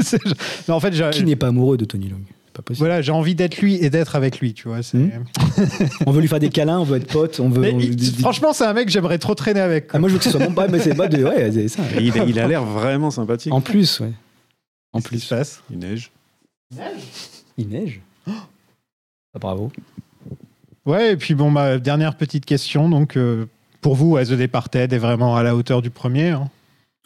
[SPEAKER 7] C'est- non, en fait, j'ai.
[SPEAKER 9] Qui n'est pas amoureux de Tony Long C'est pas possible.
[SPEAKER 7] Voilà, j'ai envie d'être lui et d'être avec lui, tu vois. c'est-
[SPEAKER 9] Mhm. On veut lui faire des câlins, on veut être potes, on veut.
[SPEAKER 7] Mais
[SPEAKER 9] Euh, on-
[SPEAKER 7] il-
[SPEAKER 9] des- des-
[SPEAKER 7] franchement, c'est un mec que j'aimerais trop traîner avec. quoi.
[SPEAKER 9] Ah, moi, je veux que ce soit mon pas, mais c'est pas de. Ouais, c'est ça.
[SPEAKER 8] Et il a- il a l'air vraiment sympathique.
[SPEAKER 9] En plus, ouais. En
[SPEAKER 7] Qu'est-ce qui se
[SPEAKER 9] plus.
[SPEAKER 7] passe
[SPEAKER 8] Il neige.
[SPEAKER 9] Il neige. Ah, bravo.
[SPEAKER 7] Ouais, et puis bon, ma dernière petite question. Donc, euh, pour vous, As the Departed est vraiment à la hauteur du premier hein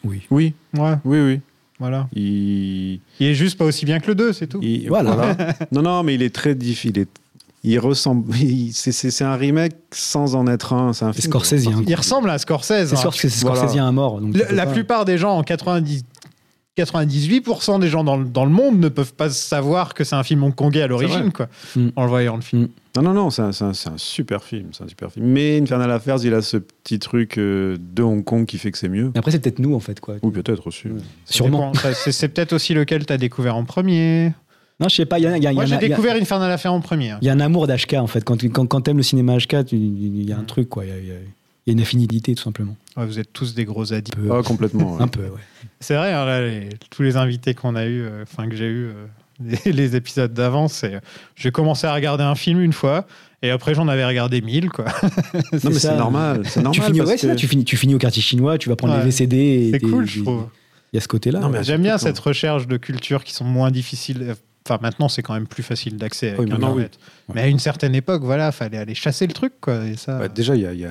[SPEAKER 9] Oui.
[SPEAKER 8] Oui,
[SPEAKER 7] Ouais,
[SPEAKER 8] oui, oui.
[SPEAKER 7] voilà.
[SPEAKER 8] Il,
[SPEAKER 7] Il est juste pas aussi bien que le 2, c'est tout.
[SPEAKER 8] il-
[SPEAKER 9] Voilà.
[SPEAKER 8] non, non, mais il est très difficile. Il, est- il ressemble. il- c'est- C'est c'est un remake sans en être un. C'est un
[SPEAKER 9] C'est
[SPEAKER 8] film.
[SPEAKER 9] scorsésien.
[SPEAKER 7] Il ressemble à Scorsese.
[SPEAKER 9] C'est
[SPEAKER 7] hein.
[SPEAKER 9] sûr que c'est
[SPEAKER 8] Voilà.
[SPEAKER 9] scorsésien à mort. donc
[SPEAKER 7] Le-
[SPEAKER 9] tu peux
[SPEAKER 7] la
[SPEAKER 9] pas-
[SPEAKER 7] plupart des gens, en 90 98% des gens dans le, dans le monde ne peuvent pas savoir que c'est un film hongkongais à l'origine, quoi,
[SPEAKER 9] Mm.
[SPEAKER 7] en le voyant le film.
[SPEAKER 8] Non, non, non, c'est un, c'est un- c'est un super film. C'est un super film. Mais Infernal Affairs, il a ce petit truc euh, de Hong Kong qui fait que c'est mieux.
[SPEAKER 9] Mais après, c'est peut-être nous, en fait, quoi.
[SPEAKER 8] Ou peut-être aussi.
[SPEAKER 9] Ouais.
[SPEAKER 7] Ça
[SPEAKER 9] Sûrement.
[SPEAKER 7] dépend. Ça, C'est c'est peut-être aussi lequel t'as découvert en premier.
[SPEAKER 9] Non, je sais pas. Il y a, il y a- il y
[SPEAKER 7] Moi,
[SPEAKER 9] a-
[SPEAKER 7] j'ai
[SPEAKER 9] il y a-
[SPEAKER 7] découvert Infernal Affair en premier. hein.
[SPEAKER 9] il y a un amour d'HK, en fait. Quand, tu- quand, quand t'aimes le cinéma HK, tu- il y
[SPEAKER 7] Mm.
[SPEAKER 9] a un truc, quoi. Il y a, il y a- il y a une affinité, tout simplement.
[SPEAKER 7] Ouais, vous êtes tous des gros addicts.
[SPEAKER 9] Un peu.
[SPEAKER 8] Ah, complètement. ouais.
[SPEAKER 9] Un peu, ouais.
[SPEAKER 7] C'est vrai, hein, là, les- tous les invités qu'on a eu, enfin que j'ai eu euh, les, les épisodes d'avant, c'est euh, j'ai commencé à regarder un film une fois et après j'en avais regardé mille quoi.
[SPEAKER 8] non, mais
[SPEAKER 9] ça.
[SPEAKER 8] c'est normal. C'est
[SPEAKER 9] Tu
[SPEAKER 8] normal.
[SPEAKER 9] finis,
[SPEAKER 8] parce
[SPEAKER 9] ouais, c'est
[SPEAKER 8] que-
[SPEAKER 9] ça, tu, finis, tu finis au quartier chinois, tu vas prendre
[SPEAKER 7] Ouais.
[SPEAKER 9] les VCD. et
[SPEAKER 7] C'est
[SPEAKER 9] t'es-
[SPEAKER 7] cool, je trouve.
[SPEAKER 9] Il y a ce côté-là.
[SPEAKER 8] Non, mais
[SPEAKER 9] ouais.
[SPEAKER 7] J'aime bien
[SPEAKER 8] surtout
[SPEAKER 7] cette recherche de cultures qui sont moins difficiles. Enfin maintenant c'est quand même plus facile d'accès avec
[SPEAKER 8] Oui, maintenant,
[SPEAKER 7] Internet. Mais à une certaine époque, voilà, fallait aller chasser le truc quoi. Et ça.
[SPEAKER 8] Bah, déjà, il y a, il y, a,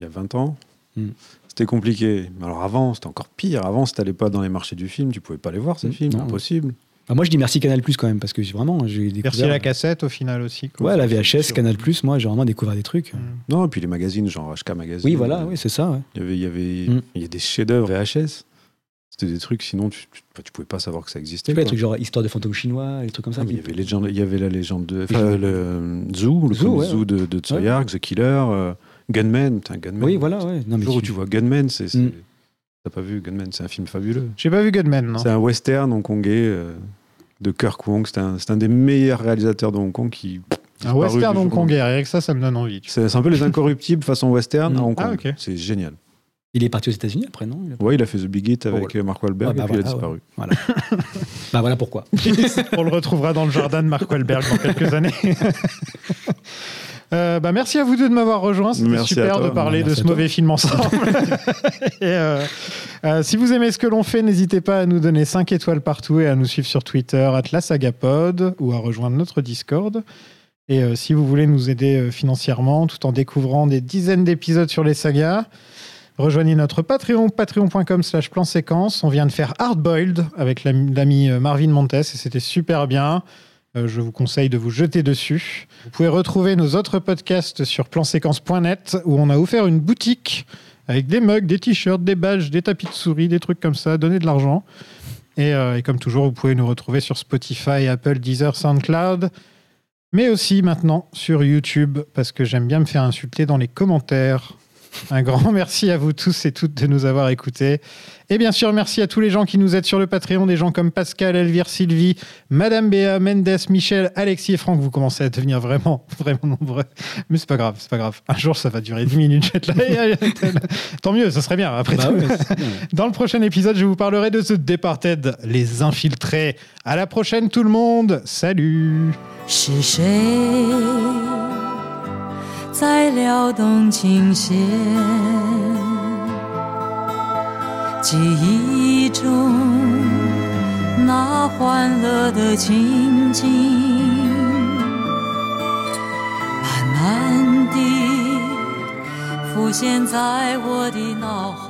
[SPEAKER 8] il y a 20 ans,
[SPEAKER 9] Hmm.
[SPEAKER 8] c'était compliqué. Alors avant, c'était encore pire. Avant, si t'allais pas dans les marchés du film, tu pouvais pas les voir, ces
[SPEAKER 9] Hmm.
[SPEAKER 8] films.
[SPEAKER 9] Non.
[SPEAKER 8] impossible.
[SPEAKER 9] Ah, moi, je dis merci Canal Plus quand même, parce que j'ai- vraiment, j'ai découvert.
[SPEAKER 7] Merci la cassette au final aussi. quoi.
[SPEAKER 9] Ouais, la VHS,
[SPEAKER 7] Sur-
[SPEAKER 9] Canal Plus, moi, j'ai vraiment découvert des trucs.
[SPEAKER 8] Non, et puis les magazines, genre HK Magazine.
[SPEAKER 9] Oui, voilà,
[SPEAKER 8] euh,
[SPEAKER 9] oui, c'est ça. ouais.
[SPEAKER 8] Il y avait, il y avait,
[SPEAKER 9] Hmm.
[SPEAKER 8] il y a des chefs-d'œuvre VHS. C'était des trucs, sinon, tu, tu, bah, tu pouvais pas savoir que ça
[SPEAKER 9] Tu
[SPEAKER 8] existait.
[SPEAKER 9] vois, les
[SPEAKER 8] quoi.
[SPEAKER 9] trucs genre histoire de fantômes chinois, les trucs comme ça.
[SPEAKER 8] Ah, mais il, y
[SPEAKER 9] qui-
[SPEAKER 8] avait Legend- il y avait la légende de. enfin, le euh, Zoo, le
[SPEAKER 9] Zoo,
[SPEAKER 8] premier
[SPEAKER 9] ouais.
[SPEAKER 8] Zoo de, de Tsoyark, The Killer, euh, Gunman. Putain, Gunman.
[SPEAKER 9] Oui, voilà, ouais. Non,
[SPEAKER 8] Le
[SPEAKER 9] mais
[SPEAKER 8] jour où
[SPEAKER 9] tu-
[SPEAKER 8] tu vois Gunman, c'est. c'est-
[SPEAKER 9] Hmm.
[SPEAKER 8] T'as pas vu Gunman, c'est un film fabuleux.
[SPEAKER 7] J'ai pas vu Goodman non.
[SPEAKER 8] C'est un western hongkongais euh, de Kirk Wong. C'est un, c'est un des meilleurs réalisateurs de Hong Kong qui.
[SPEAKER 7] Un
[SPEAKER 8] disparu
[SPEAKER 7] western
[SPEAKER 8] du jour au
[SPEAKER 7] hongkongais. Rien que ça, ça me donne envie. tu
[SPEAKER 8] C'est c'est un peu les incorruptibles façon western à
[SPEAKER 9] Mm.
[SPEAKER 8] Hong Kong.
[SPEAKER 7] Ah, ok.
[SPEAKER 8] C'est génial.
[SPEAKER 9] Il est parti aux États-Unis après, non Il a-
[SPEAKER 8] Ouais, il a fait The Big Hit avec
[SPEAKER 9] Oh, voilà.
[SPEAKER 8] euh, Mark Wahlberg
[SPEAKER 9] Ah, bah
[SPEAKER 8] et puis il a
[SPEAKER 9] voilà,
[SPEAKER 8] disparu.
[SPEAKER 9] Bah voilà pourquoi.
[SPEAKER 7] On le retrouvera dans le jardin de Mark Wahlberg dans quelques années. Euh, bah, merci à vous deux de m'avoir rejoint. C'était
[SPEAKER 8] Merci à
[SPEAKER 7] super
[SPEAKER 8] toi.
[SPEAKER 7] de parler
[SPEAKER 9] Merci
[SPEAKER 7] de
[SPEAKER 9] à
[SPEAKER 7] ce
[SPEAKER 9] toi.
[SPEAKER 7] mauvais film ensemble. Et, euh, euh, si vous aimez ce que l'on fait, n'hésitez pas à nous donner 5 étoiles partout et à nous suivre sur Twitter, atlasagapod, ou à rejoindre notre Discord. Et euh, si vous voulez nous aider euh, financièrement tout en découvrant des dizaines d'épisodes sur les sagas, Rejoignez notre Patreon, patreon.com slash plan euh, séquence. On vient de faire Hardboiled avec l'ami l'ami Marvin Montes et c'était super bien. Euh, Je vous conseille de vous jeter dessus. Vous pouvez retrouver nos autres podcasts sur planséquence.net où on a offert une boutique avec des mugs, des t-shirts, des badges, des tapis de souris, des trucs comme ça, donner de l'argent. Et, euh, et comme toujours, vous pouvez nous retrouver sur Spotify, Apple, Deezer, SoundCloud, mais aussi maintenant sur YouTube parce que j'aime bien me faire insulter dans les commentaires. Un grand merci à vous tous et toutes de nous avoir écoutés. Et bien sûr, merci à tous les gens qui nous aident sur le Patreon, des gens comme Pascal, Elvire, Sylvie, Madame Béa, Mendes, Michel, Alexis et Franck. Vous commencez à devenir vraiment, vraiment nombreux. Mais c'est pas grave, c'est pas grave. Un jour, ça va durer 10 minutes. je vais être là. Et, allez, Tant mieux, ça serait bien. Après
[SPEAKER 9] Bah
[SPEAKER 8] Ah
[SPEAKER 7] tout. Dans le prochain épisode, je vous parlerai de ce Departed, les infiltrés. À la prochaine, tout le monde. Salut.
[SPEAKER 11] 是谁在撩动琴弦？记忆中那欢乐的情景，慢慢地浮现在我的脑海。